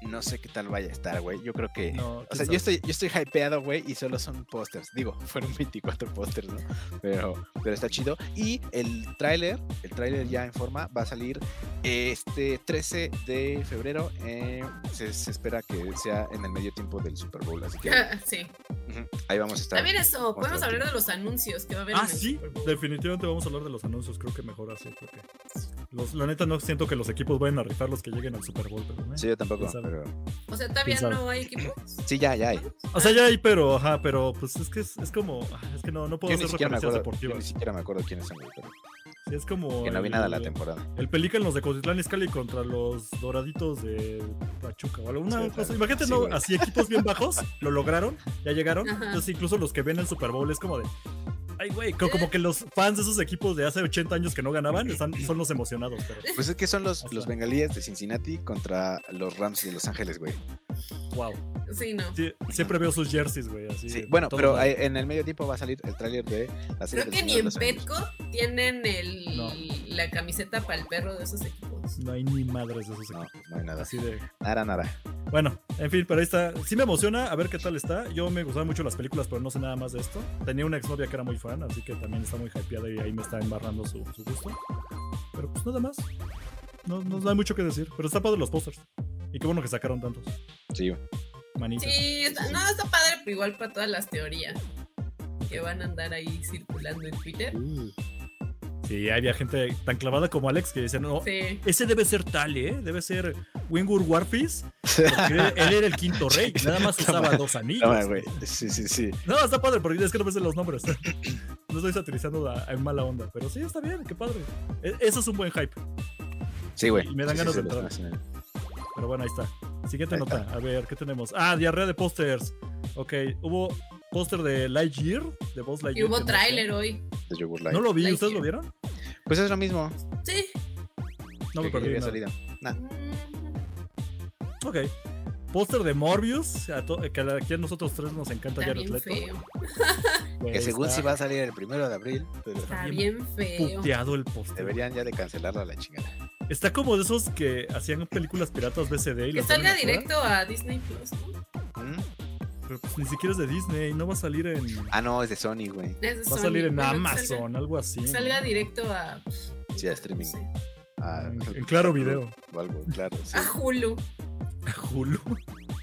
Speaker 2: no sé qué tal vaya a estar, güey. Yo creo que...
Speaker 3: No,
Speaker 2: O
Speaker 3: quién
Speaker 2: sea,
Speaker 3: sabe.
Speaker 2: yo estoy, yo estoy hypeado, güey, y solo son pósters. Digo, fueron 24 pósters, ¿no? Pero, pero está chido. Y el tráiler, el tráiler ya en forma, va a salir este 13 de febrero. eh, se, se espera que sea en el medio tiempo del Super Bowl, así que
Speaker 4: sí.
Speaker 2: ujú, ahí vamos a estar.
Speaker 4: También eso, podemos
Speaker 2: Otra,
Speaker 4: hablar
Speaker 2: tío.
Speaker 4: de los anuncios que va a haber.
Speaker 3: Ah,
Speaker 4: en el
Speaker 3: sí,
Speaker 4: Super Bowl.
Speaker 3: definitivamente vamos a hablar de los anuncios, creo que mejor así, porque los, la neta no siento que los equipos vayan a rifar los que lleguen al Super Bowl, pero eh.
Speaker 2: Sí, yo tampoco,
Speaker 3: quién sabe.
Speaker 2: pero...
Speaker 4: O sea, todavía
Speaker 3: Quién sabe.
Speaker 4: no hay equipos.
Speaker 2: Sí, ya, ya hay.
Speaker 3: O sea, ya hay, pero, ajá, pero pues es que es, es como, ah, es que no, no puedo
Speaker 2: Yo ni,
Speaker 3: hacer
Speaker 2: siquiera me
Speaker 3: referencias
Speaker 2: acuerdo, yo ni
Speaker 3: deportivas.
Speaker 2: siquiera me acuerdo quiénes son, güey, pero
Speaker 3: Sí, es como
Speaker 2: que no vi
Speaker 3: el-
Speaker 2: nada la temporada.
Speaker 3: El Pelícanos de Cotitlán Iscali contra los Doraditos de Pachuca o alguna
Speaker 2: Sí,
Speaker 3: cosa.
Speaker 2: claro.
Speaker 3: Imagínate,
Speaker 2: Sí,
Speaker 3: ¿no?
Speaker 2: güey.
Speaker 3: Así equipos bien bajos, lo lograron, ya llegaron.
Speaker 4: Ajá.
Speaker 3: Entonces, incluso los que ven el Super Bowl es como de. Ay, güey, co- como que los fans de esos equipos de hace 80 años que no ganaban están, son los emocionados. Pero,
Speaker 2: Pues es que son los,
Speaker 3: Hasta-
Speaker 2: los bengalíes de Cincinnati contra los Rams de Los Ángeles, güey.
Speaker 3: wow.
Speaker 4: Sí, no.
Speaker 3: Sí, siempre veo sus jerseys, güey. Así,
Speaker 2: Sí,
Speaker 3: en
Speaker 2: bueno,
Speaker 3: todos
Speaker 2: pero
Speaker 3: lados.
Speaker 2: eh, en el medio tiempo va a salir el tráiler de la serie
Speaker 4: Creo
Speaker 2: del
Speaker 4: que
Speaker 2: Señor
Speaker 4: ni
Speaker 2: de
Speaker 4: en
Speaker 2: los Anillos.
Speaker 4: Petco tienen el,
Speaker 3: No.
Speaker 4: la camiseta para el perro de esos equipos.
Speaker 3: No hay ni madres de esos
Speaker 2: No,
Speaker 3: equipos.
Speaker 2: no hay nada.
Speaker 3: Así de.
Speaker 2: Nada, nada.
Speaker 3: Bueno, en fin, pero ahí está. Sí me emociona a ver qué tal está. Yo me gustaban mucho las películas, pero no sé nada más de esto. Tenía una exnovia que era muy fan, así que también está muy hypeada y ahí me está embarrando su, su gusto. Pero pues nada más. No, no hay mucho que decir. Pero está padre los pósters. Y qué bueno que sacaron tantos.
Speaker 2: Sí,
Speaker 3: Manitas.
Speaker 4: Sí, está- no, está padre, pero igual para todas las teorías que van a andar ahí circulando en Twitter.
Speaker 3: Sí, había gente tan clavada como Alex que dice, no,
Speaker 4: Sí.
Speaker 3: ese debe ser tal, ¿eh? Debe ser Wingur Warfis. Porque él era el quinto rey. Nada más usaba dos anillos.
Speaker 2: No, güey. Sí, sí, sí.
Speaker 3: No, está padre, porque es que no me sé los nombres. No estoy satirizando a- en mala onda, pero sí, está bien, qué padre. E- Eso es un buen hype.
Speaker 2: Sí, güey.
Speaker 3: Y me dan
Speaker 2: Sí,
Speaker 3: ganas
Speaker 2: sí,
Speaker 3: de
Speaker 2: sí,
Speaker 3: entrar.
Speaker 2: sí, sí.
Speaker 3: Pero bueno, ahí está. Siguiente
Speaker 2: Ahí
Speaker 3: nota, a ver, ¿qué tenemos? Ah, diarrea de pósters. Ok, hubo póster de Lightyear, de Buzz Lightyear.
Speaker 4: Y
Speaker 3: que
Speaker 4: hubo
Speaker 3: no
Speaker 4: tráiler
Speaker 3: sé.
Speaker 4: hoy.
Speaker 2: De Yogur
Speaker 3: No lo vi, ¿ustedes
Speaker 4: Lightyear.
Speaker 3: lo vieron?
Speaker 2: Pues es lo mismo.
Speaker 4: Sí.
Speaker 3: No me
Speaker 2: que- que
Speaker 3: perdí.
Speaker 2: había
Speaker 3: nada.
Speaker 2: salido.
Speaker 4: Mm,
Speaker 3: Ok. Póster de Morbius, a to- que a- aquí a nosotros tres nos encanta
Speaker 4: Está
Speaker 3: Jared
Speaker 4: bien
Speaker 3: Leto.
Speaker 4: feo.
Speaker 3: Güey,
Speaker 2: Que según
Speaker 3: está
Speaker 2: si va a salir el primero de abril, pero
Speaker 4: Está
Speaker 3: bien
Speaker 4: bien feo.
Speaker 3: puteado el póster.
Speaker 2: deberían ya de cancelarla la chingada.
Speaker 3: Está como de esos que hacían películas piratas BCD y
Speaker 4: Que
Speaker 3: las ponen
Speaker 4: salga
Speaker 3: afuera.
Speaker 4: directo a Disney Plus, ¿no?
Speaker 2: ¿Mm?
Speaker 3: Pero pues ni siquiera es de Disney, no va a salir en.
Speaker 2: Ah, no, es de Sony, güey.
Speaker 4: Es de
Speaker 3: Va a
Speaker 4: Sony.
Speaker 3: salir en
Speaker 4: Bueno, que
Speaker 3: Amazon, algo así.
Speaker 4: Salga, que
Speaker 3: ¿no?
Speaker 4: salga directo a. pues,
Speaker 2: Sí, a streaming.
Speaker 4: no sé,
Speaker 2: Ah,
Speaker 3: Mm, En, en claro video.
Speaker 2: O algo, claro. Sí.
Speaker 4: a Hulu.
Speaker 3: Hulu.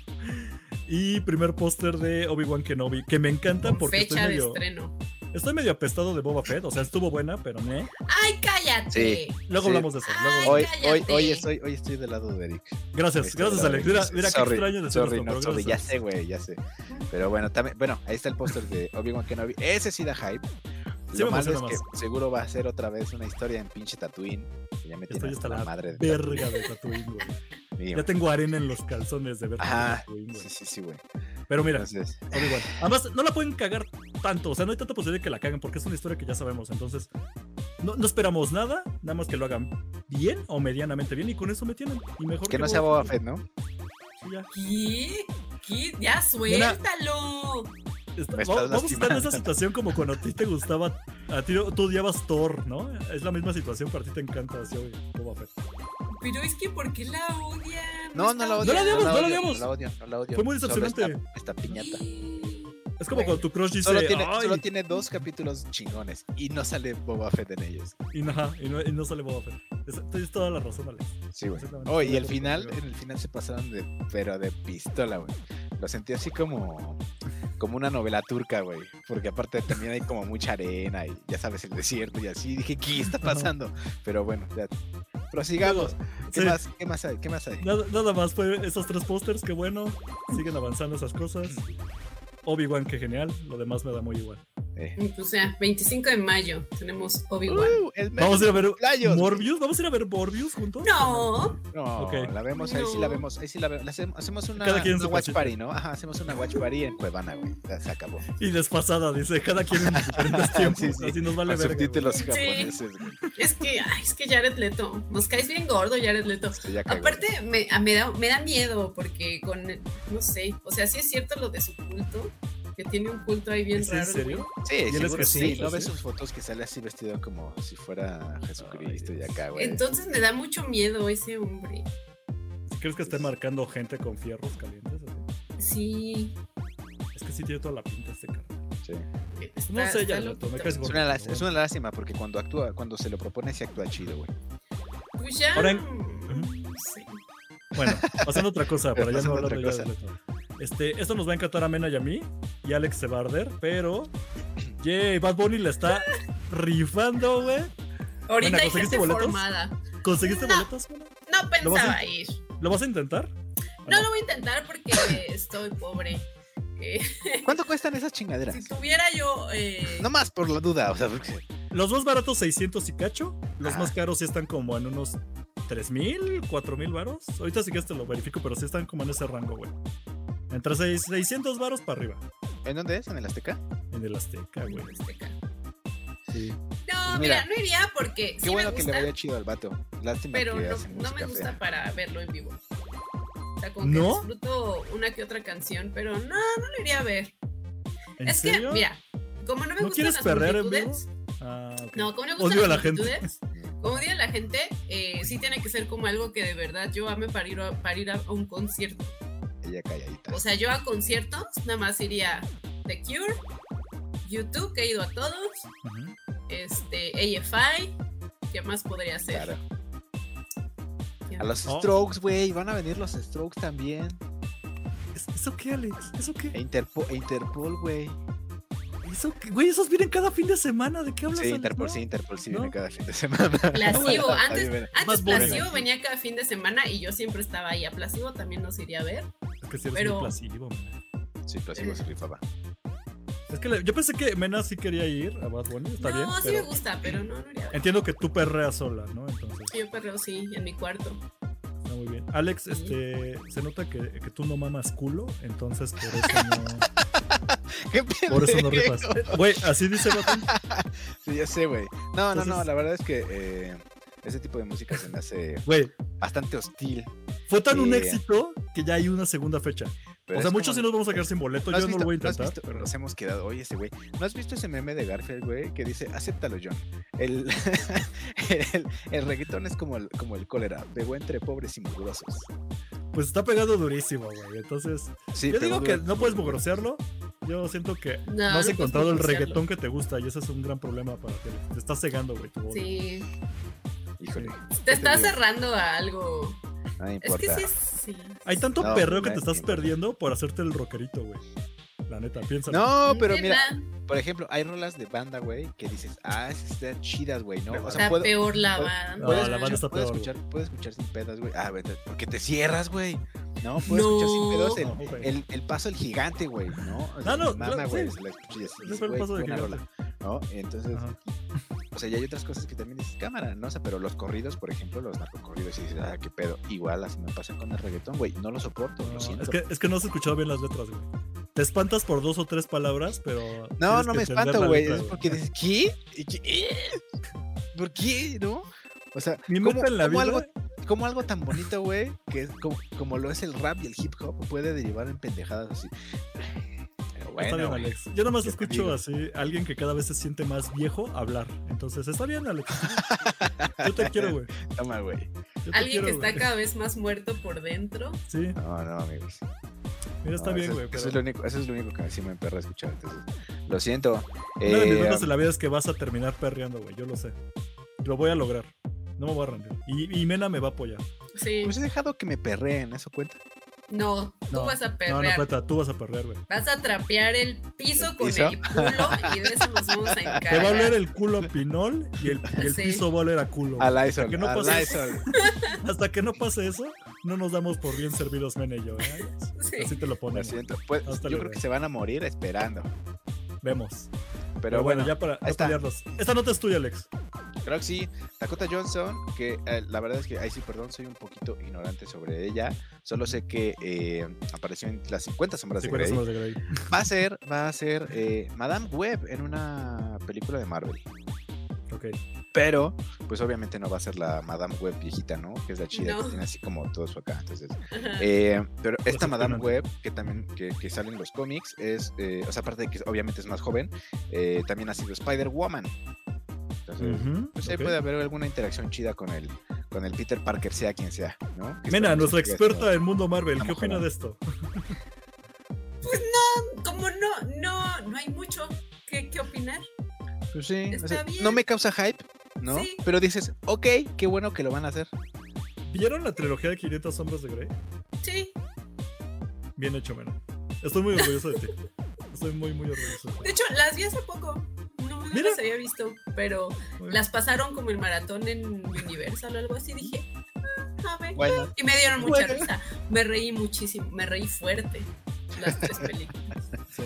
Speaker 3: Y primer póster de Obi-Wan Kenobi, que me encanta porque estoy
Speaker 4: Fecha de
Speaker 3: medio,
Speaker 4: estreno.
Speaker 3: Estoy medio apestado de Boba Fett, o sea, estuvo buena, pero ne.
Speaker 4: ¡Ay, cállate!
Speaker 3: Luego
Speaker 2: Sí.
Speaker 3: hablamos de eso. luego-
Speaker 4: Ay,
Speaker 2: Hoy, hoy,
Speaker 4: cállate.
Speaker 2: hoy, estoy, hoy estoy del lado de Eric.
Speaker 3: Gracias,
Speaker 2: Estoy
Speaker 3: gracias,
Speaker 2: del lado
Speaker 3: Alex.
Speaker 2: de
Speaker 3: Mira,
Speaker 2: Eric.
Speaker 3: mira qué
Speaker 2: Este, Sorry,
Speaker 3: extraño de
Speaker 2: sorry, no, sorry, ya
Speaker 3: gracias.
Speaker 2: sé, güey, ya sé. Pero bueno, también, bueno, ahí está el póster de Obi-Wan Kenobi. Ese sí da hype.
Speaker 3: Sí
Speaker 2: Lo
Speaker 3: me
Speaker 2: malo es
Speaker 3: emociona
Speaker 2: que seguro va a ser otra vez una historia en pinche Tatooine. que Ya me tiene
Speaker 3: Estoy
Speaker 2: hasta
Speaker 3: hasta
Speaker 2: la
Speaker 3: la
Speaker 2: madre de Tatooine,
Speaker 3: Verga de Tatooine, güey.
Speaker 2: mínimo.
Speaker 3: Ya tengo arena en los calzones de ver
Speaker 2: Ajá,
Speaker 3: Tatooine, güey.
Speaker 2: sí, sí, sí, güey.
Speaker 3: Pero mira,
Speaker 2: Entonces,
Speaker 3: Obi-Wan. Además, no la pueden cagar tanto. O sea, no hay tanta posibilidad de que la caguen porque es una historia que ya sabemos. Entonces, no, no esperamos nada. Nada más que lo hagan bien o medianamente bien. Y con eso me tienen. Y mejor
Speaker 2: que no sea Boba Fett,
Speaker 3: Fett.
Speaker 2: ¿no?
Speaker 3: Sí, ya.
Speaker 4: ¿Qué? ¿Qué? ¡Ya
Speaker 3: Nena.
Speaker 4: suéltalo!
Speaker 3: Está-
Speaker 2: Me estás
Speaker 3: vamos vamos a estar en
Speaker 2: lastimando.
Speaker 3: esa situación como cuando a ti te gustaba. A ti tú odiabas Thor, ¿no? Es la misma situación, pero a ti te encanta así, oye, Boba Fett.
Speaker 4: Pero es que ¿por qué la odian?
Speaker 2: No, no la odio.
Speaker 3: la odiamos, no la
Speaker 2: odio,
Speaker 3: odiamos.
Speaker 2: No la odio, no la odio.
Speaker 3: Fue muy
Speaker 2: Solo
Speaker 3: decepcionante.
Speaker 2: Esta, esta piñata.
Speaker 3: Es como cuando tu crush dice.
Speaker 2: Solo tiene,
Speaker 3: "Ay",
Speaker 2: solo tiene dos capítulos chingones y no sale Boba Fett en ellos.
Speaker 3: y, no, ajá, y no- y no sale Boba Fett. Es- Tienes toda la razón, Alex.
Speaker 2: Sí, güey.
Speaker 3: Exactamente,
Speaker 2: Oh,
Speaker 3: estoy
Speaker 2: y
Speaker 3: de
Speaker 2: el
Speaker 3: acuerdo
Speaker 2: final,
Speaker 3: contigo.
Speaker 2: en el final se pasaron de, pero de pistola, güey. Lo sentí así como, como una novela turca, güey. Porque aparte también hay como mucha arena y ya sabes, el desierto y así. Dije, ¿qué está pasando? Pero bueno, ya. Prosigamos. ¿Qué
Speaker 3: Sí.
Speaker 2: más? ¿Qué más hay? ¿Qué más hay?
Speaker 3: Nada, nada más fue esos tres pósters, qué bueno. Siguen avanzando esas cosas. Obi-Wan, qué genial. Lo demás me da muy igual.
Speaker 2: Eh.
Speaker 4: O sea, 25 de mayo tenemos Obi-Wan.
Speaker 2: Uh, el mes
Speaker 3: Vamos a
Speaker 2: de
Speaker 3: ir a ver
Speaker 2: playos, güey.
Speaker 3: Morbius. ¿Vamos a ir a ver Morbius juntos?
Speaker 4: No,
Speaker 2: No,
Speaker 3: Ok.
Speaker 2: la vemos, ahí sí la
Speaker 4: No.
Speaker 2: vemos, ahí sí la vemos. La hacemos, hacemos una,
Speaker 3: Cada quien en
Speaker 2: una
Speaker 3: su
Speaker 2: watch
Speaker 3: casita.
Speaker 2: party, ¿no? Ajá, hacemos una watch party en Cuevana, güey. Ya se acabó.
Speaker 3: Y desfasada, dice. Cada quien en diferentes tiempos.
Speaker 2: Sí, sí.
Speaker 3: Así nos vale
Speaker 2: Con
Speaker 3: ver.
Speaker 2: subtítulos
Speaker 4: Sí.
Speaker 2: japoneses, güey.
Speaker 4: es que, ay, es que Jared Leto. Nos caes bien gordo, Jared Leto.
Speaker 2: Es que ya cagó.
Speaker 4: Aparte, me, a- me da, me da miedo porque con, no sé, o sea, sí es cierto lo de su culto, que tiene un culto ahí bien
Speaker 3: ¿Es en
Speaker 4: raro.
Speaker 3: serio?
Speaker 2: Sí,
Speaker 3: Y él es
Speaker 2: seguro sí,
Speaker 3: Jesucristo,
Speaker 2: ¿no ves
Speaker 3: ¿sí?
Speaker 2: sus fotos que sale así vestido como si fuera Jesucristo y
Speaker 3: Dios.
Speaker 2: acá, güey?
Speaker 4: Entonces me da mucho miedo ese hombre.
Speaker 3: ¿Crees que esté marcando gente con fierros calientes? así?
Speaker 4: Sí.
Speaker 3: Es que sí tiene toda la pinta este cara.
Speaker 2: Sí.
Speaker 4: está-
Speaker 3: No sé,
Speaker 4: está
Speaker 3: ya lo tomé
Speaker 4: loquito.
Speaker 3: casi
Speaker 2: Es,
Speaker 3: gordo,
Speaker 2: una, lá-
Speaker 3: pero bueno.
Speaker 2: es una lástima porque cuando actúa, cuando se lo propone, se actúa chido, güey.
Speaker 4: Pues ya.
Speaker 3: Ahora en-
Speaker 4: no sé.
Speaker 3: Bueno, pasando a otra cosa, para ya no
Speaker 2: Pasando a
Speaker 3: hablar de
Speaker 2: otra
Speaker 3: Jared Leto. Este, esto nos va a encantar a Mena y a mí, y Alex se va a arder, pero. Yay, Bad Bunny la está rifando, güey.
Speaker 4: Ahorita hay
Speaker 3: ¿conseguiste
Speaker 4: gente
Speaker 3: boletos?
Speaker 4: formada.
Speaker 3: ¿Conseguiste
Speaker 4: No.
Speaker 3: boletos, Mena?
Speaker 4: No
Speaker 3: ¿Lo vas a
Speaker 4: pensaba ir.
Speaker 3: ¿Lo vas a intentar?
Speaker 4: No lo voy a intentar porque estoy pobre. Eh,
Speaker 2: ¿Cuánto cuestan esas chingaderas?
Speaker 4: si tuviera yo. eh,
Speaker 2: No más por la duda, o sea, porque-
Speaker 3: Los más baratos, 600 y cacho. Los
Speaker 2: Ajá.
Speaker 3: más caros sí están como en unos 3000, 4000 varos. Ahorita sí que te lo verifico, pero sí están como en ese rango, güey. Entre seis- 600 varos para arriba.
Speaker 2: ¿En dónde es? ¿En el Azteca?
Speaker 3: En el Azteca, güey.
Speaker 4: Azteca.
Speaker 3: Sí.
Speaker 4: No,
Speaker 2: Pues
Speaker 4: mira,
Speaker 2: mira,
Speaker 4: no iría porque
Speaker 2: Qué
Speaker 4: sí
Speaker 2: bueno
Speaker 4: me
Speaker 2: que le
Speaker 4: gusta,
Speaker 2: vaya chido al vato. Lástima
Speaker 4: pero
Speaker 2: que
Speaker 4: no,
Speaker 2: hacen
Speaker 4: no me
Speaker 2: música
Speaker 4: gusta
Speaker 2: fea.
Speaker 4: para verlo en vivo. O sea, como que
Speaker 3: ¿No?
Speaker 4: disfruto una que otra canción, pero no, no lo iría a ver.
Speaker 3: ¿En
Speaker 4: es
Speaker 3: serio?
Speaker 4: que, mira, como no me
Speaker 3: ¿No
Speaker 4: gustan
Speaker 3: quieres
Speaker 4: las
Speaker 3: perrear en vivo?
Speaker 4: multitudes,
Speaker 3: Ah, ok.
Speaker 4: No, como no me
Speaker 3: Odio a
Speaker 4: gustan
Speaker 3: la
Speaker 4: las
Speaker 3: gente.
Speaker 4: multitudes, como diga la gente, eh, sí tiene que ser como algo que de verdad yo ame para ir, a, para ir a un concierto.
Speaker 2: Ella calladita.
Speaker 4: O sea, yo a conciertos nada más iría The Cure, YouTube, que he ido a todos,
Speaker 3: Ujú.
Speaker 4: este, AFI, ¿qué más podría ser?
Speaker 2: Claro.
Speaker 4: ¿Qué
Speaker 2: A los
Speaker 3: Oh.
Speaker 2: Strokes, güey. Van a venir los Strokes también.
Speaker 3: ¿Es- ¿Eso qué, Alex? ¿Eso
Speaker 2: E
Speaker 3: qué?
Speaker 2: Interpol, e Interpol güey.
Speaker 3: ¿Eso qué? Güey, esos vienen cada fin de semana. ¿De qué hablas?
Speaker 2: Sí,
Speaker 3: Alex?
Speaker 2: Interpol,
Speaker 3: No.
Speaker 2: sí, Interpol sí
Speaker 3: ¿No?
Speaker 2: viene cada fin de semana.
Speaker 4: Placebo,
Speaker 2: Está
Speaker 4: antes-
Speaker 2: bien, bueno.
Speaker 4: Antes
Speaker 3: Más bueno.
Speaker 4: Placebo Ah, venía cada fin de semana y yo siempre estaba ahí. A Placebo también nos iría a ver.
Speaker 3: Es que sí eres
Speaker 4: Pero-
Speaker 3: muy plasivo, Mena.
Speaker 2: Sí, Placebo se rifaba.
Speaker 3: Es que le- yo pensé que Mena sí quería ir a Bad Bunny. Está
Speaker 4: no,
Speaker 3: bien.
Speaker 4: sí
Speaker 3: pero
Speaker 4: me gusta, pero no, no iría a ver.
Speaker 3: Entiendo que tú perreas sola, ¿no? Entonces.
Speaker 4: Yo perreo sí, en mi cuarto.
Speaker 3: Está muy bien. Alex,
Speaker 4: Sí.
Speaker 3: este, se nota que, que tú no mamas culo, entonces por eso no,
Speaker 2: ¿Qué
Speaker 3: por eso no
Speaker 2: pendejo?
Speaker 3: rifas. Güey, así dice Batman.
Speaker 2: Sí, ya sé, güey. No, no, no,
Speaker 3: Entonces-
Speaker 2: la verdad es que eh, ese tipo de música se me hace
Speaker 3: Güey,
Speaker 2: bastante hostil.
Speaker 3: fue tan un
Speaker 2: Sí.
Speaker 3: éxito que ya hay una segunda fecha.
Speaker 2: pero
Speaker 3: o
Speaker 2: es
Speaker 3: sea,
Speaker 2: como-
Speaker 3: muchos sí nos vamos a quedar sin boleto,
Speaker 2: ¿No has
Speaker 3: yo no lo
Speaker 2: visto-
Speaker 3: voy a
Speaker 2: no has
Speaker 3: intentar.
Speaker 2: visto-
Speaker 3: pero-
Speaker 2: Nos hemos quedado, oye, ese güey. ¿No has visto ese meme de Garfield, güey? Que dice, acéptalo, John. El, el, el reggaetón es como el, como el cólera, pegó entre pobres y mugrosos.
Speaker 3: Pues está pegado durísimo, güey. Entonces,
Speaker 2: Sí,
Speaker 3: yo
Speaker 2: pegó
Speaker 3: digo que
Speaker 2: duro.
Speaker 3: no puedes mugrosearlo. Yo siento que no,
Speaker 4: No,
Speaker 3: has
Speaker 4: no
Speaker 3: encontrado
Speaker 4: puedes
Speaker 3: el
Speaker 4: mugrosearlo.
Speaker 3: reggaetón que te gusta y ese es un gran problema para ti. Alex. Te estás cegando, güey. tu voz.
Speaker 4: Sí.
Speaker 2: Híjole,
Speaker 4: Te estás
Speaker 2: digo?
Speaker 4: cerrando a algo.
Speaker 2: no me
Speaker 4: Es que
Speaker 2: importa.
Speaker 4: sí, sí.
Speaker 3: Hay tanto
Speaker 2: No,
Speaker 3: perreo que
Speaker 2: no es
Speaker 3: te estás
Speaker 2: ninguna.
Speaker 3: perdiendo por hacerte el rockerito, güey. La neta, piensa.
Speaker 2: No, pero
Speaker 4: Neta,
Speaker 2: mira, por ejemplo, hay rolas de banda, güey, que dices, ah, esas están chidas, güey, ¿no? O
Speaker 4: está
Speaker 2: sea, puedo,
Speaker 4: peor la
Speaker 2: puedo-
Speaker 4: banda.
Speaker 3: No,
Speaker 2: puedes
Speaker 3: la
Speaker 2: escuchar,
Speaker 3: banda está
Speaker 2: puedo
Speaker 3: peor,
Speaker 2: escuchar, puedo escuchar sin pedas, güey. Ah, vete, porque te cierras, güey. No, puedes escuchar sin pedos
Speaker 4: No.
Speaker 2: el,
Speaker 3: No, güey.
Speaker 2: el, el paso del gigante, güey, ¿no? O
Speaker 3: Ah, no,
Speaker 2: mi mamá,
Speaker 3: claro,
Speaker 2: güey,
Speaker 3: sí.
Speaker 2: se la escuché y así,
Speaker 3: Ese fue el
Speaker 2: güey,
Speaker 3: paso de
Speaker 2: buena
Speaker 3: gigante.
Speaker 2: rola, ¿no? Entonces,
Speaker 3: Ajá.
Speaker 2: o sea, y hay otras cosas que también dices, cámara, no sé, pero los corridos, por ejemplo, los narcocorridos, y dices, ah, qué pedo. Igual así me pasa con el reggaetón, güey, no lo soporto,
Speaker 3: No,
Speaker 2: lo siento.
Speaker 3: es, que, es que no has escuchado bien las letras, güey. Te espantas por dos o tres palabras, pero.
Speaker 2: No,
Speaker 3: tienes
Speaker 2: no
Speaker 3: que
Speaker 2: me
Speaker 3: entender
Speaker 2: espanto,
Speaker 3: la
Speaker 2: güey.
Speaker 3: letra,
Speaker 2: Es porque dices, ¿qué? ¿Y qué? ¿Eh? ¿Por qué? ¿No? O sea,
Speaker 3: Mi
Speaker 2: ¿cómo,
Speaker 3: meta en la
Speaker 2: cómo
Speaker 3: vida.
Speaker 2: algo, cómo algo tan bonito, güey, que es como, como lo es el rap y el hip hop, puede derivar en pendejadas así? Pero
Speaker 3: Está
Speaker 2: bueno,
Speaker 3: bien,
Speaker 2: güey.
Speaker 3: Alex. Yo nomás
Speaker 2: Ya te
Speaker 3: escucho
Speaker 2: digo.
Speaker 3: así a alguien que cada vez se siente más viejo hablar. Entonces, está bien, Alex. Yo te quiero, güey.
Speaker 2: toma, güey.
Speaker 3: Yo te
Speaker 4: Alguien
Speaker 3: quiero,
Speaker 4: que está
Speaker 3: güey.
Speaker 4: cada vez más muerto por dentro.
Speaker 3: Sí,
Speaker 2: No, no, amigos.
Speaker 3: mira, está
Speaker 2: No,
Speaker 3: bien,
Speaker 2: eso,
Speaker 3: güey.
Speaker 2: Eso,
Speaker 3: pero
Speaker 2: es lo único, eso es lo único que sí me emperra escuchar. Entonces, lo siento.
Speaker 3: Una de mis
Speaker 2: Eh,
Speaker 3: metas en la vida es que vas a terminar perreando, güey. Yo lo sé. Lo voy a lograr. No me voy a rendir. Y, y Mena me va a apoyar.
Speaker 4: Sí.
Speaker 2: pues he dejado que me perreen, ¿eso cuenta?
Speaker 4: No,
Speaker 3: No,
Speaker 4: tú vas a
Speaker 3: No, no
Speaker 4: perrear.
Speaker 3: cuenta, tú vas a perrear, güey.
Speaker 4: vas a trapear el piso
Speaker 2: ¿El
Speaker 4: con
Speaker 2: piso?
Speaker 4: el culo y de eso nos vamos a encargar.
Speaker 3: Te va a oler el culo a pinol y el, y el
Speaker 4: Sí.
Speaker 3: piso va a oler a culo. güey.
Speaker 2: Al Lysol,
Speaker 3: que no
Speaker 2: al
Speaker 3: pase-
Speaker 2: Lysol.
Speaker 3: Hasta que no pase eso, no nos damos por bien servidos, Mena y yo. ¿eh?
Speaker 4: Sí.
Speaker 3: Así te lo
Speaker 2: Lo
Speaker 3: ponemos.
Speaker 2: siento. Pues,
Speaker 3: Hasta
Speaker 2: yo
Speaker 3: luego.
Speaker 2: creo que se van a morir esperando.
Speaker 3: Vemos.
Speaker 2: Pero,
Speaker 3: Pero, bueno,
Speaker 2: bueno
Speaker 3: ya para no
Speaker 2: está.
Speaker 3: pelearnos. Esta nota es tuya, Alex.
Speaker 2: Creo que sí, Dakota Johnson, que eh, la verdad es que, ahí sí, perdón, soy un poquito ignorante sobre ella. Solo sé que eh, apareció en las 50 sombras
Speaker 3: 50
Speaker 2: de Grey.
Speaker 3: sombras de Grey.
Speaker 2: Va a ser, va a ser eh, Madame Web en una película de Marvel.
Speaker 3: Ok.
Speaker 2: Pero, pues obviamente no va a ser la Madame Web viejita, ¿no? Que es la chida
Speaker 4: No. Ah.
Speaker 2: que tiene así como todo su acá. Entonces,
Speaker 4: Ajá.
Speaker 2: eh, pero esta Madame
Speaker 3: sorprendente.
Speaker 2: Web, que también que, que sale en los cómics, es, eh, o sea, aparte de que obviamente es más joven, eh, también ha sido Spider-Woman. Entonces,
Speaker 3: Ujú,
Speaker 2: pues ahí
Speaker 3: ok.
Speaker 2: puede haber alguna interacción chida con el, con el Peter Parker, sea quien sea, ¿no? Que
Speaker 3: Mena,
Speaker 2: esperemos
Speaker 3: nuestra
Speaker 2: que siga siendo-
Speaker 3: experta en mundo Marvel, ¿qué
Speaker 2: Estamos
Speaker 3: opina
Speaker 2: jugando.
Speaker 3: de esto?
Speaker 4: Como no, no, no hay mucho que, que opinar.
Speaker 2: Pues sí,
Speaker 4: Está
Speaker 2: o sea,
Speaker 4: bien.
Speaker 2: no me causa hype, ¿no?
Speaker 4: Sí.
Speaker 2: Pero dices, ok, qué bueno que lo van a hacer.
Speaker 3: ¿Vieron la trilogía de 500 sombras de Grey?
Speaker 4: Sí.
Speaker 3: Bien hecho, Mena. Estoy muy orgulloso de ti. Estoy muy, muy orgulloso.
Speaker 4: De hecho, las vi hace poco. No, no
Speaker 3: Mira.
Speaker 4: las había visto, pero las pasaron como el maratón en Universal o algo así. Dije, "Ah, a ver.
Speaker 2: Bueno,
Speaker 4: Y me dieron mucha
Speaker 2: Bueno.
Speaker 4: risa. Me reí muchísimo, me reí fuerte. Las tres películas.
Speaker 3: Sí.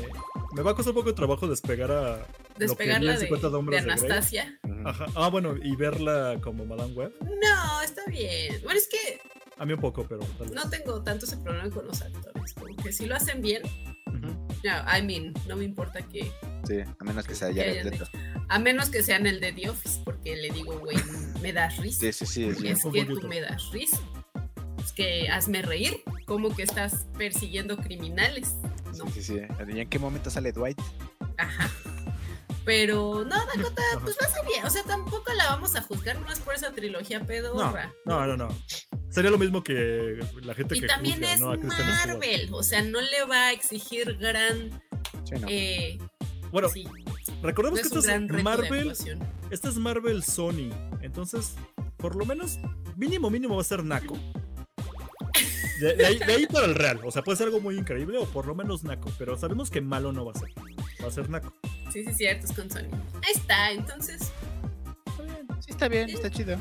Speaker 3: Me va a costar un poco de trabajo despegar a. vi
Speaker 4: Despegarla
Speaker 3: en
Speaker 4: de,
Speaker 3: 50
Speaker 4: de
Speaker 3: sombras de Grey.
Speaker 4: Anastasia.
Speaker 3: Ajá. Ah, bueno, y verla como Madame Web.
Speaker 4: No, está bien. Bueno, es que
Speaker 3: A mí un poco, pero tal vez.
Speaker 4: no tengo tanto ese problema con los actores. Como que si lo hacen bien,
Speaker 3: Ujú.
Speaker 4: no, I mean, no me importa que.
Speaker 2: Sí, a menos que sea ya
Speaker 4: hayan
Speaker 2: letra.
Speaker 4: A menos que sean el de The Office, porque le digo, güey, me das risa.
Speaker 2: Sí, sí, sí. sí.
Speaker 4: Es
Speaker 3: Un
Speaker 4: que tú
Speaker 3: poquito.
Speaker 4: me das risa. Es que hazme reír. Como que estás persiguiendo criminales. No.
Speaker 2: Sí, sí, sí. ¿Y en qué momento sale Dwight?
Speaker 4: Ajá. Pero no, Dakota,
Speaker 3: Ajá.
Speaker 4: pues va a ser bien. O sea, tampoco la vamos a juzgar más por esa trilogía pedorra.
Speaker 3: No, no, no. Sería lo mismo que la gente
Speaker 4: Y
Speaker 3: que
Speaker 4: también
Speaker 3: juzga,
Speaker 4: es
Speaker 3: ¿no? A Kristen Stewart.
Speaker 4: Marvel, o sea, no le va a exigir gran.
Speaker 2: Sí, no.
Speaker 4: eh,
Speaker 3: Bueno,
Speaker 4: sí, no
Speaker 3: recordemos
Speaker 4: es
Speaker 3: que
Speaker 4: un
Speaker 3: esta
Speaker 4: gran
Speaker 3: es
Speaker 4: reto de
Speaker 3: Marvel,
Speaker 4: actuación.
Speaker 3: esta es Marvel Sony. Entonces, por lo menos, mínimo, mínimo va a ser Naco. De, de ahí, de ahí para el real. O sea, puede ser algo muy increíble o por lo menos Naco. Pero sabemos que malo no va a ser. Va a ser Naco.
Speaker 4: Sí, sí, cierto, es con Sony. Ahí está, entonces
Speaker 2: Sí, está bien, está chido.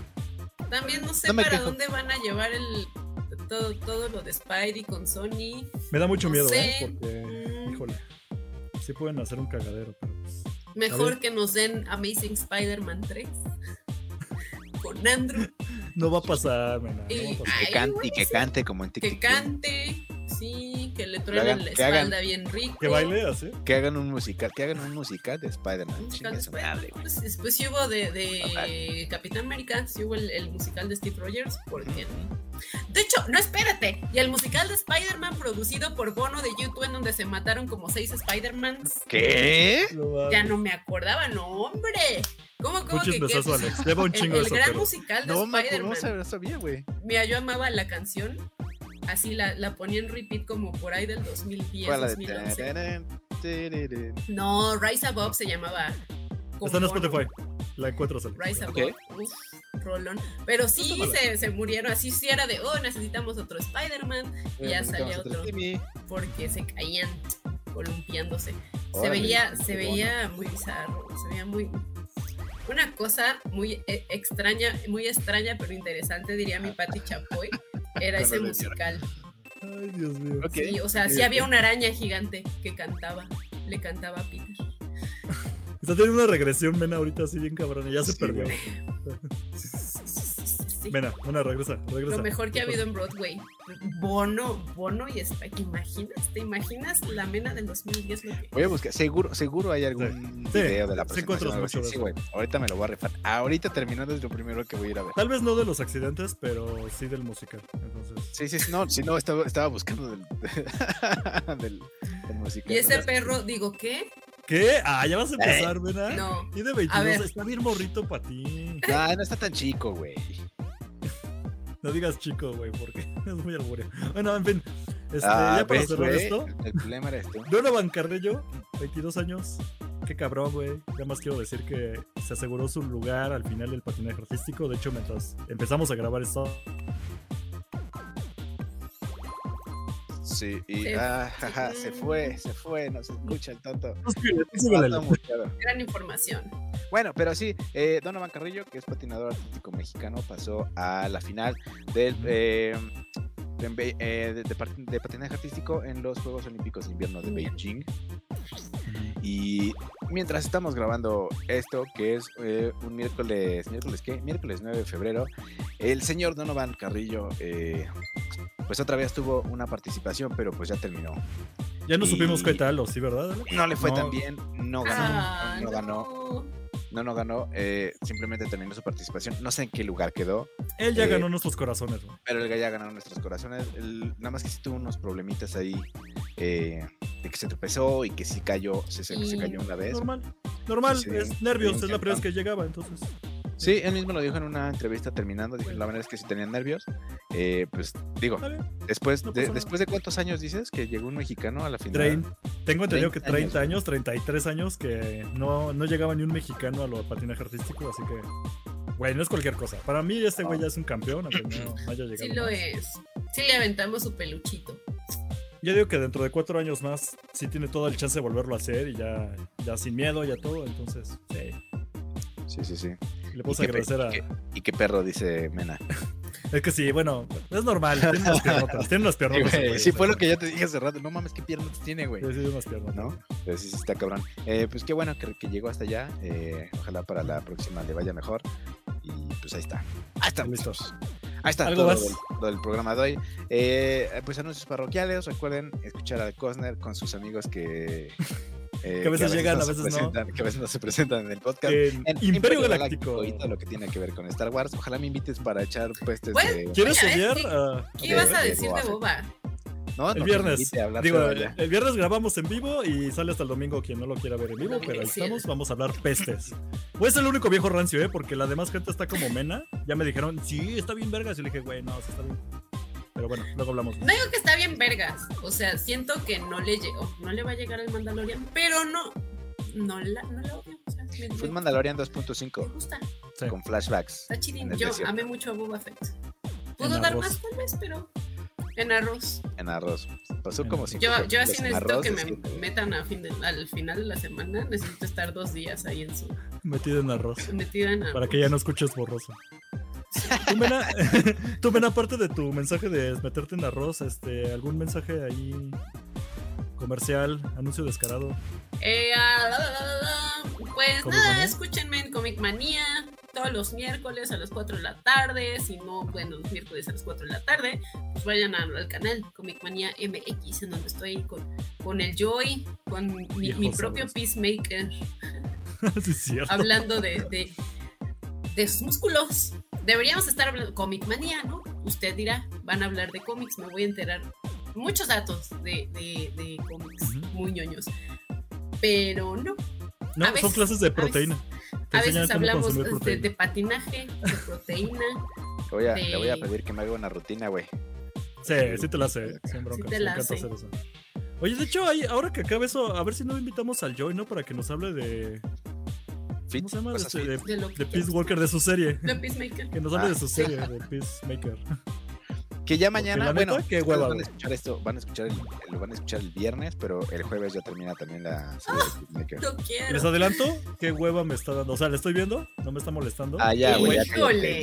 Speaker 4: también no sé
Speaker 2: No me
Speaker 4: para
Speaker 2: quejo.
Speaker 4: dónde van a llevar el todo, todo lo de Spidey con Sony.
Speaker 3: Me da mucho
Speaker 4: No
Speaker 3: miedo,
Speaker 4: sé.
Speaker 3: ¿eh? Porque,
Speaker 4: Mm.
Speaker 3: híjole. Sí pueden hacer un cagadero, pero pues.
Speaker 4: Mejor
Speaker 3: ver.
Speaker 4: que nos den Amazing Spider-Man 3 con Andrew
Speaker 3: No va a pasar, mena, no va a
Speaker 4: y,
Speaker 3: pasar.
Speaker 4: ay,
Speaker 2: Que can-
Speaker 4: güey,
Speaker 2: y que cante como en Tic
Speaker 4: que
Speaker 2: Tic Boom.
Speaker 4: cante, sí, que le truenen
Speaker 2: hagan-
Speaker 4: la
Speaker 2: que hagan-
Speaker 4: espalda bien rico.
Speaker 3: Que baile así.
Speaker 2: Que hagan un musical, que hagan un musical de
Speaker 4: Un
Speaker 2: Spider-Man.
Speaker 4: musical de
Speaker 2: Chingue su madre,
Speaker 4: Spider-Man,
Speaker 2: güey.
Speaker 4: pues, Después sí hubo de, de
Speaker 2: Total.
Speaker 4: Capitán América, sí hubo el, el musical de Steve Rogers, porque... De hecho, no espérate, y el musical de Spider-Man producido por Bono de YouTube en donde se mataron como seis Spider-Mans,
Speaker 2: ¿Qué?
Speaker 3: No
Speaker 4: ya
Speaker 3: mames.
Speaker 4: no me acordaba, no hombre. ¿Cómo, cómo
Speaker 3: Muchos
Speaker 4: que, que-
Speaker 3: besazos, Alex. Lleva un
Speaker 4: el,
Speaker 3: chingo de
Speaker 4: el
Speaker 3: eso,
Speaker 4: gran
Speaker 3: pero-
Speaker 4: musical de
Speaker 2: No, me no
Speaker 4: Spider-Man.
Speaker 2: sab- sabía, güey.
Speaker 4: Mira, yo amaba la canción, así la, la ponía en repeat como por ahí del 2010,
Speaker 2: Fue la de
Speaker 4: 2011.
Speaker 2: tararán, tararán.
Speaker 4: No, Rise Above se llamaba. con
Speaker 3: Está en
Speaker 4: Bono.
Speaker 3: Spotify. La encuentras. Alex.
Speaker 4: Rise
Speaker 2: Ok.
Speaker 4: Above. Uf, rolón. Pero sí
Speaker 3: Tómala.
Speaker 4: se, se murieron. Así sí era de, oh, necesitamos otro Spider-Man.
Speaker 2: Bueno,
Speaker 4: ya
Speaker 2: necesitamos
Speaker 4: salió
Speaker 2: otro
Speaker 4: otro.
Speaker 2: Timmy.
Speaker 4: Porque se caían. columpiándose. Se
Speaker 2: Órale,
Speaker 4: veía,
Speaker 2: qué
Speaker 4: se veía muy bizarro, se veía muy... Una cosa muy eh, extraña, muy extraña pero interesante, diría mi Pati Chapoy, era
Speaker 2: No,
Speaker 4: ese
Speaker 2: no le
Speaker 4: musical.
Speaker 3: Ay, Dios mío.
Speaker 2: Ok.
Speaker 4: Sí, o sea,
Speaker 2: ok,
Speaker 4: sí
Speaker 2: ok.
Speaker 4: había una araña gigante que cantaba, le cantaba a Peter.
Speaker 3: Está teniendo una regresión, Mena, ahorita así bien cabrona. Ya se
Speaker 2: Sí,
Speaker 3: perdió.
Speaker 2: güey.
Speaker 4: Sí.
Speaker 3: Mena, Mena, regresa, regresa.
Speaker 4: Lo mejor que ha habido en Broadway. Bono, Bono y Spike. ¿Imaginas? ¿Te imaginas la mena del 2010? Lo que...
Speaker 2: Voy a buscar, seguro, seguro hay algún
Speaker 3: Sí,
Speaker 2: video de la
Speaker 3: sí
Speaker 2: presentación.
Speaker 3: encuentras
Speaker 2: o algo así.
Speaker 3: mucho de
Speaker 2: Sí,
Speaker 3: eso.
Speaker 2: güey, ahorita me lo voy a rifar. Ahorita terminando es lo primero que voy a ir a ver.
Speaker 3: Tal vez no de los accidentes, pero sí del musical. Entonces,
Speaker 2: Sí, sí, sí, no, sí, no, estaba, estaba buscando del, del, del musical.
Speaker 4: Y
Speaker 2: no
Speaker 4: ese
Speaker 2: las-
Speaker 4: perro, digo, ¿qué?
Speaker 3: ¿qué? Ah, ya vas a empezar, Mena.
Speaker 4: Eh, No.
Speaker 3: Y de
Speaker 4: A ver.
Speaker 3: 22, está bien morrito para ti.
Speaker 2: Ah, no está tan chico, güey.
Speaker 3: No digas chico, güey, porque es muy arbóreo. Bueno, en fin, este,
Speaker 2: Ah,
Speaker 3: ya para
Speaker 2: ves,
Speaker 3: cerrar
Speaker 2: güey,
Speaker 3: esto,
Speaker 2: El problema era esto.
Speaker 3: Donovan Carrillo, 22 años. Qué cabrón, güey. Nada más quiero decir que se aseguró su lugar al final del patinaje artístico. De hecho, mientras empezamos a grabar esto,
Speaker 2: Sí, y
Speaker 4: Se-
Speaker 2: ah, jaja, se fue, se fue, no se escucha el tonto.
Speaker 3: Súbele,
Speaker 2: Está muteado.
Speaker 4: Gran información.
Speaker 2: Bueno, pero sí, eh, Donovan Carrillo, que es patinador artístico mexicano, pasó a la final del eh, de, Be- eh, de- de pat- de patinaje artístico en los Juegos Olímpicos de Invierno de
Speaker 4: Bien.
Speaker 2: Beijing. Y mientras estamos grabando esto, que es eh, un miércoles, miércoles qué, miércoles 9 de febrero, el señor Donovan Carrillo, eh, pues otra vez tuvo una participación, pero pues ya terminó.
Speaker 3: ya no supimos
Speaker 2: Y-
Speaker 3: qué tal, ¿o sí, verdad? Ale?
Speaker 2: No le fue
Speaker 3: No.
Speaker 2: tan bien, no ganó,
Speaker 4: Ah,
Speaker 2: no ganó, no, no ganó, eh, simplemente terminó su participación. No sé en qué lugar quedó,
Speaker 3: Él ya
Speaker 2: Eh,
Speaker 3: ganó nuestros corazones, güey.
Speaker 2: pero el Gaya ganó nuestros corazones. El- nada más que sí tuvo unos problemitas ahí eh, de que se tropezó y que sí cayó, se, se- se cayó una vez.
Speaker 3: Normal. Normal,
Speaker 2: Sí,
Speaker 3: es nervios,
Speaker 2: sí,
Speaker 3: es la primera vez que llegaba, entonces.
Speaker 2: Sí, él mismo lo dijo en una entrevista terminando. Dijo, la verdad es que sí tenía nervios. Eh, pues digo,
Speaker 3: Está bien.
Speaker 2: después,
Speaker 3: no
Speaker 2: de,
Speaker 3: pasa nada.
Speaker 2: después de cuántos años dices que llegó un mexicano a la final.
Speaker 3: Trein- tengo entendido que
Speaker 2: 30 años.
Speaker 3: 30 años, 33 años, que no, no llegaba ni un mexicano a lo de patinaje artístico, así que, güey, no es cualquier cosa. Para mí este güey ya es un campeón, aunque no, no haya llegado.
Speaker 4: Sí lo
Speaker 3: más.
Speaker 4: es. Sí le aventamos su peluchito.
Speaker 3: Yo digo que dentro de cuatro años más sí tiene todo el chance de volverlo a hacer y ya, ya sin miedo, ya todo, entonces, sí.
Speaker 2: Sí, sí, sí.
Speaker 3: Le puedo
Speaker 2: qué pe-
Speaker 3: agradecer a...
Speaker 2: qué- Y qué perro, dice Mena.
Speaker 3: Es que sí, bueno, es normal, tiene unas piernotas, tiene unas
Speaker 2: Sí,
Speaker 3: piernotas.
Speaker 2: güey,
Speaker 3: el güey,
Speaker 2: sí,
Speaker 3: o sea,
Speaker 2: fue lo que yo te dije hace rato. No mames, qué piernas tiene, güey.
Speaker 3: Sí, sí, unas piernotas.
Speaker 2: ¿no? Pero sí, sí está cabrón. Eh, pues qué bueno que, que llegó hasta allá. eh, ojalá para la próxima le vaya mejor. Y pues ahí está. Ahí está.
Speaker 3: Listo.
Speaker 2: Ahí está
Speaker 3: ¿Algo
Speaker 2: todo
Speaker 3: más?
Speaker 2: del, todo el programa de hoy. Eh, pues anuncios parroquiales. Recuerden escuchar al Cosner con sus amigos que. eh,
Speaker 3: Que a veces llegan, a
Speaker 2: se
Speaker 3: veces no.
Speaker 2: presentan- Que a veces no se presentan en el podcast.
Speaker 3: En
Speaker 2: En
Speaker 3: Imperio, Galáctico.
Speaker 2: y todo lo que tiene que ver con Star Wars. Ojalá me invites para echar pues, este, puestes
Speaker 4: Bueno,
Speaker 2: de.
Speaker 3: ¿Quieres
Speaker 4: Oye, a
Speaker 3: soñar?
Speaker 4: ver, sí.
Speaker 3: Ah,
Speaker 4: ¿Qué
Speaker 2: De-
Speaker 4: ibas a
Speaker 2: de
Speaker 4: decir de boba?
Speaker 2: No, no, que
Speaker 3: el
Speaker 2: me
Speaker 3: viernes.
Speaker 2: invite a hablar
Speaker 3: Digo, eh,
Speaker 2: sobre allá.
Speaker 3: el viernes grabamos en vivo y sale hasta el domingo quien no lo quiera ver en vivo, pero ahí
Speaker 4: Sí.
Speaker 3: estamos, vamos a hablar pestes. Pues el único viejo rancio, ¿eh? Porque la demás gente está como mena. Ya me dijeron, sí, está bien vergas. Y le dije, güey, no, sí está bien. Pero bueno, luego hablamos.
Speaker 4: No digo que está bien vergas. O sea, siento que no le llegó, no le va a llegar el Mandalorian, pero no, no la, no la odio. O sea, me,
Speaker 2: Fue un
Speaker 4: me-
Speaker 2: Mandalorian
Speaker 4: me
Speaker 2: 2.5
Speaker 4: gusta.
Speaker 3: Sí.
Speaker 2: con flashbacks.
Speaker 4: Está chidín.
Speaker 2: En el
Speaker 4: Yo
Speaker 2: desierto.
Speaker 4: amé mucho a Boba Fett. Pudo
Speaker 3: En
Speaker 4: dar
Speaker 3: arroz.
Speaker 4: más tal vez, pero en arroz.
Speaker 2: en arroz. Pasó
Speaker 3: En
Speaker 2: como
Speaker 3: arroz.
Speaker 2: cinco
Speaker 4: Yo, yo
Speaker 2: capítulos Pues,
Speaker 4: así
Speaker 2: en
Speaker 4: necesito
Speaker 2: arroz,
Speaker 4: que me
Speaker 2: así que-
Speaker 4: metan a fin de- al final de la semana. Necesito estar dos días ahí en su,
Speaker 3: Metido en arroz.
Speaker 4: metida en arroz.
Speaker 3: Para que ya no escuches borroso. Tú, Mena, tú, Mena, aparte de tu mensaje de meterte en arroz, este, algún mensaje ahí comercial, anuncio descarado.
Speaker 4: Eh, ah, la, la, la, la. Pues
Speaker 3: ¿Comic
Speaker 4: nada,
Speaker 3: Manía?
Speaker 4: escúchenme en Comic Manía todos los miércoles a las 4 de la tarde. Si no, bueno, los miércoles a las 4 de la tarde, pues vayan a- al canal Comic Manía MX, en donde estoy con, con el Joy, con mi,
Speaker 3: Viejo
Speaker 4: mi propio
Speaker 3: sabroso.
Speaker 4: Peacemaker,
Speaker 3: sí, es cierto.
Speaker 4: hablando de, de, de sus músculos. Deberíamos estar hablando Comic Manía, ¿no? Usted dirá, van a hablar de cómics, me voy a enterar muchos datos de, de, de cómics
Speaker 3: Ujú.
Speaker 4: muy ñoños. Pero no,
Speaker 3: No,
Speaker 4: a veces-
Speaker 3: son clases de
Speaker 4: veces-
Speaker 3: proteína. Te
Speaker 4: A
Speaker 3: enseñan
Speaker 4: veces
Speaker 3: cómo
Speaker 4: hablamos este,
Speaker 3: consumir
Speaker 4: de,
Speaker 3: proteína.
Speaker 4: de patinaje, de proteína.
Speaker 2: Voy a- Le voy a
Speaker 4: de-
Speaker 2: pedir que me haga una rutina, güey.
Speaker 3: Sí, sí te la hace, sin bronca.
Speaker 4: te
Speaker 3: me
Speaker 4: la
Speaker 3: encanta
Speaker 4: hace.
Speaker 3: hacer eso. Oye, de hecho, ahí, ahora que acabe eso, a ver si no invitamos al Joy, ¿no? Para que nos hable de.
Speaker 2: Fit,
Speaker 3: ¿Cómo se llama?
Speaker 2: cosas
Speaker 3: Este, de,
Speaker 2: fit.
Speaker 4: De lo que
Speaker 3: de Peace Walker, de su serie.
Speaker 4: De Peacemaker.
Speaker 3: Que nos hable
Speaker 2: Ah.
Speaker 3: de su serie, de Peacemaker.
Speaker 2: Que ya
Speaker 3: la
Speaker 2: mañana,
Speaker 3: neta,
Speaker 2: bueno,
Speaker 3: qué
Speaker 2: ustedes
Speaker 3: hueva,
Speaker 2: van a
Speaker 3: güey.
Speaker 2: escuchar esto, van a escuchar el, lo van a escuchar el viernes, pero el jueves ya termina también la serie de Peacemaker.
Speaker 4: No
Speaker 3: Y Les
Speaker 4: quiero.
Speaker 3: adelanto, qué hueva me está dando. O sea, le estoy viendo, no me está molestando.
Speaker 2: Ah, ya, güey, ya
Speaker 4: Híjole.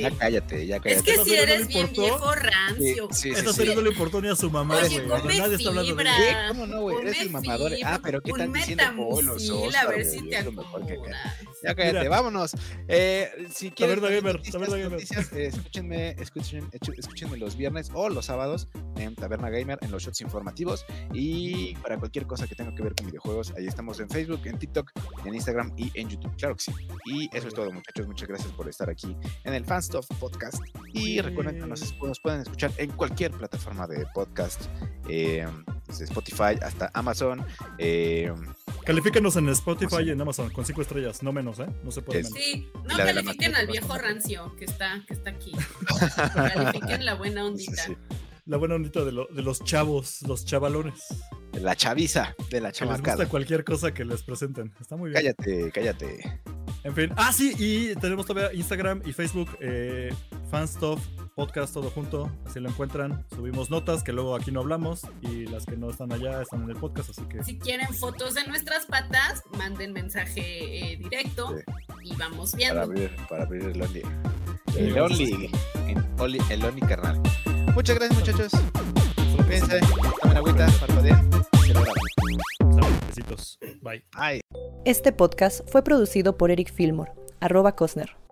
Speaker 2: cállate, ya cállate, ya cállate.
Speaker 4: Es que
Speaker 3: Esa
Speaker 4: si
Speaker 3: serie no
Speaker 4: eres
Speaker 3: le
Speaker 4: bien
Speaker 3: importó.
Speaker 4: viejo rancio.
Speaker 2: Sí, sí,
Speaker 3: Esta
Speaker 2: sí.
Speaker 3: serie no le importó ni a su mamá,
Speaker 4: Oye,
Speaker 3: güey.
Speaker 4: come
Speaker 3: Nadie está hablando de
Speaker 4: fibra.
Speaker 3: ella.
Speaker 2: ¿Qué? ¿Cómo no, güey? Eres
Speaker 4: Ponme
Speaker 2: el mamador.
Speaker 4: fibra,
Speaker 2: Ah, pero ¿qué
Speaker 4: un
Speaker 2: están diciendo? Oh, los
Speaker 4: metamucil, a
Speaker 2: Oscar,
Speaker 4: ver
Speaker 2: güey,
Speaker 4: si te
Speaker 2: es lo mejor que-
Speaker 4: acomodas.
Speaker 2: Ya cállate,
Speaker 3: Mira.
Speaker 2: vámonos. Eh, si quieren
Speaker 3: Taberna
Speaker 2: también
Speaker 3: Gamer, Taberna Gamer.
Speaker 2: noticias, eh, escúchenme, escuchen- echu- escúchenme los viernes o los sábados en Taberna Gamer, en los shots informativos. Y para cualquier cosa que tenga que ver con videojuegos, ahí estamos en Facebook, en TikTok, en Instagram y en YouTube. Claro que sí. Y eso es todo, muchachos. Muchas gracias por estar aquí en el Fanstuff Podcast. Y recuerden que nos, nos pueden escuchar en cualquier plataforma de podcast, eh, desde Spotify hasta Amazon. eh,
Speaker 3: Califícanos en Spotify
Speaker 2: Amazon.
Speaker 3: y en Amazon con cinco estrellas, no menos, ¿eh? No se puede
Speaker 2: Pues Es-
Speaker 3: menos.
Speaker 4: Sí,
Speaker 2: Y
Speaker 4: no
Speaker 2: la de la
Speaker 4: califiquen
Speaker 2: mascota,
Speaker 4: al
Speaker 2: la
Speaker 4: viejo
Speaker 2: mascota.
Speaker 4: rancio que está, que está aquí. Califiquen la buena
Speaker 2: sí,
Speaker 4: ondita.
Speaker 2: sí.
Speaker 3: La buena ondita de, lo- de los chavos, los chavalones.
Speaker 2: de la chaviza, de la
Speaker 3: Que les gusta
Speaker 2: chamacada.
Speaker 3: cualquier cosa que les presenten. Está muy bien.
Speaker 2: Cállate, cállate.
Speaker 3: En fin. Ah, sí, y tenemos todavía Instagram y Facebook, eh, Fanstuff, podcast, todo junto. Así lo encuentran. Subimos notas que luego aquí no hablamos y las que no están allá están en el podcast, así que
Speaker 4: Si quieren fotos de nuestras patas, manden mensaje eh, directo y vamos
Speaker 2: Para
Speaker 4: viendo.
Speaker 2: abrir, para abrir el Only.
Speaker 3: Sí,
Speaker 2: El
Speaker 3: vamos a
Speaker 2: Only. El Only, el only carnal. Muchas gracias, muchachos.
Speaker 3: solo
Speaker 2: Cuídense. Tomen agüita, parpadean. Se logran.
Speaker 3: Sale, Besitos. Bye.
Speaker 2: Ay.
Speaker 1: Este podcast fue producido por Eric Fillmore, arroba Cosner,